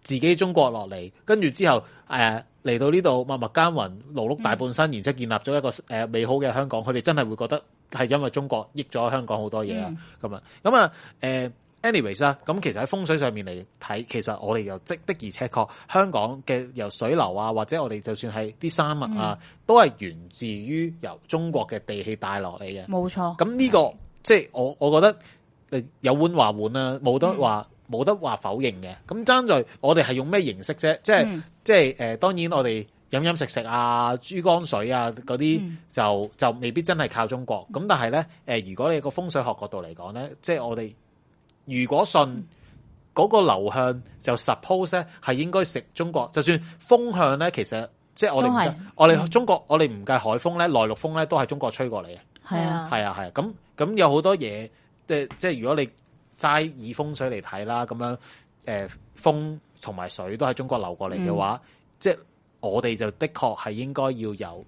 自己中國落嚟，跟住之後誒。呃嚟到呢度默默耕耘，勞碌大半生，然之後建立咗一個誒、呃美好嘅香港，佢哋真係會覺得係因為中國益咗香港好多嘢啊，咁啊、咁啊，誒、anyways 啦，咁其實喺風水上面嚟睇，其實我哋又即的而且確，香港嘅由水流啊，或者我哋就算係啲山脈啊，都係源自於由中國嘅地氣帶落嚟嘅。冇錯。咁呢、個即係我我覺得誒有碗話碗啦，冇嗯得話冇得話否認嘅。咁爭在我哋係用咩形式啫？即係、嗯即係誒、呃，當然我哋飲飲食食啊、珠江水啊嗰啲嗯就就未必真係靠中國。咁嗯但係咧誒，如果你個風水學角度嚟講咧，即係我哋如果信嗰個流向就 suppose 咧係應該食中國，就算風向咧，其實即係我哋唔都係嗯計我哋中國，我哋唔計海風咧，內陸風咧都係中國吹過嚟嘅。係啊，係啊係啊，咁咁有好多嘢，即係即係如果你齋以風水嚟睇啦，咁樣誒、呃、風同埋水都喺中國流過嚟嘅話，嗯即係我哋就的確係應該要由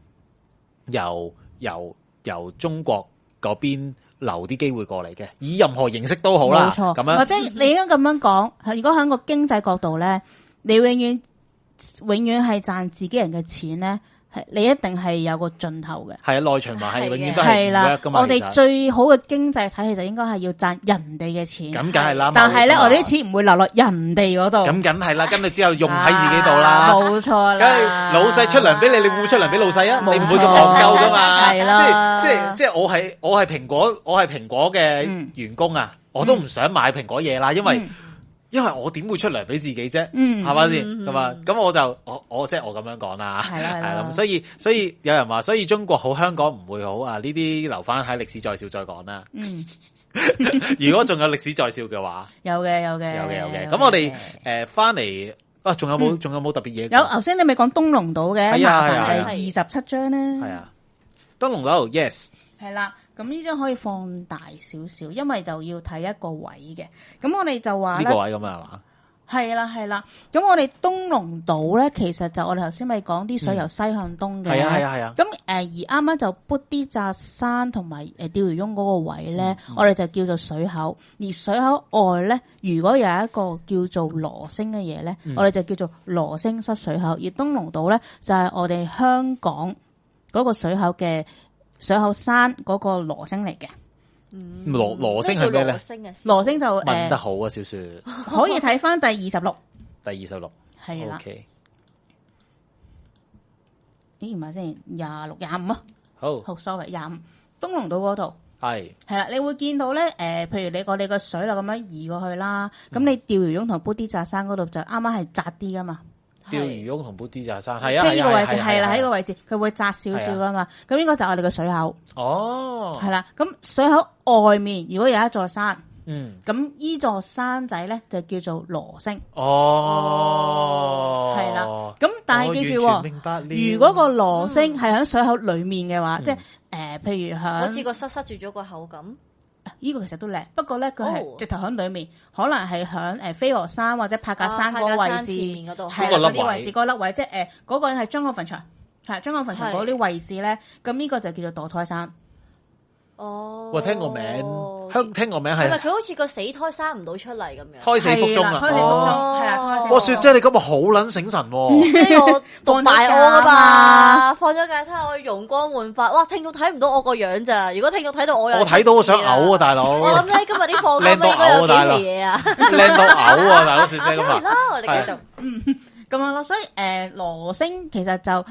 由由由中國嗰邊留啲機會過嚟嘅，以任何形式都好啦，冇錯咁樣或者你應該咁樣講，如果喺個經濟角度咧，你永遠永遠係賺自己人嘅錢咧，係你一定係有個盡頭嘅。係啊內循環係永遠都係係唔啦 work，噶嘛，我啊其哋實最好嘅經濟體系就應該係要賺人哋嘅錢，咁梗係啦，但係咧冇錯我哋啲錢唔會流落人哋嗰度，咁梗係啦，跟住之後用喺自己度啦啊。冇錯梗係啦。老細出糧俾你，你會唔會出糧俾老細啊？冇錯你唔會咁戇鳩噶嘛？係啦即係即係即係我係我係蘋果，我係蘋果嘅嗯員工啊，我都唔想買蘋果嘢啦，因為嗯因為我點會出糧俾自己啫？嗯係咪先嗯咁啊？咁我就我我即係我咁樣講啦，係啦係啦係咁所以所以有人話，所以中國好，香港唔會好啊！呢啲留翻喺歷史再笑再講 啦。嗯如果仲有歷史再笑嘅話，有嘅有有嘅嘅有嘅。咁我哋誒翻嚟啊，仲有冇仲有冇特別嘢講？嗯有頭先你咪講東龍島嘅，係啊麻係煩啊第二十七章咧，係啊，燈籠樓 yes，係啦，咁呢張可以放大少少，因為就要睇一個位嘅。咁我哋就話呢咧個，位咁啊係啦係啦。咁我哋東龍島咧，其實就我哋頭先咪講啲水由西向東係嘅，嗯嘛？係啊係啊係啊，咁誒、呃而啱啱就砵啲扎山同埋誒釣魚翁嗰個位咧，我哋就叫做水口。而水口外咧，如果有一個叫做羅星嘅嘢咧，我哋就叫做羅星失水口。而東龍島咧，就係、我哋香港嗰個水口嘅水口山嗰個羅星嚟嘅。羅嗯羅星係咩咧羅？星嘅羅星就誒、問呃得好啊，小雪，可以睇翻第二十六，第二十六 係啦。 ，OK，咦唔係先，廿六廿五啊，好好 sorry 廿五。東龍島嗰度。係係啦，你會見到咧，誒、譬如你我哋個水流咁樣移過去啦，嗯咁你釣魚翁同 b u d 扎山嗰度就啱啱係窄啲噶嘛，釣魚翁同砵甸乍山，係啊，即係呢個位置係啊係係啊啦，喺係呢啊個位置佢會窄少少噶嘛，咁應該就係我哋個水口哦，係啦，咁水口外面如果有一座山，嗯，咁呢座山仔咧就叫做羅星，哦，係啦，咁但係記住我完喎全，明白了如果個羅星係喺水口裡面嘅嗯話，即係誒、呃譬如嗯好似響個塞塞住咗個口咁。啊呢個其實都靚，不過咧佢哦係直頭響裡面，可能係響誒飛鵝山或者柏架山嗰個啊柏架位山置。前面嗰度係嗰個啦，粒嗰位啲位置，嗰粒位，即係誒嗰個係張國墳場，係張國墳場係嗰啲位置咧，咁呢個就叫做墮胎山，哦，我聽個哦名，香聽個名係咪係佢好似個死胎生唔到出嚟 咁樣？胎死腹中啊係啦胎死啊腹中，哦！係啦，胎死腹中哇，雪姐你今日好撚醒神哦喎，即係我讀埋放我噶咗假嘛，嘛放咗假睇下我容光煥發，哇！聽眾睇唔到我個樣咋？如果聽眾睇到我，我睇到我想嘔啊，！大佬，我諗咧今日啲課靚到金咧應該有嘔啊幾大佬條嘢啊！ 靚到嘔啊，大佬雪姐今梗係日啦，我哋繼續咁樣咯。所以誒羅星其實就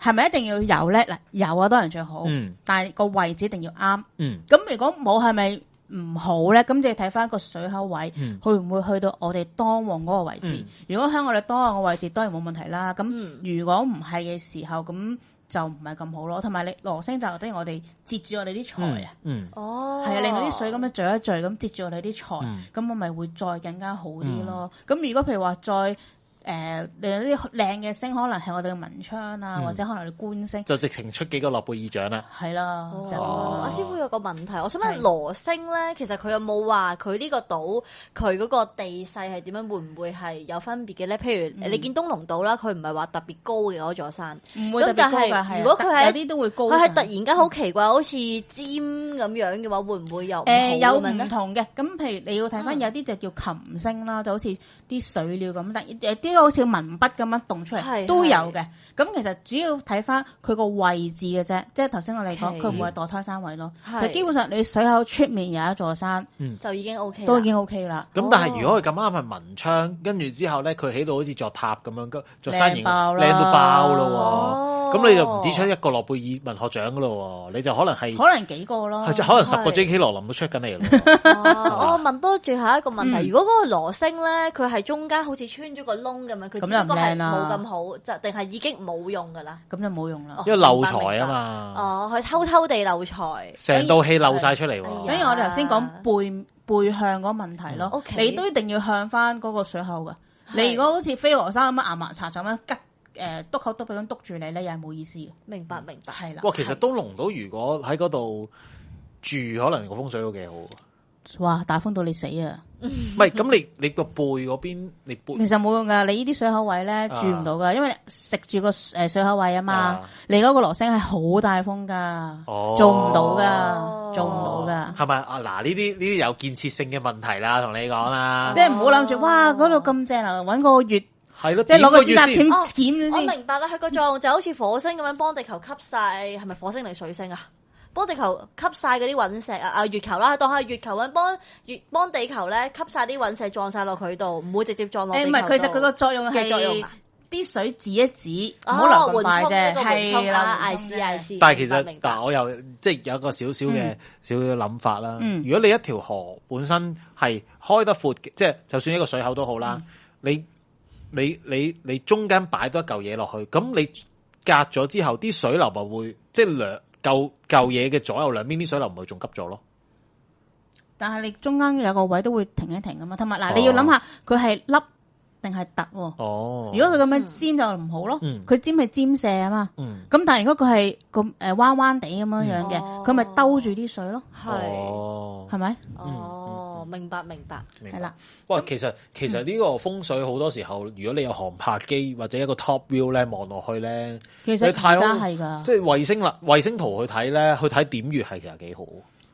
係咪一定要有咧？嗱，有啊，當然最好，嗯但係個位置一定要啱。嗯。咁如果冇係咪唔好咧？咁就要睇翻個水口位，嗯會唔會去到我哋當旺嗰個位置？嗯如果喺我哋當旺嘅位置，當然冇問題啦。咁嗯如果唔係嘅時候，咁就唔係咁好咯。同埋你羅星就等於我哋截住我哋啲財啊，嗯，哦，係啊，令到啲水咁樣聚一聚，咁截住我哋啲財，嗯咁、我咪會再更加好啲咯。咁、嗯如果譬如話再誒，呃你有啲靚嘅星，可能係我哋嘅文昌嗯啊，或者可能我哋官星，就直情出幾個諾貝爾獎啦。係啦，就係咁樣哦咯，阿師傅有個問題，我想問係羅星咧，其實佢有冇話佢呢個島佢嗰個地勢係點樣，會唔會係有分別嘅咧？譬嗯如你見東龍島啦，佢唔係話特別高嘅嗰座山，唔會特別高咁但㗎，係係啊如果佢係有啲都會高㗎，佢係突然間好奇怪，好似尖咁樣嘅話，會唔會又誒唔好呃有咁樣唔咧？同嘅，咁譬如你要睇嗯翻有啲就叫琴星啦，就好似啲水鳥咁，但有啲好似文筆咁樣動出係嚟都有嘅。咁其實主要睇翻佢個位置嘅啫，即係頭先我哋講 Okay 佢唔會係墮胎山位咯。係佢基本上你水口出面有一座山就已經 O K 都已經 O K 啦，咁但係如果佢咁啱係文昌，跟住之後咧，佢起到好似座塔咁樣，座山形靚爆啦靚到爆哦咯喎。咁你就唔止出一個諾貝爾文學獎噶咯喎，你就可能係可能幾個咯。係可能十個係 J.K. 羅琳都出緊嚟 咯。哦，我問多最後一個問嗯題，如果嗰個羅星咧，佢係中間好似穿咗個窿咁樣，佢只不咁又唔過靚係啊啦冇咁好，就定係已經冇用噶啦。咁就冇用啦哦。因為漏財啊嘛， 哦哦，佢偷偷地漏財。成套戲漏晒出嚟哎呀喎。等於我哋頭先講背背向嗰個問題咯。哦嗯 OK 你都一定要向翻嗰個水口噶。係你如果好似飛鵝山咁樣岩岩茶咁樣吉誒篤口篤鼻咁篤住你咧，又係冇意思嘅。明白明白。嗯係啦哇，，其實都濃到，如果喺嗰度住，可能個風水都幾好。唔哇！打風到你死啊！係咁，你你個背嗰邊，你背其實冇用噶，你呢啲水口位咧啊住唔到噶，因為你食住個誒水口位啊嘛啊，你嗰個螺星係好大風噶哦，做唔到噶哦，做唔到噶。係咪啊？嗱，呢啲呢啲有建設性嘅問題啦，同你講啦即，係唔好諗住，哇！嗰度咁正啊，揾個月，即係咯，係攞個個指甲先鉗哦鉗我咗先。明白啦，佢個作嗯用就好似火星咁樣幫地球吸晒，係咪火星定水星啊？幫地球吸晒嗰啲隕石啊，啊月球啦，當係月球咁幫月幫地球咧吸晒啲隕石撞晒落佢度，唔會直接撞落地誒球唔度。係，其實佢個作用嘅作用係啊啲水止一止，唔哦好流咁快緩啫，衝呢個緩係衝啦啊，I C I 思。 C。但係其實明，白但我又即係有一個少少嘅少少嘅諗法啦。嗯如果你一條河本身係開得闊嘅，即係就算一個水口都好嗯啦，你你你你中間擺多一嚿嘢落去，咁你隔咗之後，啲水流咪會即係兩嚿嚿嘢嘅左右兩邊啲水流咪會仲急咗咯。但係你中間有個位都會停一停噶嘛，啊同埋哦嗱，你要諗下佢係凹定係凸喎。哦如果佢咁樣尖就唔好咯，嗯佢尖係尖射啊嘛。嗯咁但係如果佢係咁誒彎彎地咁樣樣嘅嗯，佢咪兜住啲水咯，係哦係咪？哦，嗯明白明白。明白係啦，嗯哇，其實其實呢個風水好多時候，如果你有航拍機或者一個 top view 咧望落去咧，其實你太而空家係㗎。即係衛星啦，衛星圖去睇咧，去睇點月係其實幾好。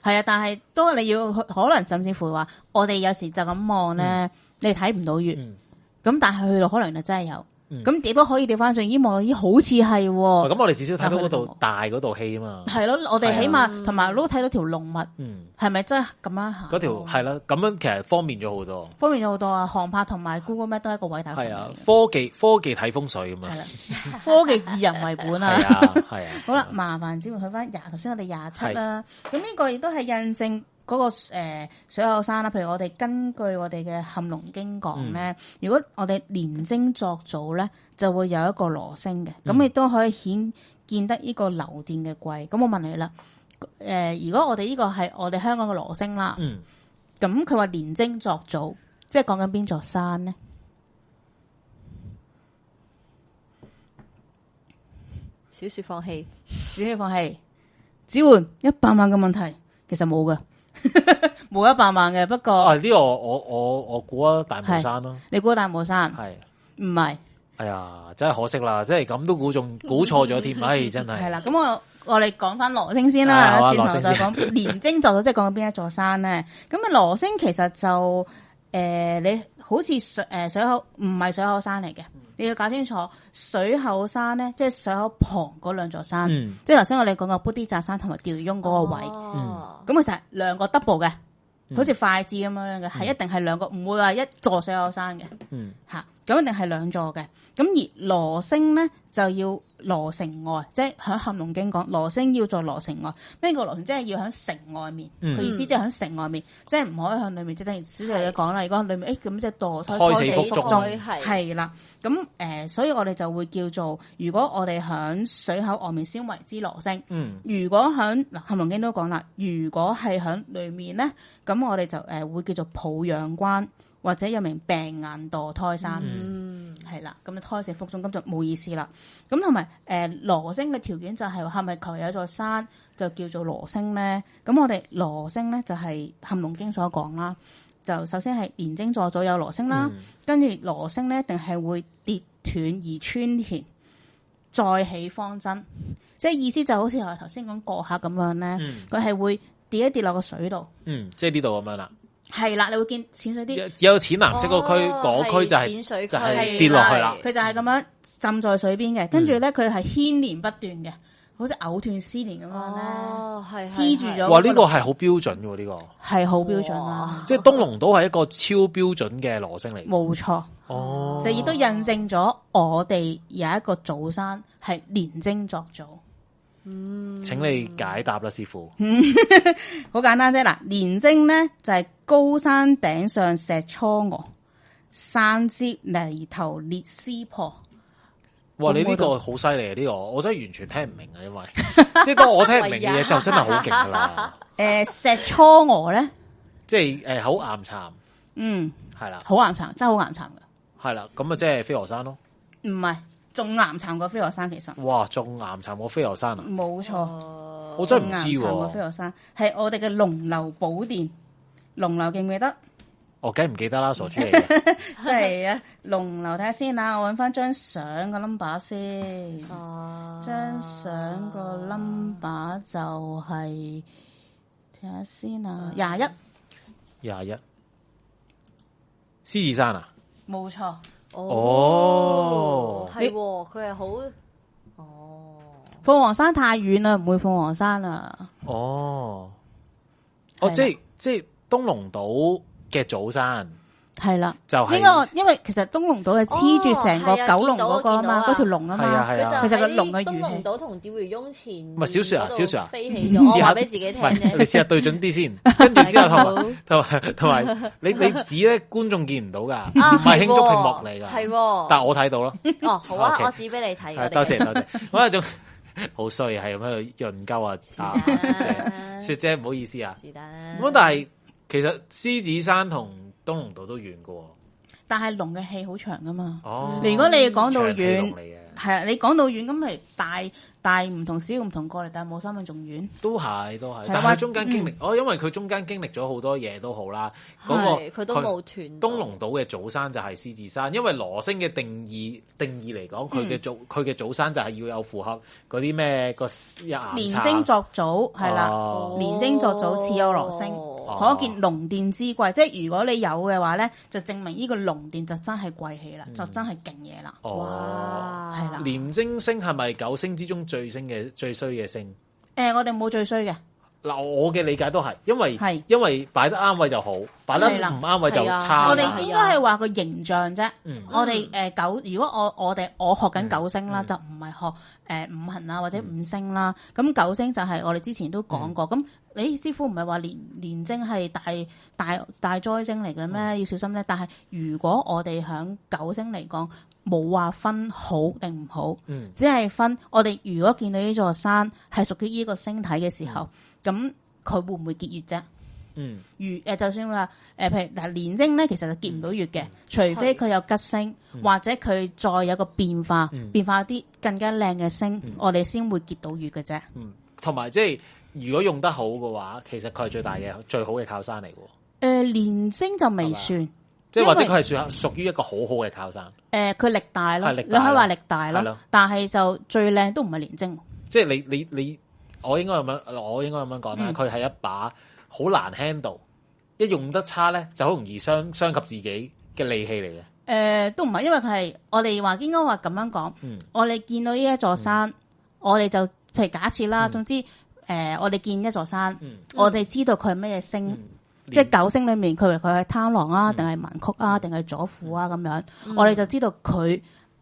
係啊，但係當你要去可能甚至乎話，我哋有時就咁望咧，你睇唔到月。嗯咁、但係去到可能就真係有。嗯咁亦都可以調翻上，咦望到咦好似係哦咁、喎。我哋至少睇到嗰啊佢哋度冇大嗰度氣啊 嘛。係咯，我哋起係啊碼同埋都睇到條龍脈，嗯，係咪真係咁樣行？嗰條係啦，咁樣其實方便咗好多。方便咗好多啊！航拍同埋 Google Map 都係一個偉大嘅係啊發，明科技科技睇風水咁嚟嘅係啊。啦，科技以人為本啊係！ 啊，係啊。好啦，麻煩只會去翻廿，頭先我哋廿七啦。咁呢個亦都係印證嗰、個、呃、水口山啦。譬如我哋根據我哋嘅《含龍經》講咧，如果我哋廉精作祖咧，就會有一個羅星嘅，咁亦都可以顯見得呢個流電嘅貴。咁我問你啦，誒、如果我哋呢個係我哋香港嘅羅星啦，嗯，咁佢話廉精作祖，即係講緊邊座山咧？小雪放棄，只要放棄，只換一百萬嘅問題，其實冇嘅， 冇一百萬嘅。不過。啊呢、個我我我估啊大帽山咯，你估大帽山？係。唔係，哎呀，真係可惜啦，即係咁都估中估錯咗 添，唉、真係。係啦。咁我我哋講翻羅星先啦啊，好啊轉頭羅再星先 講廉貞座，即係講緊邊一座山咧。咁啊，羅星其實就诶、呃你好似水诶、水口唔係水口山嚟嘅，你要搞清楚水口山咧，即係水口旁嗰兩座山，嗯即係頭先我哋講嘅砵甸乍山同埋釣魚翁嗰個位。哦咁其實係兩個 double 嘅，嗯好似筷子咁樣樣嘅，係、一定係兩個，唔會話一座水有山嘅。嗯，嚇，咁一定係兩座嘅。咁而羅星咧就要羅城外，即係喺《含龍經》講羅星要在羅城外。咩叫羅城？即係要喺城外面。佢、嗯意思即係喺城外面，即係唔可以向裏面。即係等於小姐講啦，如果裏面誒咁即係墮胎胎死胎腹中係係啦。咁誒、呃所以我哋就會叫做，如果我哋喺水口外面先為之羅星。嗯，如果響嗱，含龍經都講啦，如果係響裏面咧，咁我哋就誒、呃、會叫做抱養關，或者又名病眼墮胎山，嗯，係啦、咁就啊胎死腹中，咁就冇意思啦。咁同埋誒羅星嘅條件就係係咪佢有一座山就叫做羅星咧？咁我哋羅星咧就係、含龍經所講啦，就首先係年精座左有羅星啦，跟住羅星咧一定係會跌斷而穿田。再起方針，即係意思就好似我頭先講過客咁樣咧，嗯佢係會跌一跌落個水度，嗯，即係呢度咁樣啦。係啦，你會見淺水啲，有有淺藍色嗰區，哦嗰區就係淺水區就係係跌落去啦。嗯佢就係咁樣浸在水邊嘅，跟住咧佢係牽連不斷嘅，好似藕斷絲連咁樣咧，哦，係黐住咗哇！呢、個係好標準喎，呢、個係好標準啦，即係東龍島係一個超標準嘅羅星嚟。冇錯，哦，就亦都印證咗我哋有一個祖山係連精作祖。請你解答啦，師傅。好簡單啫。嗱，連精咧就係、高山頂上石搓鵝，山接泥頭裂絲破。哇！你呢個好犀利啊！呢、個我真係完全聽唔明啊，因為呃即係當我聽唔明嘅嘢就真係好勁噶啦。誒、石搓鵝咧即係诶好岩巉，嗯，係啦，好岩殘，真係好岩殘噶，係啦，咁啊即係飛鵝山咯，唔係仲岩殘過飛鵝山其實，哇，仲岩巉過飛鵝山啊！冇錯，我真係唔仲岩知殘過飛喎，鵝山係我哋嘅龍流寶殿，龍流記唔記 得？我梗係唔記得啦，傻豬嚟嘅，即係啊，龍流睇下先啊，我搵翻張相個 number 先。哦張相個 number 就係睇下先啊，廿一，廿一，獅子山啊，冇錯。哦哦，係喎，佢係好哦，鳳凰山太遠啦，唔會鳳凰山啊啦。哦，哦，係啦即係即係東龍島嘅祖山，係啦，就係呢個因為其實東龍島係黐住成個哦係啊九龍嗰個啊見到啊見嘛，到啊嗰條龍啊係啊嘛，係佢啊就其實個龍嘅喺東語龍氣島同釣魚翁前，唔係小雪啊小雪啊飛起咗，試我下話俾自己唔聽係啫。你試下對準啲先，跟住 之後大家同埋同埋同埋你你指咧觀眾見唔到㗎，啊唔係輕觸屏幕嚟㗎，係但喎。我睇到咯， 哦，好啊， OK 我指俾你睇係嘅。多謝多謝，我仲好衰係咁喺度潤鳩啊啊雪姐 啊雪姐唔好意思啊，是但啦。咁但係其實獅子山同東龍島都遠㗎喎，但係龍嘅氣好長噶嘛。哦，如果你講到長氣龍遠嚟，嘅，係啊，你講到遠咁咪大大唔同小唔同過嚟，但係冇三分仲遠。都係都係，係但話係中間經歷，哦，因為佢中間經歷咗好多嘢都好啦，嗰係個佢都冇斷到。東龍島嘅祖山就係獅子山，因為羅星嘅定義定義嚟講，佢嘅祖佢嘅祖山就係要有符合嗰啲咩個廿年精作祖係啦。哦年精作祖似有羅星哦可見龍殿之貴，即係如果你有嘅話咧，就證明呢個龍殿就真係貴氣嗯啦，就真係勁嘢啦。哦，哇，係啦廉精星係咪九星之中最星嘅最衰嘅星？誒、我哋冇最衰嘅，嗱，我嘅理解都係，因為係因為擺得啱位就好，擺得係啦唔啱位就係啊差啦。我係啊哋應該係話個形象啫。嗯我哋誒、呃九，如果我我哋我學緊九星啦，嗯嗯就唔係學誒、呃五行啦或者五星啦。咁、九星就係我哋之前都講過。咁、你師傅唔係話年年精係大大大災星嚟嘅咩？要小心咧。但係如果我哋響九星嚟講，冇話分好定唔好。嗯只係分我哋如果見到呢座山係屬於呢個星體嘅時候，咁佢、會唔會結月啫？嗯如誒、呃就算話誒、譬如嗱年精咧，其實就結唔到月嘅，嗯除非佢有吉星，或者佢再有個變化，嗯變化啲更加靚嘅星，我哋先會結到月嘅啫。嗯，同埋即係如果用得好嘅話，其實佢係最大嘅嗯最好嘅靠山嚟嘅喎，誒、呃年精就未算，即係或者因佢係算屬於一個好好嘅靠山。誒呃佢力大咯，係力你大咯可以話力大係咯咯，但係就最靚都唔係年精，即係你你你，我應該咁樣，我應該咁樣講嗯啦。佢係、一把好難 handle，一用得差咧就好容易傷傷及自己嘅利器嚟嘅。誒、呃都唔係，因為佢係我哋話應該話咁樣講，嗯我哋見到呢一座山，我哋就譬如假設啦，總之誒、我哋見一座山，嗯我哋知道佢係咩星。嗯即係九星裏面，佢話佢係貪狼啊，定係文曲啊，定係左輔啊咁樣，我哋就知道佢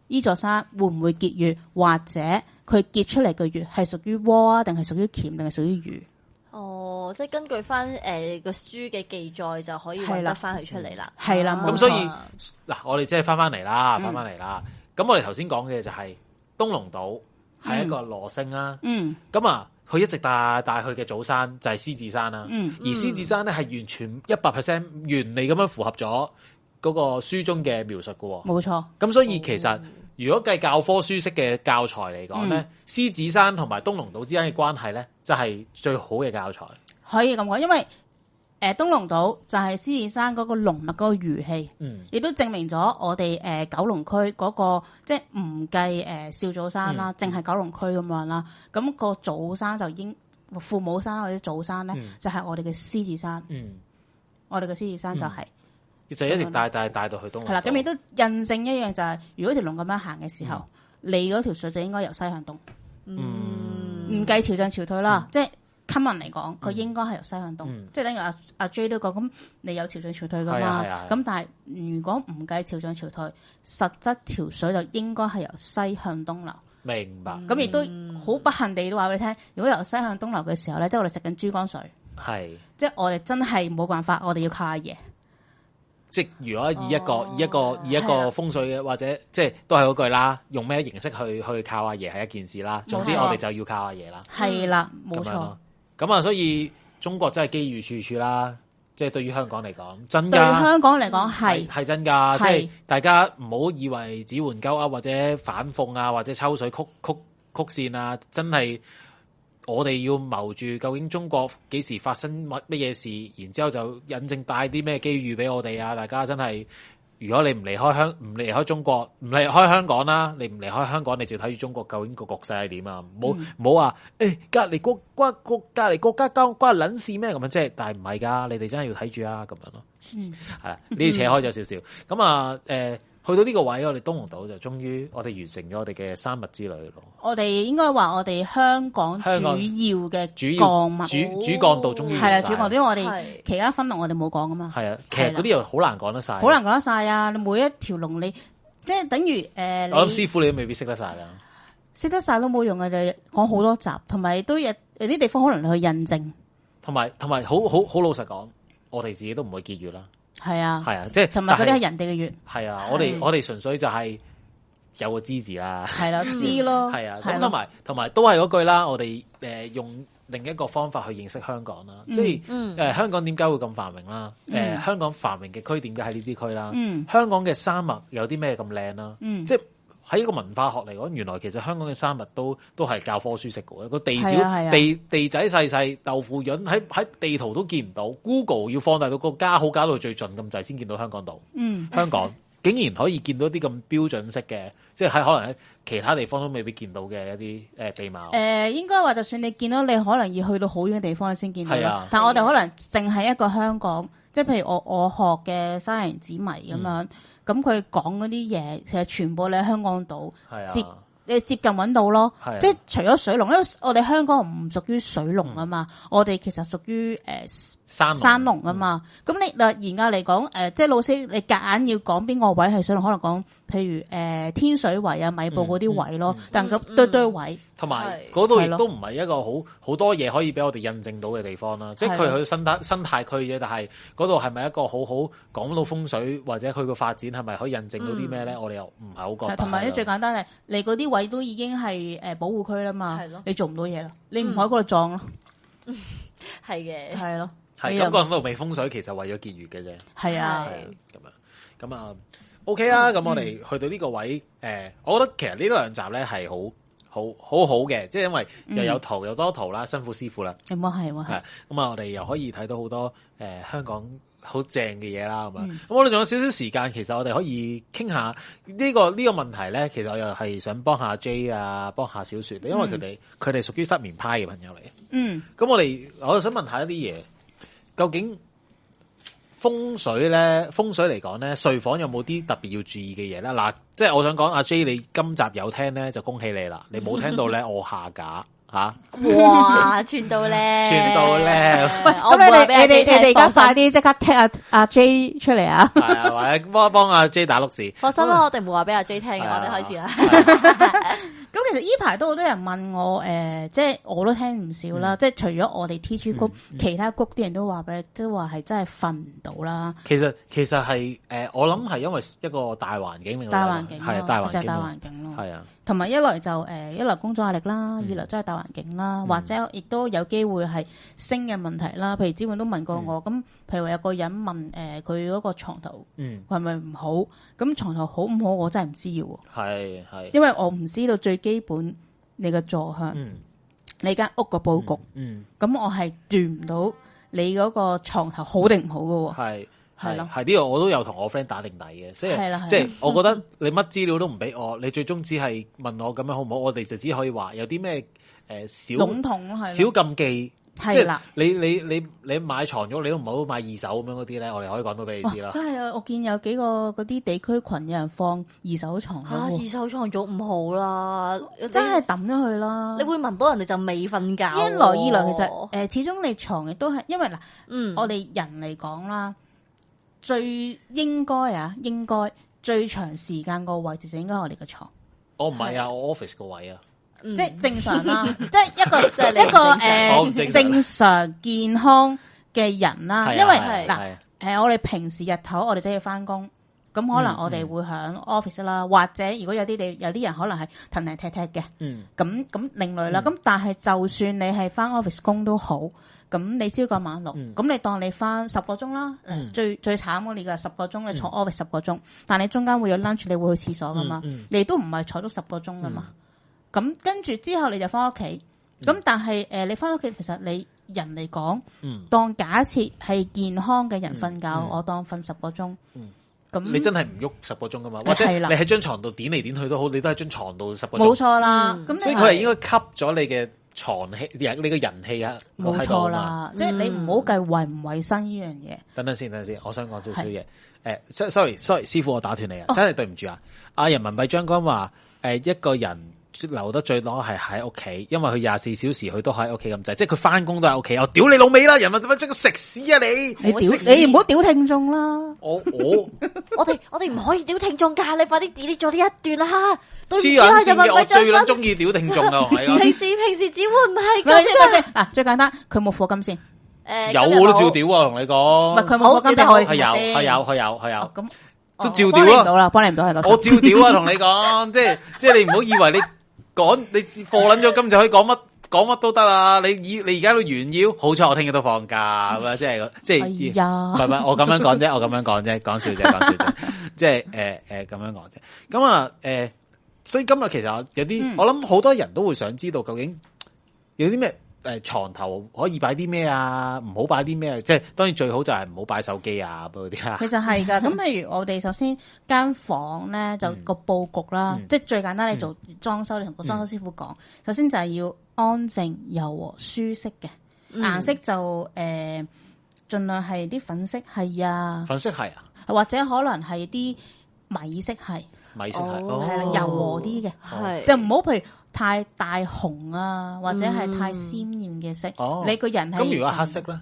呢座山會唔會結月，或者佢結出嚟嘅月係屬於窩啊，定係屬於鉗，定係屬於魚。哦，即係根據翻誒個書嘅記載就可以係揾啦得翻佢出嚟啦。係啦啊冇咁所以嗱，我哋即係翻翻嚟啦，嗯翻翻嚟啦。咁我哋頭先講嘅就係東龍島係一個羅星啦。嗯咁啊，佢一直帶帶去嘅祖山就係獅子山啦。嗯而獅子山咧係完全一百 percent 原理咁樣符合咗嗰個書中嘅描述嘅喎。冇錯，咁所以其實如果計教科書式嘅教材嚟講咧，嗯獅子山同埋東龍島之間嘅關係咧，就係最好嘅教材。可以咁講，因為誒、呃、東龍島就係獅子山嗰個龍脈嗰個魚氣。嗯，亦都證明咗我哋誒、呃九龍區嗰、個即係唔計誒少祖山啦，淨係、九龍區咁樣啦。咁、個祖山就應父母山或者祖山咧，就係我哋嘅獅子山，嗯，我哋嘅獅子山就係就一直帶帶帶到去東龍島。啊係啦。咁亦都印證一樣就係、如果條龍咁樣行嘅時嗯候，你嗰條水就應該由西向東，嗯唔計潮漲潮退啦，即係。common 嚟講，佢應該係由西向東，嗯即係等於阿阿 J 都講，咁你有潮漲潮退噶係啊嘛係啊？係啊咁但係如果唔計潮漲潮退，實質潮水就應該係由西向東流。明白，咁亦都好不幸地都話俾你聽，如果由西向東流嘅時候咧，即係我哋食緊珠江水，係即係我哋真係冇辦法，我哋要靠阿爺。即係如果以一個以一個以一哦係個啦風水嘅或者即係都係嗰句啦，用咩形式去去靠阿爺係一件事啦。總之冇錯我哋就要靠阿爺啦，係啦，嗯冇咁樣錯咯。。咁啊，所以中國真係機遇處處啦。即係對於香港嚟講，真對㗎。香港嚟嗯講係係真㗎，啊即係係大家唔好以為指換鳩啊，或者反諷啊，或者抽水曲曲曲線啊，真係我哋要謀住究竟中國幾時發生乜乜嘢事，然之後就引證帶啲咩機遇俾我哋啊！大家真係，如果你唔離開香唔離開中國，唔離開香港啦，你唔離開香港，你就要睇住中國究竟個局勢係點啊！唔好唔好話誒隔離國關國隔離國家交關撚事咩咁樣，即係但係唔係㗎，你哋真係要睇住啊咁樣咯。係啦，呢啲扯開咗少少。咁啊，诶、去到呢個位，我哋東紅島就終於我哋完成咗我哋嘅三物之旅咯。我哋應該話我哋香港主要香港嘅主要降物主主幹道終於係啦，完晒啊主角因為我係哋其他分龍我哋冇講噶嘛，係啊，其實嗰啲又好難講得晒。好難講得晒啊！你每一條龍你即係等於诶，我諗你師傅你都未必識得晒啦。識得晒都冇用嘅，就講好多集，同埋都有有啲地方可能你去印證，同埋同埋，好好好老實講，我哋自己都唔會結語啦。係啊，係啊，即係同埋嗰啲但係人哋嘅月，係啊，我哋我哋純粹就係有個知字啦。係啦，知 咯，係啊，哦係咁咯同埋同埋都係嗰句啦，我哋诶、誒用另一個方法去認識香港啦，即係嗯诶、誒呃香港點解會咁繁榮啦？诶、香港繁榮嘅區點解喺呢啲區啦？嗯香港嘅山脈有啲咩咁靚啦？嗯即係喺一個文化學嚟講，原來其實香港嘅山脈都都係教科書識嘅喎，個地係啊係小啊地地仔細細豆腐潤喺喺地圖都見唔到，Google 要放大到個加號加到最盡咁滯先見到香 港島。嗯香港竟然可以見到啲咁標準式嘅，即係喺可能喺其他地方都未必見到嘅一啲誒地貌。诶、應該話就算你見到，你可能要去到好遠嘅地方你先見到係啦。啊但我哋可能淨係一個香港，即係譬如我我學嘅西人子迷咁嗯樣，咁佢講嗰啲嘢，其實全部你喺香港島係接啊，你接近揾到咯。係啊即係除咗水龍，因為我哋香港唔屬於水龍啊嘛，我哋其實屬於诶嗯山嗯山龍啊嘛。咁你嗱嚴格嚟講，诶即係老師你夾硬要講邊個位係水龍，可能講譬如诶天水圍啊、米埔嗰嗯啲位咯，但咁堆堆位。同埋係嗰度亦係咯都唔係一個好好多嘢可以俾我哋印證到嘅地方啦。即係係佢咯去生態生態區啫，但係嗰度係咪一個好好講到風水或者佢個發展係咪可以印證到啲咩咧？我哋又唔係好覺嗯係得。同埋係咧咯最簡單係，你嗰啲位都已經係誒保護區啦嘛係咯，你做唔到嘢啦，你唔喺嗰度撞咯，係嘅，係咯，係你咁又講到未風水，其實為咗結餘嘅啫。係嗯啊，係咁樣咁啊，OK 啦。咁我哋去到呢個位，誒、我覺得其實呢兩集咧係好好好好嘅，即係因為又嗯有圖又多圖啦，辛苦師傅啦。有冇係有冇係係？咁啊，我哋又可以睇到好多誒、呃香港好正嘅嘢啦，咁啊，嗯咁我哋仲有少少時間，其實我哋可以傾下呢、個呢、個問題咧，其實我又係想幫下 J 啊，幫下小雪，嗯因為佢哋佢哋屬於失眠派嘅朋友嚟。嗯，咁我哋我就想問下一啲嘢，究竟風水咧，風水嚟講咧，睡房有冇啲特別要注意嘅嘢咧？嗱，即係我想講，阿 J 你今集有聽咧，就恭喜你啦！你冇聽到 咧，我下架吓。哇，串到 咧，串到咧係喂，我咁唔你會話哋俾阿你哋 J 聽你哋而家快放心啲即刻踢阿阿 J 出嚟 啊！係啊，或者幫幫阿 J 打碌字。放心啦，我哋唔會話俾阿 J 聽嘅，係啊我哋開始啦。 咁其實呢排都好多人問我，誒、即係我都聽唔少嗯啦，即係除咗我哋 T G 谷，其他谷啲人都話俾，即係話係真係瞓唔到啦，其實其實係誒、呃我諗係因為一個大環境令到大有人環境咯，係大環就係境大咯，環境咯，係啊，同埋一來就誒、呃一來工作壓力啦，嗯二來真係大環境啦，或者亦都有機會係升嘅問題啦。譬如之前都問過我，咁、譬如話有個人問誒佢嗰個床頭嗯，係咪唔好，咁床頭好唔好我真係唔知喎，係係，因為我唔知道最基本你嘅坐向、嗯你間屋嘅佈局，嗯，咁、我係斷唔到你嗰個床頭好定唔好嘅喎。係。係係咯係呢個我都有同我 friend 打定底嘅，所以係啦係啦即係我覺得你乜資料都唔俾我，你最終只係問我咁樣好唔好，我哋就只可以話有啲咩誒小籠統咯，係小咯禁忌，即係啦，你你你你買床褥你都唔好買二手咁樣嗰啲咧，我哋可以講到俾你哇知啦。真係啊！我見有幾個嗰啲地區群有人放二手床嚇，嘅喎啊二手床褥唔好啦，真係抌咗佢啦！你，你會聞到人哋就未瞓覺喎。一來二來，其實誒、呃始終你床亦都係，因為嗱，嗯，我哋人嚟講啦，最應該啊，應該最長時間個位置就應該係我哋嘅床，我唔係啊，我 office 個位啊，嗯即係正常啦， 即係一個係你一個誒、呃我唔哦正常正常健康嘅人啦，係啊因為係啊嗱係啊誒、我哋平時日頭我哋真係要翻工。咁可能我嗯哋會響 office 啦，或者如果有啲地有啲人可能係騰騰踢踢嘅，嗯咁咁另類啦。咁、但係就算你係翻 office 工都好，咁咁你朝九晚六，嗯咁、你當你翻十個鐘啦，嗯最最慘嗰你嘅十個鐘你坐 office 十個鐘，但你中間會有 lunch，你會去廁所噶嘛，嗯嗯嗯你都唔係坐到十個鐘噶嘛。咁、跟住之後你就翻屋企，咁、但係誒、呃你翻屋企其實你人嚟講，嗯，當假設係健康嘅人瞓覺，嗯嗯嗯我當瞓十個鐘，咁、你真係唔喐十個鐘噶嘛？或者係你啦喺張床度點嚟點去都好，你都喺張床度十個鐘。冇錯啦。咁、所以嗯你佢係應該吸咗你嘅床氣，你個人氣啊，冇喺度錯啊嘛。啦，即係你唔好嗯計衞唔衞生呢樣嘢。等等先，等等先，我想講少少嘢。誒，so-，sorry，sorry，師傅，我打斷你啊，真係對唔住啊。阿人民幣將軍話：誒，一個人留得最耐係喺屋企，因為佢廿四小時佢都喺屋企咁滯，即係佢翻工都喺屋企。我屌你老味啦，人民幣將軍食屎啊你！你屌你唔好屌聽眾啦，我我我哋我哋唔可以屌聽眾噶，你快啲 delete 咗呢一段啦！對唔黐住啊，撚人線民嘅，我幣最撚將軍，中意屌聽眾啊！我 係平啊，時平時只會唔係咪咪咁先咪嘅先。嗱，啊最簡單，佢冇課金先，唔誒，有今日我都照冇屌啊！同你係講，佢冇課金俾我哋係有，先係有，係有，係有哦。咁都照幫你屌啊唔到啦，幫你唔到係咁。我照屌啊，同你講，即係即係你唔好以為你講你貨撚咗金就可以講乜講乜都得啦。你以你而家都炫耀，好彩我聽日都放假咁啊！即係即係，哎呀唔係唔係，我咁樣講啫，我咁樣講啫，講笑啫，講笑 啫，即係誒誒咁樣講啫。咁啊誒，所以今日其實我有啲，嗯我諗好多人都會想知道究竟有啲咩。誒床頭可以擺啲咩啊？唔好擺啲咩啊？即係當然最好就係唔好擺手機啊嗰啲啊其。實係㗎，咁譬如我哋首先間房嗯咧就個佈局啦，即係最簡單，你做裝修，你嗯同個裝修師傅講，首先就係要安靜、柔和、舒適嘅嗯顏色就誒，盡量係啲粉色係啊，粉色係啊，或者可能係啲米色係，米色係，哦係啦啊哦，柔和啲嘅。係就唔好譬如太大紅啊，或者係太鮮豔嘅色，嗯哦你個人係啊咁如果黑色咧，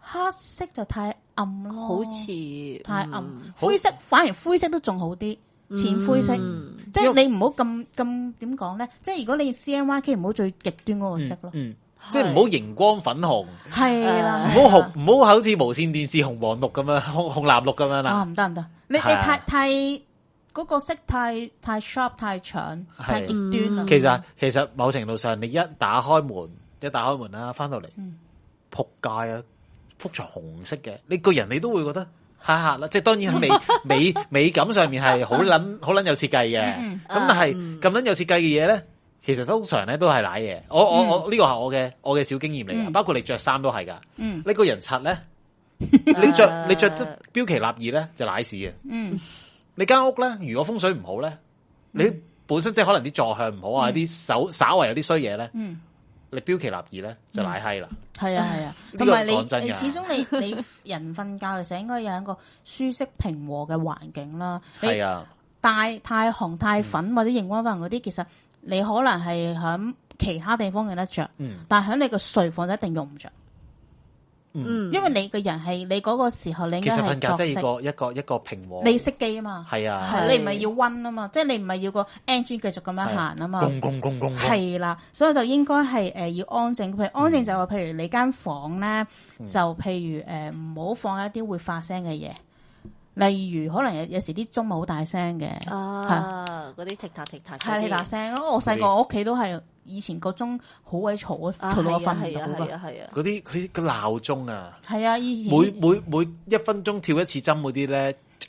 黑色就太暗咯，好似太暗，嗯灰色反而灰色都仲好啲，淺灰色，嗯即係你唔好咁咁點講咧，即係如果你 C N Y K 唔好最極端嗰個色咯，嗯，即係唔好熒光粉紅，唔係啦，好係啦啊紅，唔好好似無線電視紅黃綠咁樣，紅紅藍綠咁樣啊啦，唔得唔得，你你係啊太太嗰個色太太 sharp 太搶太極端啊啦，嗯其實其實某程度上，你一打開門，一打開門啦，翻到嚟，嗯仆街啊！幅牆紅色嘅，你個人你都會覺得嚇嚇啦，即係當然喺 美美美感上面係好撚好撚有設計嘅，嗯咁但係咁撚有設計嘅嘢咧，其實通常咧都係賴嘢。我我我呢個係我嘅我嘅小經驗嚟㗎，嗯包括你着衫都係㗎。嗯你個人柒 咧，你着你着得標奇立異咧就賴屎嘅。嗯你間屋咧，如果風水唔好咧，你本身即係可能啲坐向唔好啊，啲手稍為有啲衰嘢咧，嗯。你標奇立異咧就賴閪啦。係啊係啊，呢個同埋你講真㗎你始終你你人瞓覺嘅時候應該有一個舒適平和嘅環境啦。你係啊，嗯太太紅太粉或者熒光粉嗰啲，其實你可能係喺其他地方用得着，嗯但係喺你個睡房就一定用唔着，Ừ. 嗯，因為你個人係你嗰個時候你應其該實瞓係作覺即係息，一個一個一個平和，你熄機啊嘛，係啊，係你唔係要温啊嘛，即係你唔係要個 engine 繼續咁樣行啊嘛。公公公嗯公係啦，所以就應該係誒要安靜。譬如安靜就話，譬如你間房咧，嗯就譬如誒唔好放一啲會發聲嘅嘢，例如可能有有時啲鐘咪好大聲嘅，Ờ, 啊，嗰啲踢踏踢踏嗰係啲，你大聲。哦我細個我屋企都係以前個鐘好鬼嘈，啊，嘈到我係瞓啊唔係啊到係㗎。啊係啊，嗰啲佢個鬧鐘啊，係啊，以前每每每一分鐘跳一次針嗰啲 咧，啊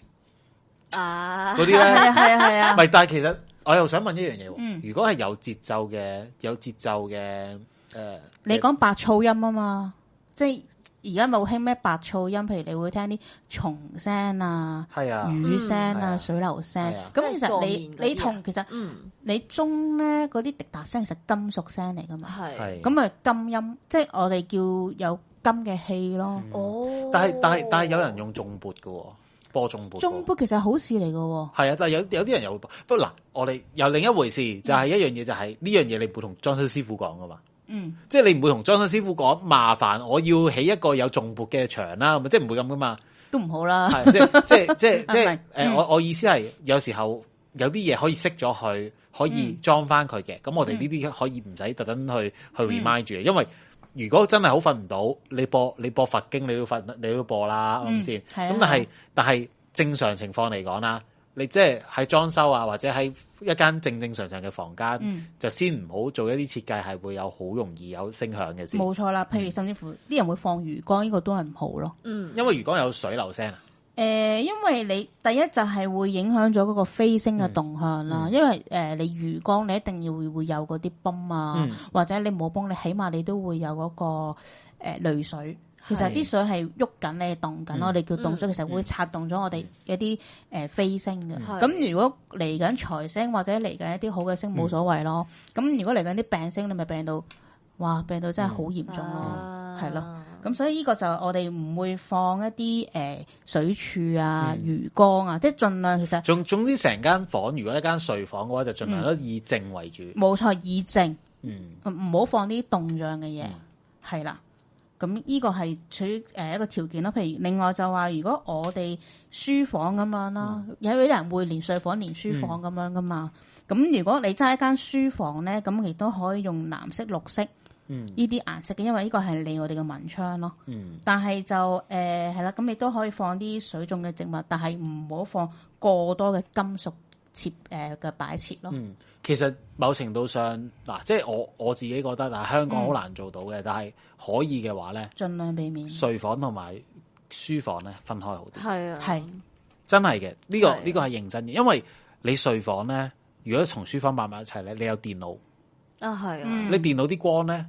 À, 嗰啲係咧啊。係啊係啊 唔，係，但係其實我又想問一樣嘢喎。嗯如果係有節奏嘅，有節奏嘅，誒、呃，你講白噪音啊嘛，即係而家咪好興咩白噪音，譬如你會聽啲蟲聲啊。係啊，雨聲係啊啊、水流聲係啊，咁其即實係撞面嗰你啲啊你同其實嗯你鐘咧嗰啲滴答聲其實金屬聲嚟噶嘛，啊係係咁咪金音，即係我哋叫有金嘅氣咯。哦，但係但係但係有人用重撥嘅喎，播重撥嘅喎。中杯其實係好事嚟嘅喎，係啊，但係有有啲人又會播。不過嗱，我哋又另一回事，就係一樣嘢，就係呢樣嘢你唔會同裝修師傅講噶嘛。嗯，即係你唔會同裝修師傅講，麻煩我要起一個有重撥嘅牆啦，咁即係唔會咁噶嘛。都唔好啦。 係即係即係即係即 係明誒，我我意思係有時候有啲嘢可以熄咗佢，可嗯以裝翻佢嘅。咁、我哋呢啲可以唔使特登去嗯去 remind 住嘅，因為如果真係好瞓唔到，你播你播佛經，你都瞓，你都播啦，係咪嗯先？係啊咁但係但係正常情況嚟講啦，啊你即係喺裝修啊，或者喺一間正正常常嘅房間，嗯就先唔好做一啲設計係會有好容易有聲響嘅先。冇錯啦。譬如甚至乎啲人會放魚缸，呢、個都係唔好咯。嗯，因為如果有水流聲啊，誒、呃因為你第一就係會影響咗嗰個飛升嘅動向啦，嗯因為誒、你魚缸你一定要會有嗰啲泵啊，嗯或者你冇泵，你起碼你都會有嗰、個誒、淚水。其實係啲水係喐緊，你係動緊，嗯嗯我哋叫動水，其實會策動咗我哋一啲誒飛升嘅。係咁如果嚟緊財星或者嚟緊一啲好嘅星嗯冇所謂咯。咁如果嚟緊啲病星，你咪病到，哇！病到真係好嚴 À. 重嗯咯。啊係咯。咁所以呢個就我哋唔會放一啲誒、呃水柱啊、魚缸啊，即係盡量其實總總之成間房如果一間睡房嘅話，就盡嗯量都以靜為主。冇錯，以靜嗯，唔呃唔好放啲動盪嘅嘢嗯，係啦、咁呢個係取於誒一個條件啦。譬如另外就話，如果我哋書房咁樣啦，嗯有啲人會連睡房連書房咁樣噶嘛。咁、如果你揸一間書房咧，咁亦都可以用藍色、綠色嗯呢啲顏色嘅，因為呢個係你我哋嘅文昌咯。嗯但係就誒係啦，咁、你都可以放啲水種嘅植物，但係唔好放過多嘅金屬設誒嘅擺設咯。嗯，其實某程度上嗱，即係我我自己覺得啊，香港嗯好難做到嘅，但係可以嘅話咧，盡量避免睡房同埋書房咧分開好啲。係啊，係真係嘅，呢、個係啊呢、個係認真嘅，因為你睡房咧，如果同書房擺埋一齊咧，你有電腦，啊係啊，嗯你電腦啲光咧，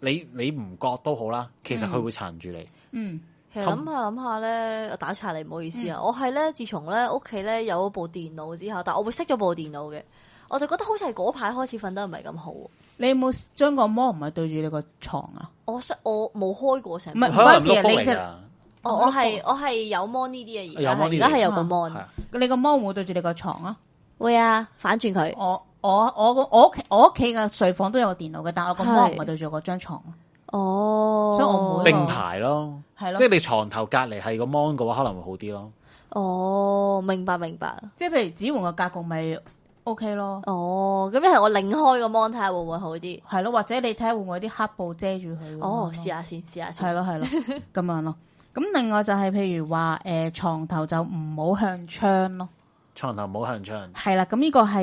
你你唔覺都好啦，其實佢會殘住你。嗯其實諗下諗下咧，我打岔你唔好意思啊，我係咧自從咧屋企咧有咗部電腦之後，但我會熄咗部電腦嘅，我就覺得好似係嗰排開始瞓得唔係咁好。你有冇將個魔唔係對住你個床啊？我熄我冇開過成唔部，哦佢係可能唔關事啊 notebook 你嚟就㗎，我我係我係有 mon 呢啲嘢，而有家 mon 係呢而啲嘢家係有個係 mon，啊你個魔會唔會對住你個床啊？會啊，反轉佢。我我我個我屋企我屋企嘅睡房都有個電腦嘅，但我個魔唔係係對住嗰張床啊咯，哦，所以我唔會並排咯，係咯即係。你床頭隔離係個 mon 嘅話，可能會好啲咯。哦，明白明白。即係譬如指換個格局咪 OK 咯，哦，咁一係我擰開個 mon 睇下會唔會好啲？係咯，或者你睇下會唔會有啲黑布遮住佢咁樣咯。哦，試下先，試下嗯係先。咯係 咯，咁樣咯。咁另外就係譬如話誒、呃床頭就唔好向窗咯，床頭唔好向窗，係啦。咁呢個係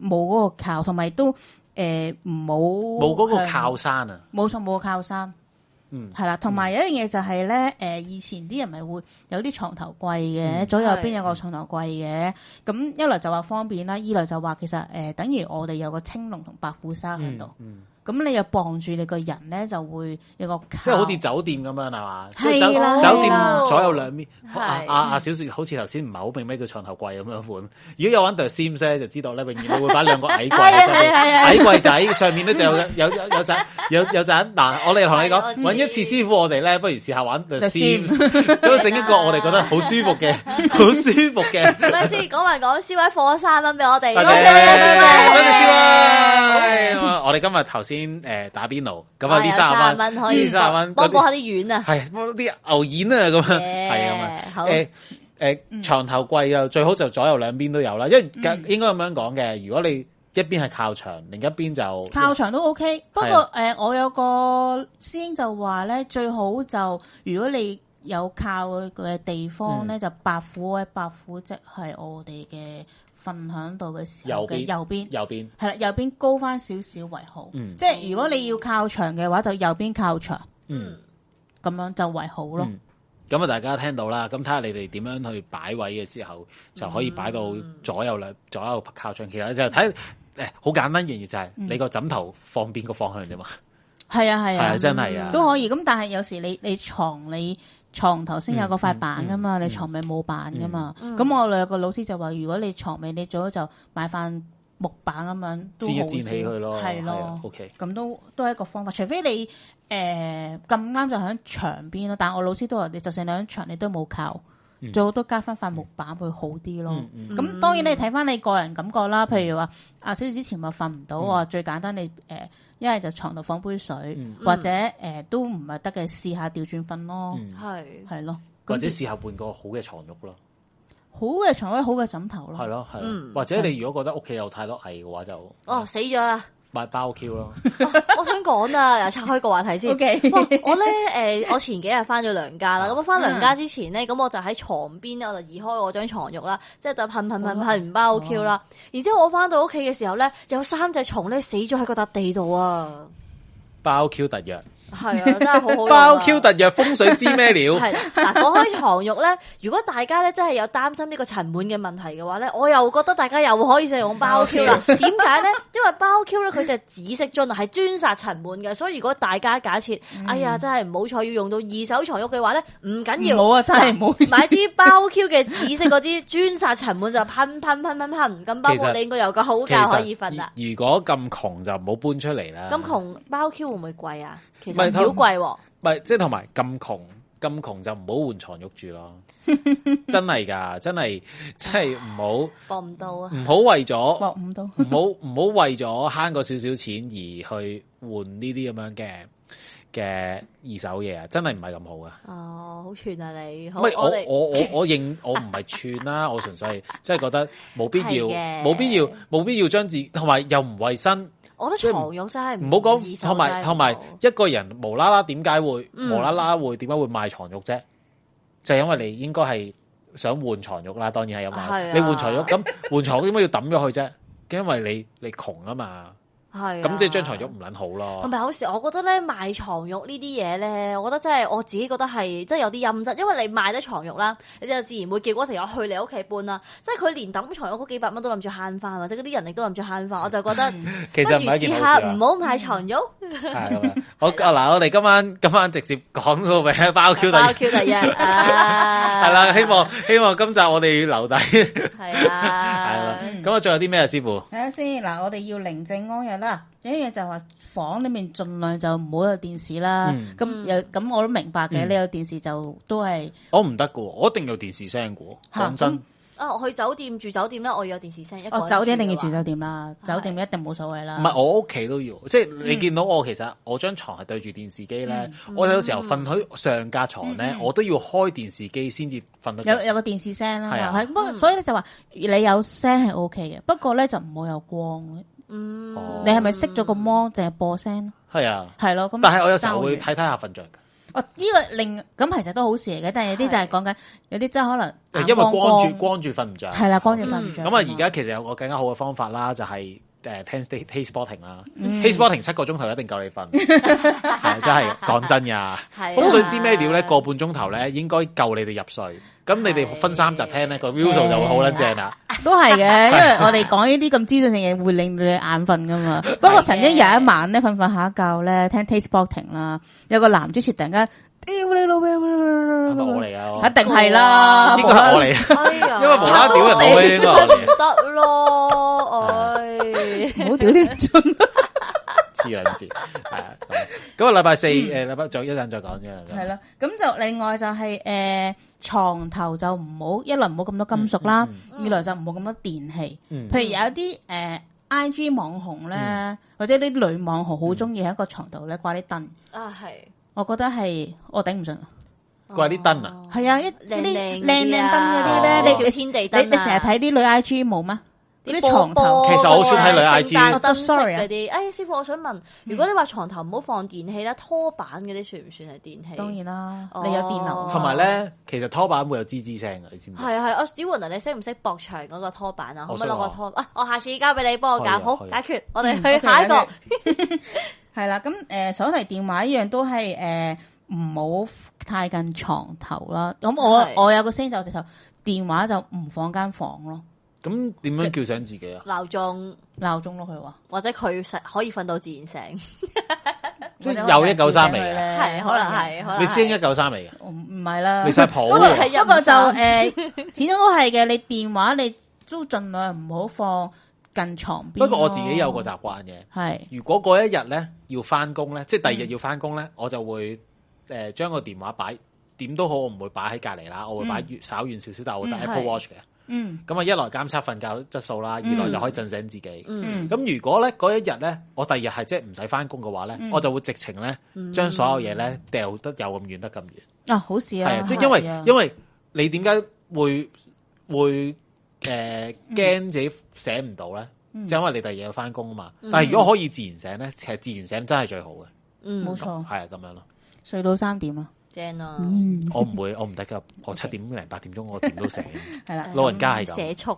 冇嗰個靠，同埋都誒唔好冇嗰個向靠山啊。冇錯，冇個靠山。嗯係啦，同埋有一樣嘢就係咧，誒、以前啲人咪會有啲床頭櫃嘅，嗯左右邊有個床頭櫃嘅。咁一來就話方便啦，二來就話其實誒、呃等於我哋有個青龍同白虎沙嗯喺度。咁、你又傍住你個人咧，就會有個靠即係好似酒店咁樣係嘛？即係酒係啦酒店係啦左右兩邊，係阿阿阿小雪好似頭先唔係好明咩叫床頭櫃咁樣款。如果有玩 The Sims 咧，就知道咧，永遠都會擺兩個矮櫃係啊喺上面係啊係啊矮櫃仔上面咧就有有有有盞有有盞嗱，我哋係我同知你講，揾一次師傅，我哋咧不如試下玩 The The Sims， Sims 咁整一個我哋覺得好舒服嘅，好舒服嘅。咪先講埋講，師位放咗三蚊俾我哋。多謝，多多謝多謝謝師奶咁啊我哋今日頭先誒打邊爐，咁啊呢三十蚊蚊，可以呢三十蚊幫嗰啲幫下啲 丸啊。係幫啲牛丸啊咁樣，係咁啊好誒誒床頭櫃啊，最好就左右兩邊都有啦，因為應該咁樣講嘅，如果你一邊係靠牆，另一邊就靠牆都 OK，不過係啊誒、呃我有個師兄就話咧，最好就如果你有靠嘅地方嗯咧，就白虎位，白虎即係我哋嘅瞓響度嘅時候右邊嘅右邊，右邊，係啦，右邊高翻少少為好。嗯即係如果你要靠牆嘅話，就右邊靠牆嗯咁樣就為好咯。嗯咁啊大家聽到啦，咁睇下你哋點樣去擺位嘅之後，就可以擺到嗯左右兩左右靠牆，其實就睇誒好簡單一樣嘢就係你個枕頭放邊個方向啫嘛，係啊嗯係係啊啊，真係啊，都可以。咁但係有時你你床你床頭先有嗰塊板噶嘛，嗯嗯你床尾冇板噶嘛。嗯咁、我兩個老師就話，如果你床尾你最好就買塊木板咁樣，都煎一好煎起佢咯，係係啊咯。 ，OK。咁都都係一個方法，除非你誒咁啱就喺牆邊咯。但我老師都話，你就算你喺牆，你都冇靠，最好都加翻塊木板會好啲咯。嗯嗯咁、當然你睇翻你個人感覺啦。譬如話，阿小姐之前話瞓唔到，我話最簡單你誒。一係就床度放杯水，或者誒、都唔係得嘅，試下調轉瞓咯，係係、咯。嗯或者咁試下換個好嘅床褥咯，好嘅床位，好嘅枕頭係咯，咯係咯嗯或者你如果覺得屋企有太多蟻嘅話就，哦，死咗啦！買包 Q 咯。我想講啊， 又拆開個話題先。 OK 哇我咧誒、我前幾日翻咗娘家啦。咁我翻娘家之前咧，咁我就喺床邊咧，啊我就移開我張床褥啦，即係就噴噴噴噴唔包 O Q 啦。然之後我翻到屋企嘅時候咧，有三隻蟲咧死咗喺嗰笪地度啊！包 Q 特藥， 係啊，真係好好用啊包 Q 特藥，風水知咩 料？係啦，嗱，講開床褥咧， 如果大家咧真係有擔心呢個塵螨嘅問題嘅話咧，我又覺得大家又可以食用包 Q 啦。點解咧？ 因為包 Q 咧佢隻紫色樽啊，係專殺塵螨嘅，所以如果大家假設，哎呀，真係唔好彩要用到二手床褥嘅話咧，唔緊要，唔好啊真係唔好買支包 Q 嘅紫色嗰支專殺塵蟎就噴噴噴噴噴，咁包其括實你應該有個好其覺實可以瞓啦。如果咁窮就唔好搬出嚟啦。咁窮包 Q 會唔會貴啊？其啊唔係實少貴喎。唔係，即係同埋咁窮，咁窮就唔好換床褥住 咯。真係㗎，真係真係唔搏唔到啊好！唔好為咗落五到。唔好唔好為咗慳嗰少少錢而去換呢啲咁樣嘅嘅二手嘢啊！真係唔係咁好啊！哦，好串啊你，好唔係我哋我我我我認我唔係串啦，我純粹係真係覺得冇必要 係嘅，冇必要，冇必要將自同埋又唔衞生，我覺得床褥真係唔好易講受同埋真係同埋唔好一個人無啦啦點解會嗯無啦啦會點解會賣床褥啫？就係因為你應該係想換床褥啦，當然係有係啊買。你換床褥咁 換床褥點解要抌咗佢啫？因為你你窮啊嘛，係啊咁即係張床褥唔撚好咯同。埋有時我覺得咧賣床褥呢啲嘢咧，我覺得真係我自己覺得係真係有啲陰質，因為你賣得床褥啦，你就自然會叫嗰條友去你屋企搬啦。即係佢連抌床褥嗰幾百蚊都諗住慳翻，或者嗰啲人力都諗住慳翻，我就覺得其實唔不如係一件試好下事啊唔。好買床褥，係咁樣好啊嗱，我哋今晚今晚直接講到俾 包 Q 包大。 Q 第一啊，系啦，希望希望今集我哋留底，系係啦啊。。咁啊，仲有啲咩啊，師傅？睇下先，嗱，我哋要寧靜安逸啦。有一樣就係話房裏面盡量就唔好有電視啦嗯。咁有咁我都明白嘅，嗯你有電視就都係我唔得噶，我一定有電視聲噶。嚇講咁真，啊，我去酒店住酒店咧，我要有電視聲。一個哦，人酒店一定要嘅住話酒店啦，係酒店一定冇所謂啦。唔係我屋企都要，即係嗯你見到我其實我張床係對住電視機咧，我有時候瞓喺上架床咧，我都要開電視機先至瞓得嗯有着。有個電視聲啦係啊嘛，係不過所以咧就話你有聲係 O K 嘅，不過咧就唔好有光。嗯，哦你係咪熄咗個 mon 淨係播聲？係啊，係咯，咁但係我有時候會爭好睇遠睇下瞓着㗎，哦，呢個令咁其實都好事嚟嘅，但係有啲就係講緊有啲真係可能因為光住眼光住瞓唔着。啊係啦，光住瞓唔嗯著咁啊，而家其實有個更加好嘅方法啦，就係呃誒聽 stay t a sporting 啦嗯 t a sporting 七個鐘頭一定夠你瞓， 係真係講真呀。係啊風水知咩料咧？個半鐘頭咧應該夠你哋入睡。咁你哋分三集聽咧，個 view 數就會好撚正啦。 都係嘅，因為我哋講呢啲咁資訊性嘢會令你眼瞓 噶嘛。不過曾經有一晚咧，瞓瞓下覺咧，聽 Taste Boxing 啦，有個男主持突然間，屌你老味，係咪係我嚟㗎？一定嗯係 啦，應該係我嚟㗎。哎呀因為無啦啦屌人老咧，應該係我嚟唔得 咯，唉。唔好屌啲唔準。黐撚線。係啊，咁咁啊，禮拜四嗯誒禮拜再一陣再講一陣再講係啦，咁就另外就係、呃床頭就唔好一來唔好咁多金屬啦，二來就唔好咁多電器。嗯譬如有一啲誒 I G 網紅咧，或者啲女網紅好中意喺個床度咧掛啲燈，啊，係我覺得係我頂唔順。啊掛啲燈哦啊，係啊，一靚啲靚靚靚燈嗰啲啊咧，哦你小天地燈你你成日睇啲女 I G 冇咩？嗰啲床頭其實我好少睇女 IG 啊燈 Sorry 啊嗯嗰啲。哎，師傅，我想問，如果你話床頭唔好放電器啦，拖板嗰啲算唔算係電器？當然啦，哦你有電啊流同埋咧，其實拖板會有吱吱聲嘅，你知唔知？係啊係，我小雲啊，你識唔識駁牆嗰個拖板啊？可我唔識啊可以攞個拖？啊，我下次交俾你幫我可以啊搞，好可以解啊決。我哋嗯去下一個，OK，啊。係啦，咁誒手提電話一樣都係誒唔好太近床頭啦。咁係我我有個聲就直頭電話就唔放間房咯，咁點樣叫醒自己啊？鬧鐘，鬧鐘咯佢話。或者佢實可以瞓到自然醒，即係有一九三嚟啊或嘅，者可能係可能係，嗯可能你係先一九三嚟嘅，唔唔係啦。你晒譜不過喎。係不過就陰 誒，始終都係嘅。你電話你都盡量唔好放近床邊咯。不過我自己有個習慣嘅，係。如果嗰一日咧要翻工咧，即係嗯第二日要翻工咧，我就會誒將個電話擺點都好，我唔會擺喺隔離啦，我會擺越稍遠少少，但係我會戴嗯 Apple 係 Watch 嘅。嗯咁啊，一來監測瞓覺質素啦，二來就可以震醒自己。嗯，嗯，咁如果咧嗰一日咧，我第二日係即係唔使翻工嘅話咧，嗯我就會直情咧將所有嘢咧掉得有咁遠得咁遠。啊，好事係啊啊，，即係好因為事啊因為你點解會會誒驚、自己寫唔到咧？嗯即係因為你第二日要翻工啊嘛。但係如果可以自然醒咧，其實自然醒真係最好嘅，冇嗯，錯，係啊咁樣咯。睡到三點啊，正啊，嗯，我唔會，我唔得噶，我七點零八點鐘我點都 醒。係啦。老人家係咁社畜，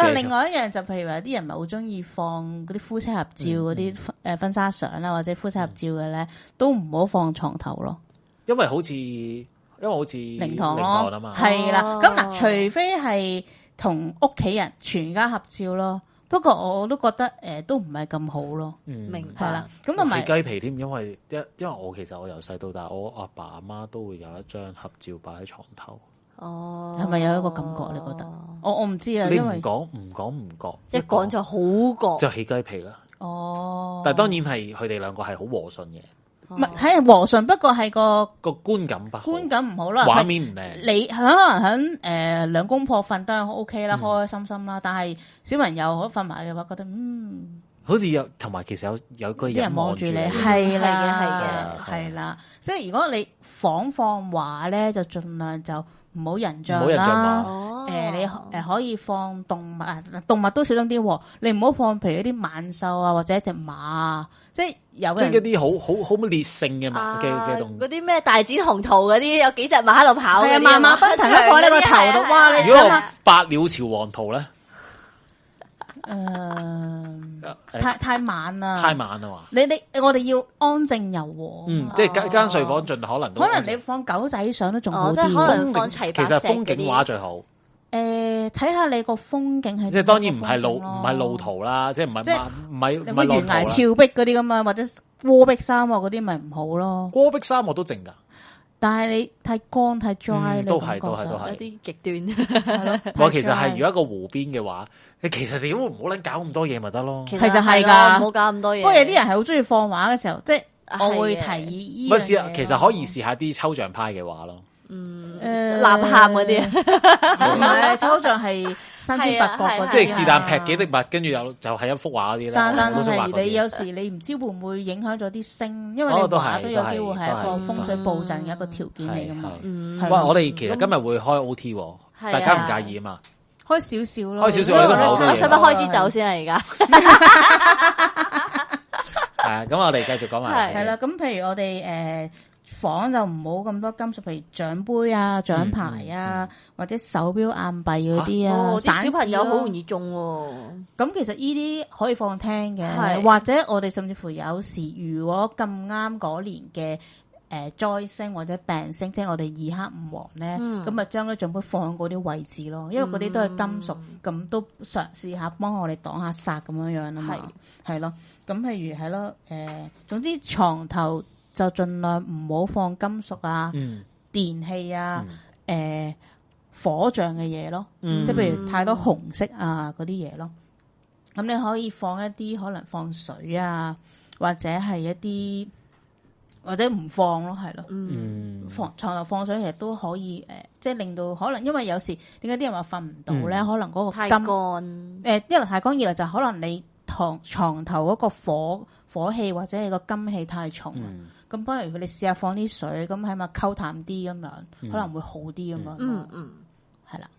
啊，另外一樣就譬如話啲人唔係好中意放嗰啲夫妻合照嗰啲嗯誒婚紗相啊啦，或者夫妻合照嘅咧，都唔好放床頭咯，因為好似因為好似靈靈堂堂咯啊，嘛，係啦。哦咁嗱，除非係同屋企人全家合照咯。不過我都覺得誒都唔係咁好咯，明係白啦。。咁同埋嗯起雞皮添，因為一因為我其實我由細到大，我阿爸阿媽都會有一張合照擺喺床頭。哦，係咪有一個感覺？你覺得？我我唔知啊，你因唔為講唔講唔講，一講就好覺，就起雞皮啦。哦，但係當然係佢哋兩個係好和順嘅，唔係係和順，不過係個個觀感不好，觀感唔好啦。畫面唔靚。你可能喺誒兩公婆瞓都 O K 嗯啦，開開心心啦。但係小朋友可瞓埋嘅話，覺得嗯好似有同埋其實有有個啲人望住你，係係啦啦，係啦。所以如果你仿放畫咧，就盡量就唔好人唔像好人像啦。畫哦誒、你誒可以放動物啊，動物都小心啲喎。你唔好放譬如一啲猛獸啊，或者一隻馬啊，即係有即係嗰人啲好好好烈性嘅啊嘛嘅嘅動啊嗰啲咩大展宏圖嗰啲，有幾隻馬喺度跑嗰係啲啊啊，萬馬奔騰一放喺你個頭度係啊哇係啊你如果諗我下百鳥朝皇圖咧，誒誒、嗯太哦太猛啦，呃太慢啊嘛。你你我哋要安靜柔和啊嘛。嗯，即係間間睡房盡可能都可能你放狗仔相都仲好啲，哦，即係可能放齊其白實石風景畫嗰啲最好，誒睇下你個風景係即係當然唔係路點唔係樣個風景咯路，途啦，即係唔係即係唔係唔有係咩路懸途崖峭啊啦。壁嗰啲咁啊，或者戈壁沙漠嗰啲咪唔好咯。戈壁沙漠都靜㗎，但係你太乾太 dry，嗯你都感係覺都係上都 係有啲極端，係咯我其實係如太 dry 果一個湖邊嘅話，你其實屌唔好撚搞咁多嘢咪得咯。 其啊實係㗎咯唔好搞咁多嘢。不過有啲人係好中意放畫嘅時候，即係啊我會係提嘅議依咪樣試下，嘢其實可以試下啲抽象派嘅畫咯。誒呐嗯喊嗰啲啊，呃唔係抽象係身之發覺嗰啲啊，即係是但劈幾滴物，跟住有就係一幅畫嗰啲咧。但但我好想畫嗰係啲你有時你唔知會唔會影響咗啲星，因為你哦都係畫都有機會係一都係個風水布陣嘅一個條件嚟噶嘛係係。嗯係喂，我哋其實今日會開 O T，大家唔介意啊嘛。開少少咯，開少少所以我覺得都好差唔多嘢多我使唔使開始走？先啊？係啊咁我哋繼續講埋。係係啦，，咁譬如我哋誒房就唔好咁多金屬，譬如獎杯啊、嗯獎牌啊，或者手錶、硬幣嗰啲而家啊，哦，啲小朋友好容易。易中喎。嗯咁其實呢啲可以放廳係嘅，或者我哋甚至乎有時如果咁啱嗰年嘅。誒災星或者病星，即係我哋二黑五黃咧，嗯咁咪啊將啲獎杯放喺嗰啲位置咯，因為嗰啲都係金屬，咁、嗯都嘗試下幫我哋擋下煞咁樣樣啊嘛，係咯，咁譬如係咯，誒、總之床頭就盡量唔好放金屬啊、嗯電器啊、誒、火象嘅嘢咯，嗯即係譬如太多紅色啊嗰啲嘢咯，咁你可以放一啲可能放水啊，或者係一啲。或者唔放咯，係咯，嗯放床頭放水其實都可以誒、呃即係令到可能因為有時點解啲人話瞓唔到咧？嗯可能嗰個太金嗯乾，誒、呃一來太乾，二來就可能你床床頭嗰個火火氣或者係個金氣太重啊，嗯咁、不如你試下放啲水，咁起碼溝淡啲咁樣，嗯可能會好啲咁樣嗯咯，嗯，係啦、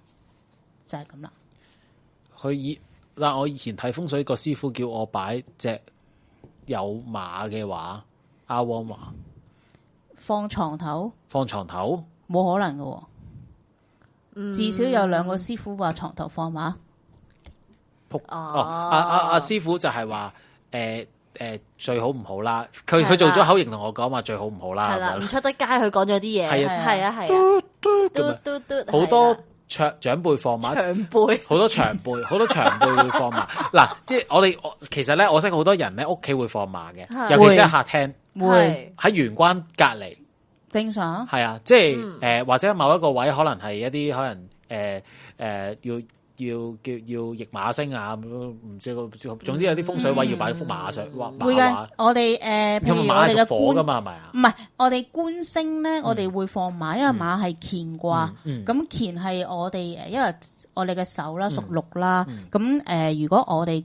就係咁啦。佢以嗱，我以前睇風水個師傅叫我擺隻有馬嘅畫，阿旺畫放床頭放床頭，冇可能嘅喎、嗯至少有兩個師傅話床頭放馬，仆啊哦，阿阿阿師傅就係話誒誒最好唔好啦，佢佢做咗口型同我講話最好唔好啦，係咁啦，樣唔出得街，佢講咗啲嘢，啊係啊係啊，係啊，咁啊嘟嘟嘟，好多長長輩放係啦馬，長輩，好多長輩，好多長輩會放馬。嗱，即係我哋我其實咧，我識好多人咧，屋企會放馬嘅，係尤其是喺客廳，會係喺玄關隔離，正常。係啊，即係誒、呃或者某一個位可能係一啲可能誒誒、呃要要叫要逆馬星啊，咁唔知個總之有啲風水位要擺幅馬上，畫馬會畫嘅，，我哋誒、呃譬因如為我馬哋嘅係火噶官，嘛，係咪啊？唔係我哋官星咧，我哋會放馬，因為馬係乾卦，嗯嗯嗯嗯咁乾係我哋誒，因為我哋嘅手啦屬六啦，咁誒、呃如果我哋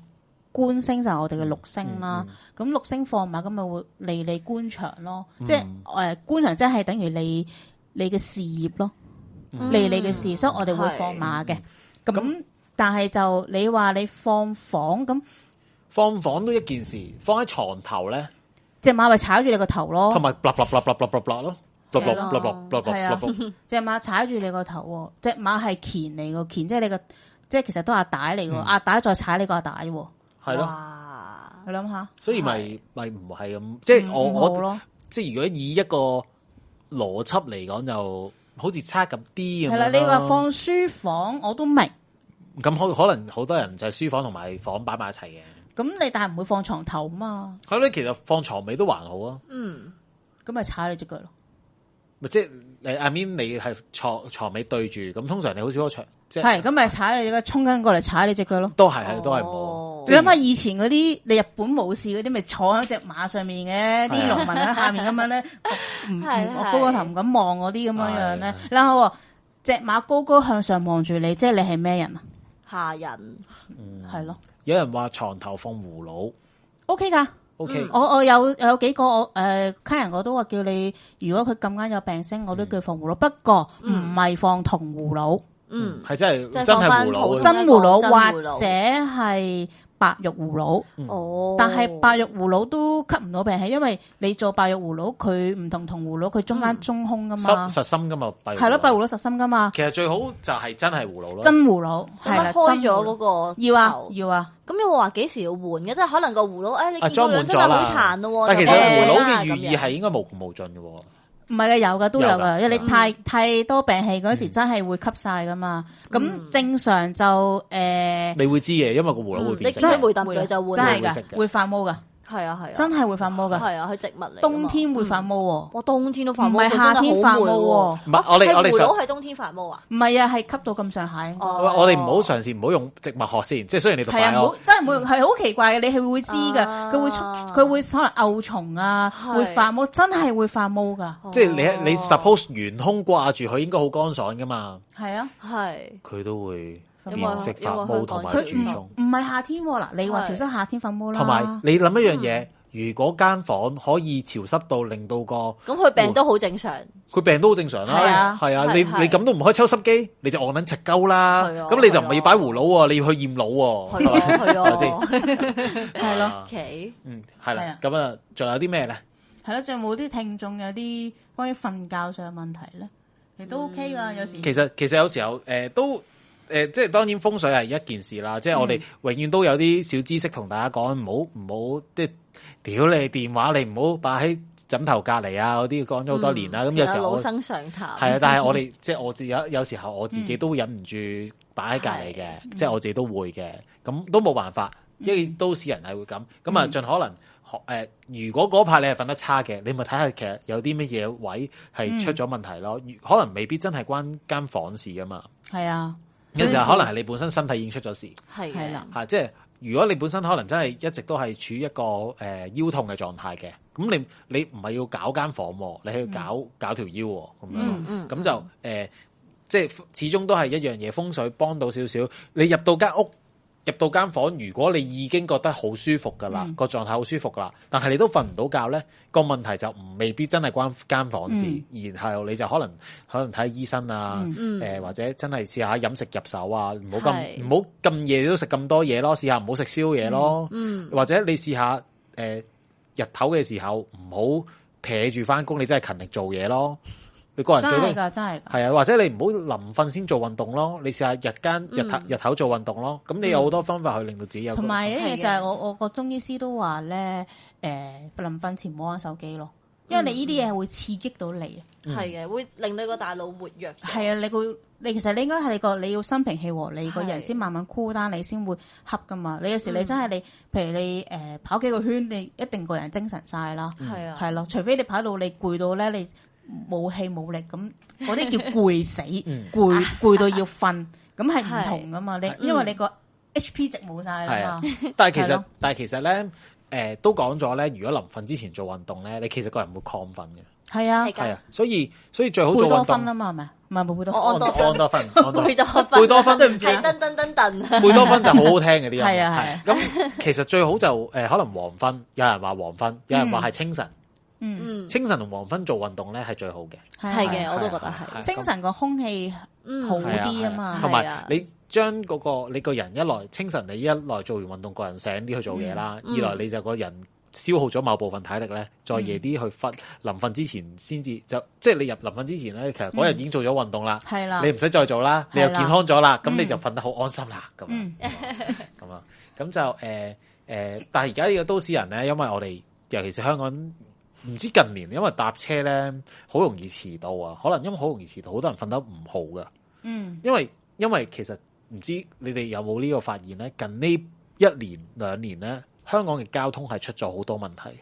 官星就係我嗯哋嘅六星啦，咁、六星放馬咁咪會利你官場咯，嗯即係誒、呃官場即係等於你嗯你嘅事業咯，利你嘅事，所以我哋會放馬嘅，咁、咁但係就你話你放房咁，放房都一件事，放喺床頭咧，只馬咪踩住你個頭同咯，埋卜卜卜卜卜卜卜咯，卜卜卜卜卜卜哦係啊卜 卜，只馬踩住你個頭喎，只馬係鉗嚟個鉗，即係你個，即係其實都係阿帶嗯嚟喎，阿帶再踩你個阿帶喎，係咯，哇你諗下，所以咪咪唔係咁，即係我唔嗯好我咯，即係如果以一個邏輯嚟講，就好似差咁啲咁係啦，樣你話咯放書房我都明，咁可可能好多人就係書房同埋房擺埋一齊嘅，咁你但係唔會放床頭嘛，係咯，其實放床尾都還好啊，嗯，咁咪踩你只腳咯，咪即係你 I mean 你係床床尾對住，咁通常你好少個床，即係係咁咪踩你只腳，衝緊過嚟踩你只腳咯。都係係都係冇。哦你諗下以前嗰啲，你日本武士嗰啲咪坐喺只馬上面嘅，係啲啊農民喺下面咁樣 咧，唔唔係我係高個頭唔敢望嗰啲咁樣樣係係咧。然後喎只馬高高向上望住你，即係你係咩人啊？下人嗯係咯有人話床頭放葫蘆，OK 噶。嗯，OK，我我有有幾個我誒客人我都話叫你，如果佢咁啱有病徵，我都叫佢放葫蘆，不過唔係放銅葫蘆、嗯，係真即係係真係放葫返蘆普通啊，真葫真蘆葫或蘆者係白玉葫蘆。哦，嗯但係白玉葫蘆都吸唔到病氣，因為你做白玉葫蘆，佢唔同銅葫蘆，佢中嗯間中空噶啊嘛，心實心㗎嘛，閉係咯，白葫葫蘆。蘆實心噶嘛，其實最好就係真係葫蘆咯，真葫蘆使係乜啦，開真葫咗蘆嗰個要啊頭要啊，咁有冇話幾時要換嘅？即係可能個葫蘆，哎誒，你啊見裝個滿樣真咗係啦好殘咯。但其實就啊葫蘆咁樣哦嘅寓意係應該無窮無盡嘅喎。唔係嘅有嘅都有有㗎嘅，因為嗯有你太太多病氣嗰時真係會吸晒噶嘛，嗯咁正常就呃誒你會知嘅，因為個葫蘆會嗯變你色真係嘅。會揼佢就換真啦會係食㗎嘅會發毛㗎，係啊係啊，真係會發毛㗎，係啊，嗯佢植物嚟㗎嘛。冬天會發毛喎，哇，冬天都發唔毛，係夏天發發毛喎，唔係我哋我哋葫上蘆哦係冬天發毛啊！唔係啊，係吸到咁上下應該。哦我哋唔好嘗試唔好用植物學先，即係雖然你讀係啊，埋唔好我，真係冇用，係好奇怪嘅，你係會知嘅，啊佢會出佢會可能漚蟲啊，係會發毛，真係會發毛噶，哦即係你你 suppose 懸空掛住佢應該好乾爽噶嘛，係啊，係佢都會因為變色因為發毛同埋佢佢蛀蛀唔蟲。唔係夏天喎嗱，你話啊係潮濕夏天發毛啦，同埋你諗一樣嗯嘢，如果間房可以潮濕到令到個咁，佢病都好正常。佢病都好正常係啊啦，係啊，係你係你咁都唔開抽濕機，你就戇撚直鳩啦。係啊咁你就唔係係啊要擺葫蘆喎，你要去驗腦喎，係啊哦係咪係先啊？係咯啊 OK，嗯，係係啦啊。咁啊，仲有啲咩咧？係咯，仲有冇啲聽眾有啲關於瞓覺上嘅問題咧？其實都 OK 噶，有時其實其實有時候誒、呃都誒、呃即係當然風水係一件事啦，即係我嗯哋永遠都有啲小知識同大家講，唔好唔好即係屌你電話，你唔好擺喺枕頭隔離啊！嗰啲講咗好多年啦，咁、有時候老我生常談。係啊，但係我哋即係我自有有時候我自己都忍唔住擺喺隔離嘅，嗯即係嗯我自己都會嘅，咁都冇辦法，因為都市人係會咁，咁啊盡可能學誒、呃如果嗰排你係瞓得差嘅，你咪睇下其實有啲乜嘢位係出咗問題咯，如可能未必真係關間房事噶嘛，係啊，有時候可能係你本身身體已經出咗事係係嘅啦。嚇、啊即係如果你本身可能真係一直都係處於一個誒、呃腰痛嘅狀態嘅，咁你你唔係要搞間房喎，你係要搞、搞條腰喎咁樣咯。嗯嗯，咁就誒、呃即係始終都係一樣嘢，風水幫到少少。你入到間屋，入到間房，如果你已經覺得好舒服噶啦，嗯個狀態好舒服噶啦，但係你都瞓唔到覺咧，個問題就唔未必真係關間房事，然後你就可能可能睇醫生啊，誒、嗯或者真係試下飲食入手啊，唔好係咁唔好咁夜都食咁多嘢咯，試下唔好食宵夜咯，嗯或者你試下誒、呃日頭嘅時候唔好撇住翻工，你真係勤力做嘢咯。你個人真最係多噶，真係㗎。係啊，或者你唔好臨瞓先做運動咯，你試下日間日頭日頭做運動咯，咁你有好多方法去令到自己有個。同埋一樣嘢就係係嘅我我個中醫師都話咧，誒臨瞓前唔好玩手機咯，因為你呢啲嘢係會刺激到你啊。嗯係嘅，會令你個大腦活躍。係啊，你個你其實你應該係你個你要心平氣和，你個人係先慢慢 cool down，你先會恰噶嘛。你有時你真係你，譬如你誒、呃跑幾個圈，你一定個人精神晒啦，嗯係啊，係咯。除非你跑到你攰到咧，你冇氣冇力咁，嗰啲叫攰死，嗯攰攰到要瞓，咁係唔係同噶嘛。你因為你個 HP 值冇晒係啦啊嘛，，但係其係實咯但係其實咧，誒、都講咗咧，如果臨瞓之前做運動咧，你其實個人會亢奮嘅，係啊係，㗎係啊，所以所以最好貝做多運芬啊動。嘛，係咪？唔係冇貝多芬我安多芬安多芬，安多貝多芬，貝多芬對唔住啊係噔噔 噔噔。貝多芬就好好聽嘅啲音樂 係啊係啊係咁其實最好就誒、呃可能黃昏，有人話黃昏，有人話係清晨，嗯，嗯，清晨同黃昏做運動咧係最好嘅，係啊係係嘅，啊我都覺得係啊係。精神個空氣嗯好係啲啊嘛係同係啊埋你將嗰、個你個人一來清晨你一來做完運動個人醒啲去做嘢啦，嗯嗯二來你就個人消耗咗某部分體力咧，再夜啲去瞓，臨瞓之前先至就即係你入臨瞓之前咧，其實嗰嗯日已經做咗運動啦，係啦你，唔使再做啦，你啊係啦又健康咗啦，咁嗯你就瞓得好安心啦，咁樣嗯咁啊，咁就誒誒、呃但係而家呢個都市人咧，因為我哋尤其是香港，唔知近年因為搭車咧好容易遲到啊，可能因為好容易遲到，好多人瞓得唔好噶。嗯因為因為其實唔知你哋有冇呢個發現咧？近呢一年兩年咧，香港嘅交通係出咗好多問題，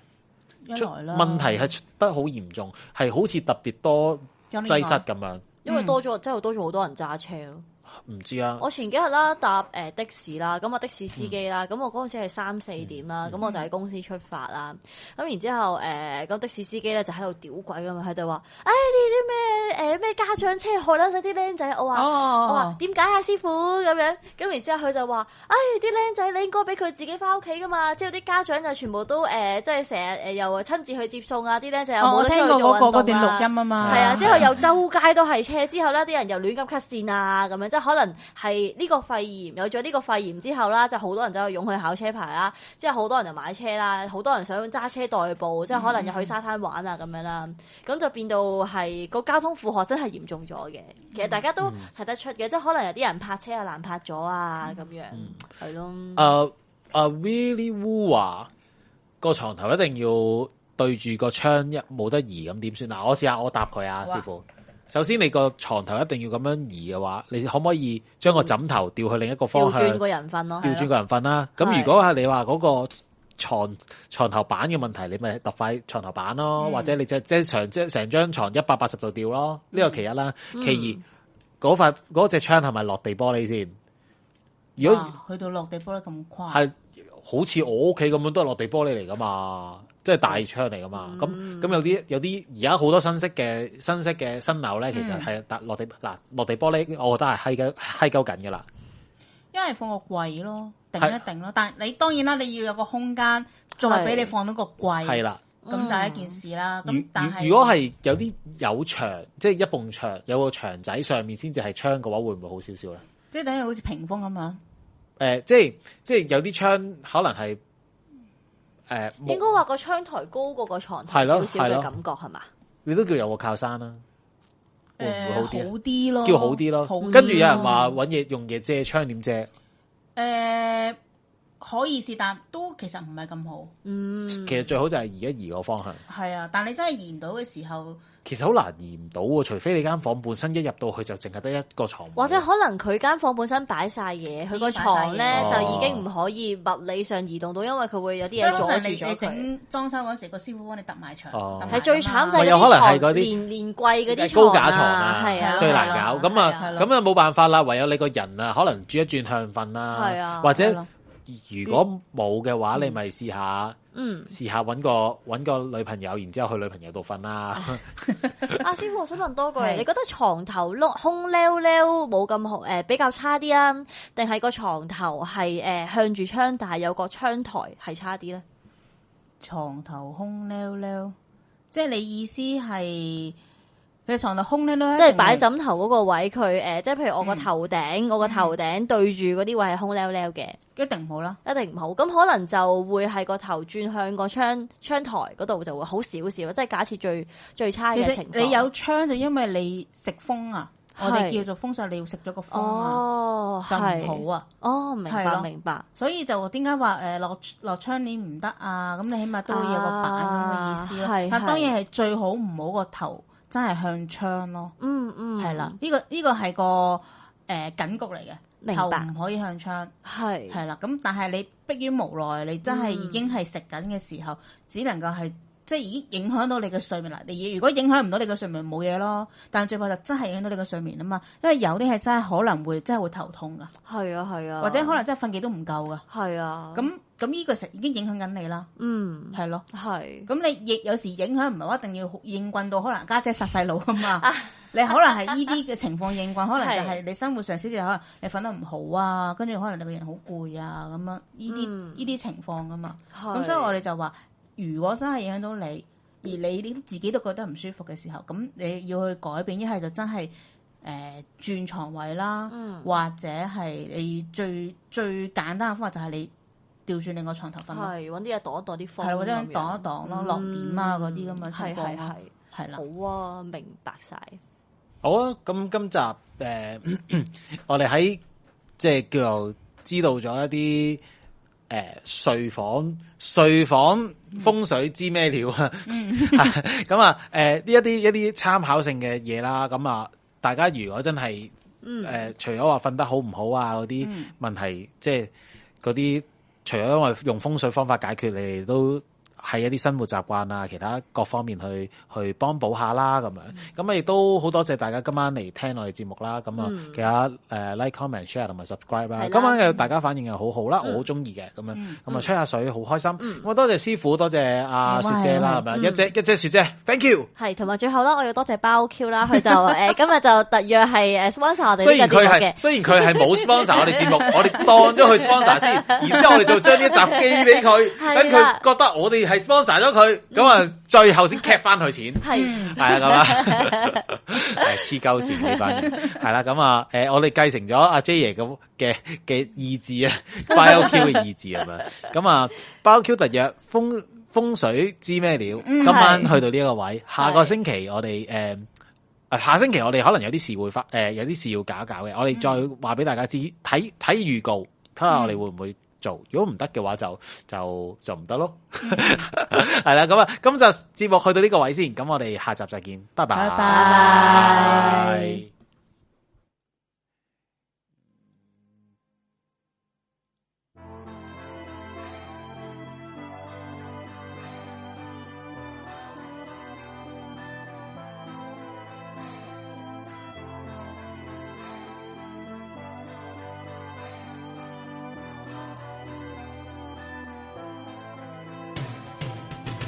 一出來啦，問題係出得好嚴重，係好似特別多有呢個擠塞咁樣。因為多咗真係多咗好多人揸車咯。唔知啊，我前幾日啦搭誒的士啦，咁啊的士司機嗯啦，咁我嗰陣時係三四點啦，咁我就喺公司出發啦。咁然之後誒，咁的士司機咧就喺度屌鬼咁嘛，佢就話：，誒呢啲咩呃誒咩家長車害撚死啲僆仔。我話。我話哦，點解啊，師傅咁樣，咁然之後佢就話：，唉、啲僆仔你應該俾佢自己翻屋企噶嘛，之後啲家長就全部都誒、呃即係成日誒又親自去接送啊，啲僆仔又哦冇我得出聽去過做運嗰動個嗰段錄啊音啊嘛，係啊，之後有又周街都係車，之後咧啲人又亂咁 cut 線啊，咁樣即係可能係呢個肺炎有咗呢個肺炎之後啦，就好多人走去湧去考車牌啦，之後好多人就買車啦，好多人想揸車代步，即係可能又去沙灘玩啊咁樣啦，咁就變到係個交通負荷真係嚴重咗嘅。其實大家嗯都睇得出嘅，即係可能有啲人泊車又難泊咗啊咁樣，嗯係咯，誒誒呃 Willy Woo 話個床頭一定要對住個窗一冇得移咁點算？嗱，我試下我答佢啊，好啊師傅。首先你個床頭一定要咁樣移嘅話，你可唔可以將個枕頭調去另一個調方向？轉個人瞓咯，調轉個人瞓啦。咁係如果係你話嗰個床床頭板嘅問題，你咪揼塊床頭板咯，或者你即即成即成張床一百八十度調咯。呢個其一啦，其二嗰塊嗰隻窗係咪落地玻璃先？如果啊哇去到落地玻璃咁誇，係好似我屋企咁樣都係落地玻璃嚟噶嘛，即係大窗嚟噶嘛。咁咁、有啲有啲而家好多新式嘅新式嘅新樓咧，其實係搭落地嗱落地玻璃，我覺得係閪鳩閪鳩緊噶啦。因為放個櫃咯，定一定咯。但係你當然啦，你要有個空間，再係俾你放到個櫃，係啦。咁就係一件事啦。如咁但係如如果係有啲有牆，即係一埲牆有個牆仔上面先至係窗嘅話，會唔會好少少咧？誒、即係等於好似屏風咁啊樣，即係即係有啲窗可能係誒應冇，該話個窗台高過個床頭係咯少少係嘅咯感覺係嘛？你都叫有個靠山啦，會唔會好啲啊？誒好啲咯，叫哦好啲啊咯，跟住有人話揾嘢用嘢遮窗點遮，誒可以是，但都其實唔係咁好。嗯，其實最好就係移一移個方向。係啊，但你真係移唔到嘅時候，其實好難移唔到喎，除非你間房本身一入到去就淨係得一個床位，或者可能佢間房本身擺晒嘢，佢個床咧已經擺晒嘢就已經唔可以物理上移動到，因為佢會有啲嘢因為阻通常你住你咗佢。整裝修嗰時，個師傅幫你揼埋牆，哦揼埋啊係最慘就咪係有可能係嗰嗰啲啲連連櫃嗰啲高架架床啊，係啊，最係難啊搞。咁啊係，啊咁啊冇辦法啦，唯有你個人啊，可能轉一轉向瞓啦，係啊或者係咯如果冇嘅話，你咪試下嗯，試下揾個揾個女朋友，然之後去女朋友度瞓 啦。阿師傅，我想問多句，係你覺得床頭窿空溜溜冇咁好誒，比較差啲啊，定係個床頭係誒向住窗，但係有個窗台係差啲咧？床頭空溜溜，即係你意思係佢床頭空溜溜，即係擺枕頭嗰個位，佢誒，即係譬如我個頭嗯頂，我個頭頂對住嗰啲位係空溜溜嘅。一定唔好啦。一定唔好，咁可能就會係個頭轉向個窗窗台嗰度就會好少少，即係假設最最差其嘅情況。實你有窗就因為你食風啊，我哋係叫做風水，你要食咗個風啊，哦，就係唔好啊。哦，明係白咯明白，所以就點解話誒落落窗簾唔得啊？咁你起碼都會有個板咁嘅意思啊咯係。但係當然係最好唔好個頭真係向窗咯，嗯嗯，係啦，，呢個呢個係個誒緊局嚟嘅，明頭白唔可以向窗，係係啦。咁但係你迫於無奈，你真嗯係已經係食緊嘅時候，只能夠係。即係已經影響到你嘅睡眠啦。你如果影響唔到你嘅睡眠，冇嘢咯。但係最怕就真係影響到你嘅睡眠啊嘛。因為有啲係真係可能會真係會頭痛噶，係啊係啊，或者可能真係瞓幾都唔夠噶。係啊，咁咁呢個實已經影響緊你啦，嗯係咯。係咁你亦有時影響唔係話一定要應棍到可能家姐殺細佬啊嘛，你可能係呢啲嘅情況應棍，可能就係你生活上少少可能你瞓得唔好啊，跟住可能你個人好攰啊咁樣，呢啲嗯呢啲情況噶嘛。係，咁所以我哋就話，如果真係影響到你，而你你自己都覺得唔舒服嘅時候，咁你要去改變，一係就真係誒、呃、轉床位啦，嗯或者係你最最簡單嘅方法就係你調轉你個床頭瞓咯，係揾啲嘢擋一擋啲係風咁樣，啦或者擋一擋咯落點啊嗯嗰啲咁嘅情況咯係係係啦。係，好啊，明白晒。好啊，咁今集诶、誒 我哋喺即系叫做知道咗一啲诶、誒睡房睡房風水知咩料啊？ 咁啊，诶呢一啲一啲參考性嘅嘢啦，咁啊，大家如果真係嗯诶、誒除咗話瞓得好唔好啊嗰啲問題，即係嗰啲除咗因為用風水方法解決，你哋都喺一啲生活習慣啊，其他各方面去去幫補下啦，咁樣嗯咁啊，亦都好多謝大家今晚嚟聽我哋節目啦。咁啊，其他誒、呃 like、comment、share 同埋 subscribe 啦嗯係啦。嗯今晚嘅大家反應又好好啦，我好中意嘅咁樣，咁啊吹下水好開心。咁啊，多謝師傅，多謝嗯阿謝啊雪哇姐啦，係咁樣一姐一姐雪姐，thank you。係，同埋最後啦，我要多謝包 Q 啦，佢就 誒今日就特約係誒 sponsor 我雖哋呢然個節佢目係嘅，雖然佢係冇 sponsor 我哋 節目，我哋當咗佢 sponsor 先，然之後我哋就將呢一集寄俾佢，係等啦佢覺得我哋係 sponsor 咗佢，咁啊最後先 cap 翻佢錢。係系啊，咁啊，诶，黐鳩線啊呢班人，系啦，咁啊，诶，我哋繼承咗阿 J 爺嘅嘅嘅意志 啊，Bio Q 嘅意志咁樣，咁啊，Bio Q 特約風風水知咩料？嗯今晚係去到呢一個位，下個星期我哋诶。誒下星期我哋可能有啲事會發，誒、有啲事要搞一搞嘅，我哋嗯再話俾大家知，睇睇預告，睇下我哋會唔會做。如果唔得嘅話就就就唔得咯。嗯 係啦，咁啊，今集節目去到呢個位先，咁我哋下集再見，拜拜，拜拜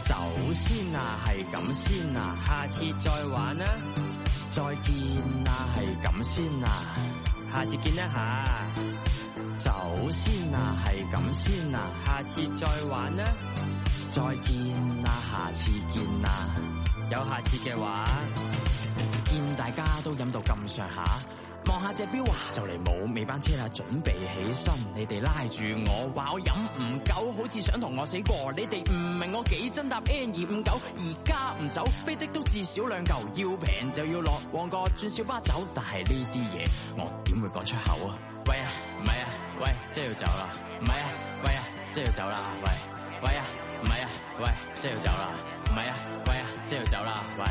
走先啊，係咁先啊，下次再玩啦、再見啊，係咁先啊，下次見啦吓。走先啊，係咁先啊，下次再玩啦、再見啊，下次見啊，有下次嘅話，見大家都飲到咁上下。望下隻錶啊，就嚟冇尾班車啦，準備起身。你哋拉住我話我飲唔夠，好似想同我死過。你哋唔明我幾真搭 N 二五九，而家唔走，飛的都至少兩嚿。要平就要落旺角轉小巴走，但係呢啲嘢我點會講出口啊？喂啊，唔係啊，喂，真係要走啦，唔係啊，喂啊，真係要走啦，喂，喂啊，唔係啊，喂，真係要走啦，唔係啊，喂啊，真係要走啦，喂，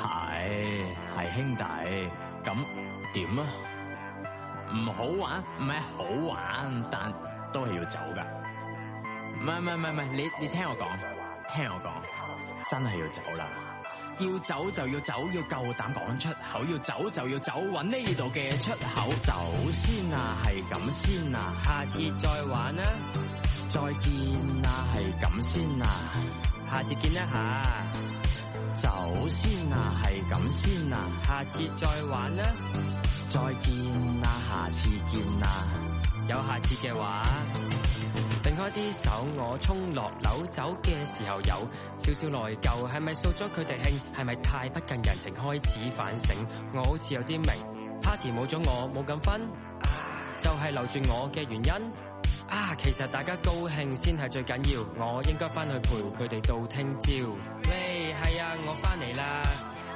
係係兄弟，咁點啊？唔好玩，唔係好玩，但都係要走噶。唔係唔係唔係唔係，你你聽我講，聽我講，真係要走啦。要走就要走，要夠膽講出口，要走就要走，揾呢度嘅出口。走先啊，係咁先啊，下次再玩啦、再見啊，係咁先啊，下次見啦吓。走先啊，係咁先啊，下次再玩啦、再見啦，下次見啦，有下次嘅話，定開啲手，我衝落樓走嘅時候有少少內疚，係咪掃咗佢哋興？係咪太不近人情？開始反省，我好似有啲明，party 冇咗我冇咁分，啊就係留住我嘅原因。啊，其實大家高興先係最緊要，我應該翻去陪佢哋到聽朝。喂，係啊，我翻嚟啦。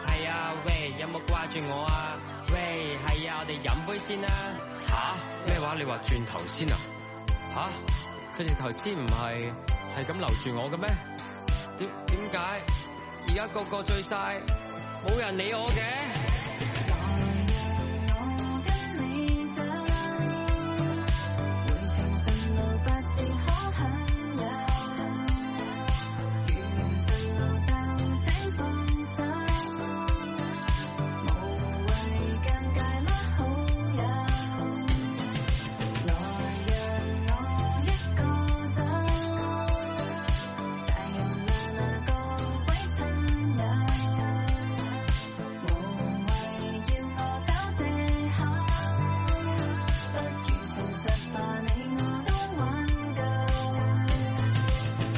係啊，喂，有冇掛住我啊？喂，係啊，我哋飲杯先啦、吓、咩話？你話轉頭先啊？吓、佢哋頭先唔係係咁留住我嘅咩？點點解而家個個醉晒，冇人理我嘅？我跟你走，回程順路不正可享有。如無順路就請放手，無謂尷尬乜好友。來讓我一個走，曬又那那個鬼親友。無謂要我找藉口，不如誠實吧，你我都揾夠。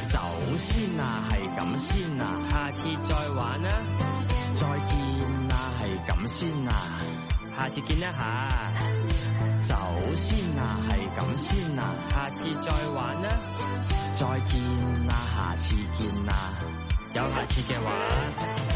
走先啊，係咁先啊，下次次再玩啦，再見啦，係咁先啦，下次見啦吓，走先啦，係咁先啦，下次再玩啊啦，啊再見啦，下次見啦，有下次嘅話。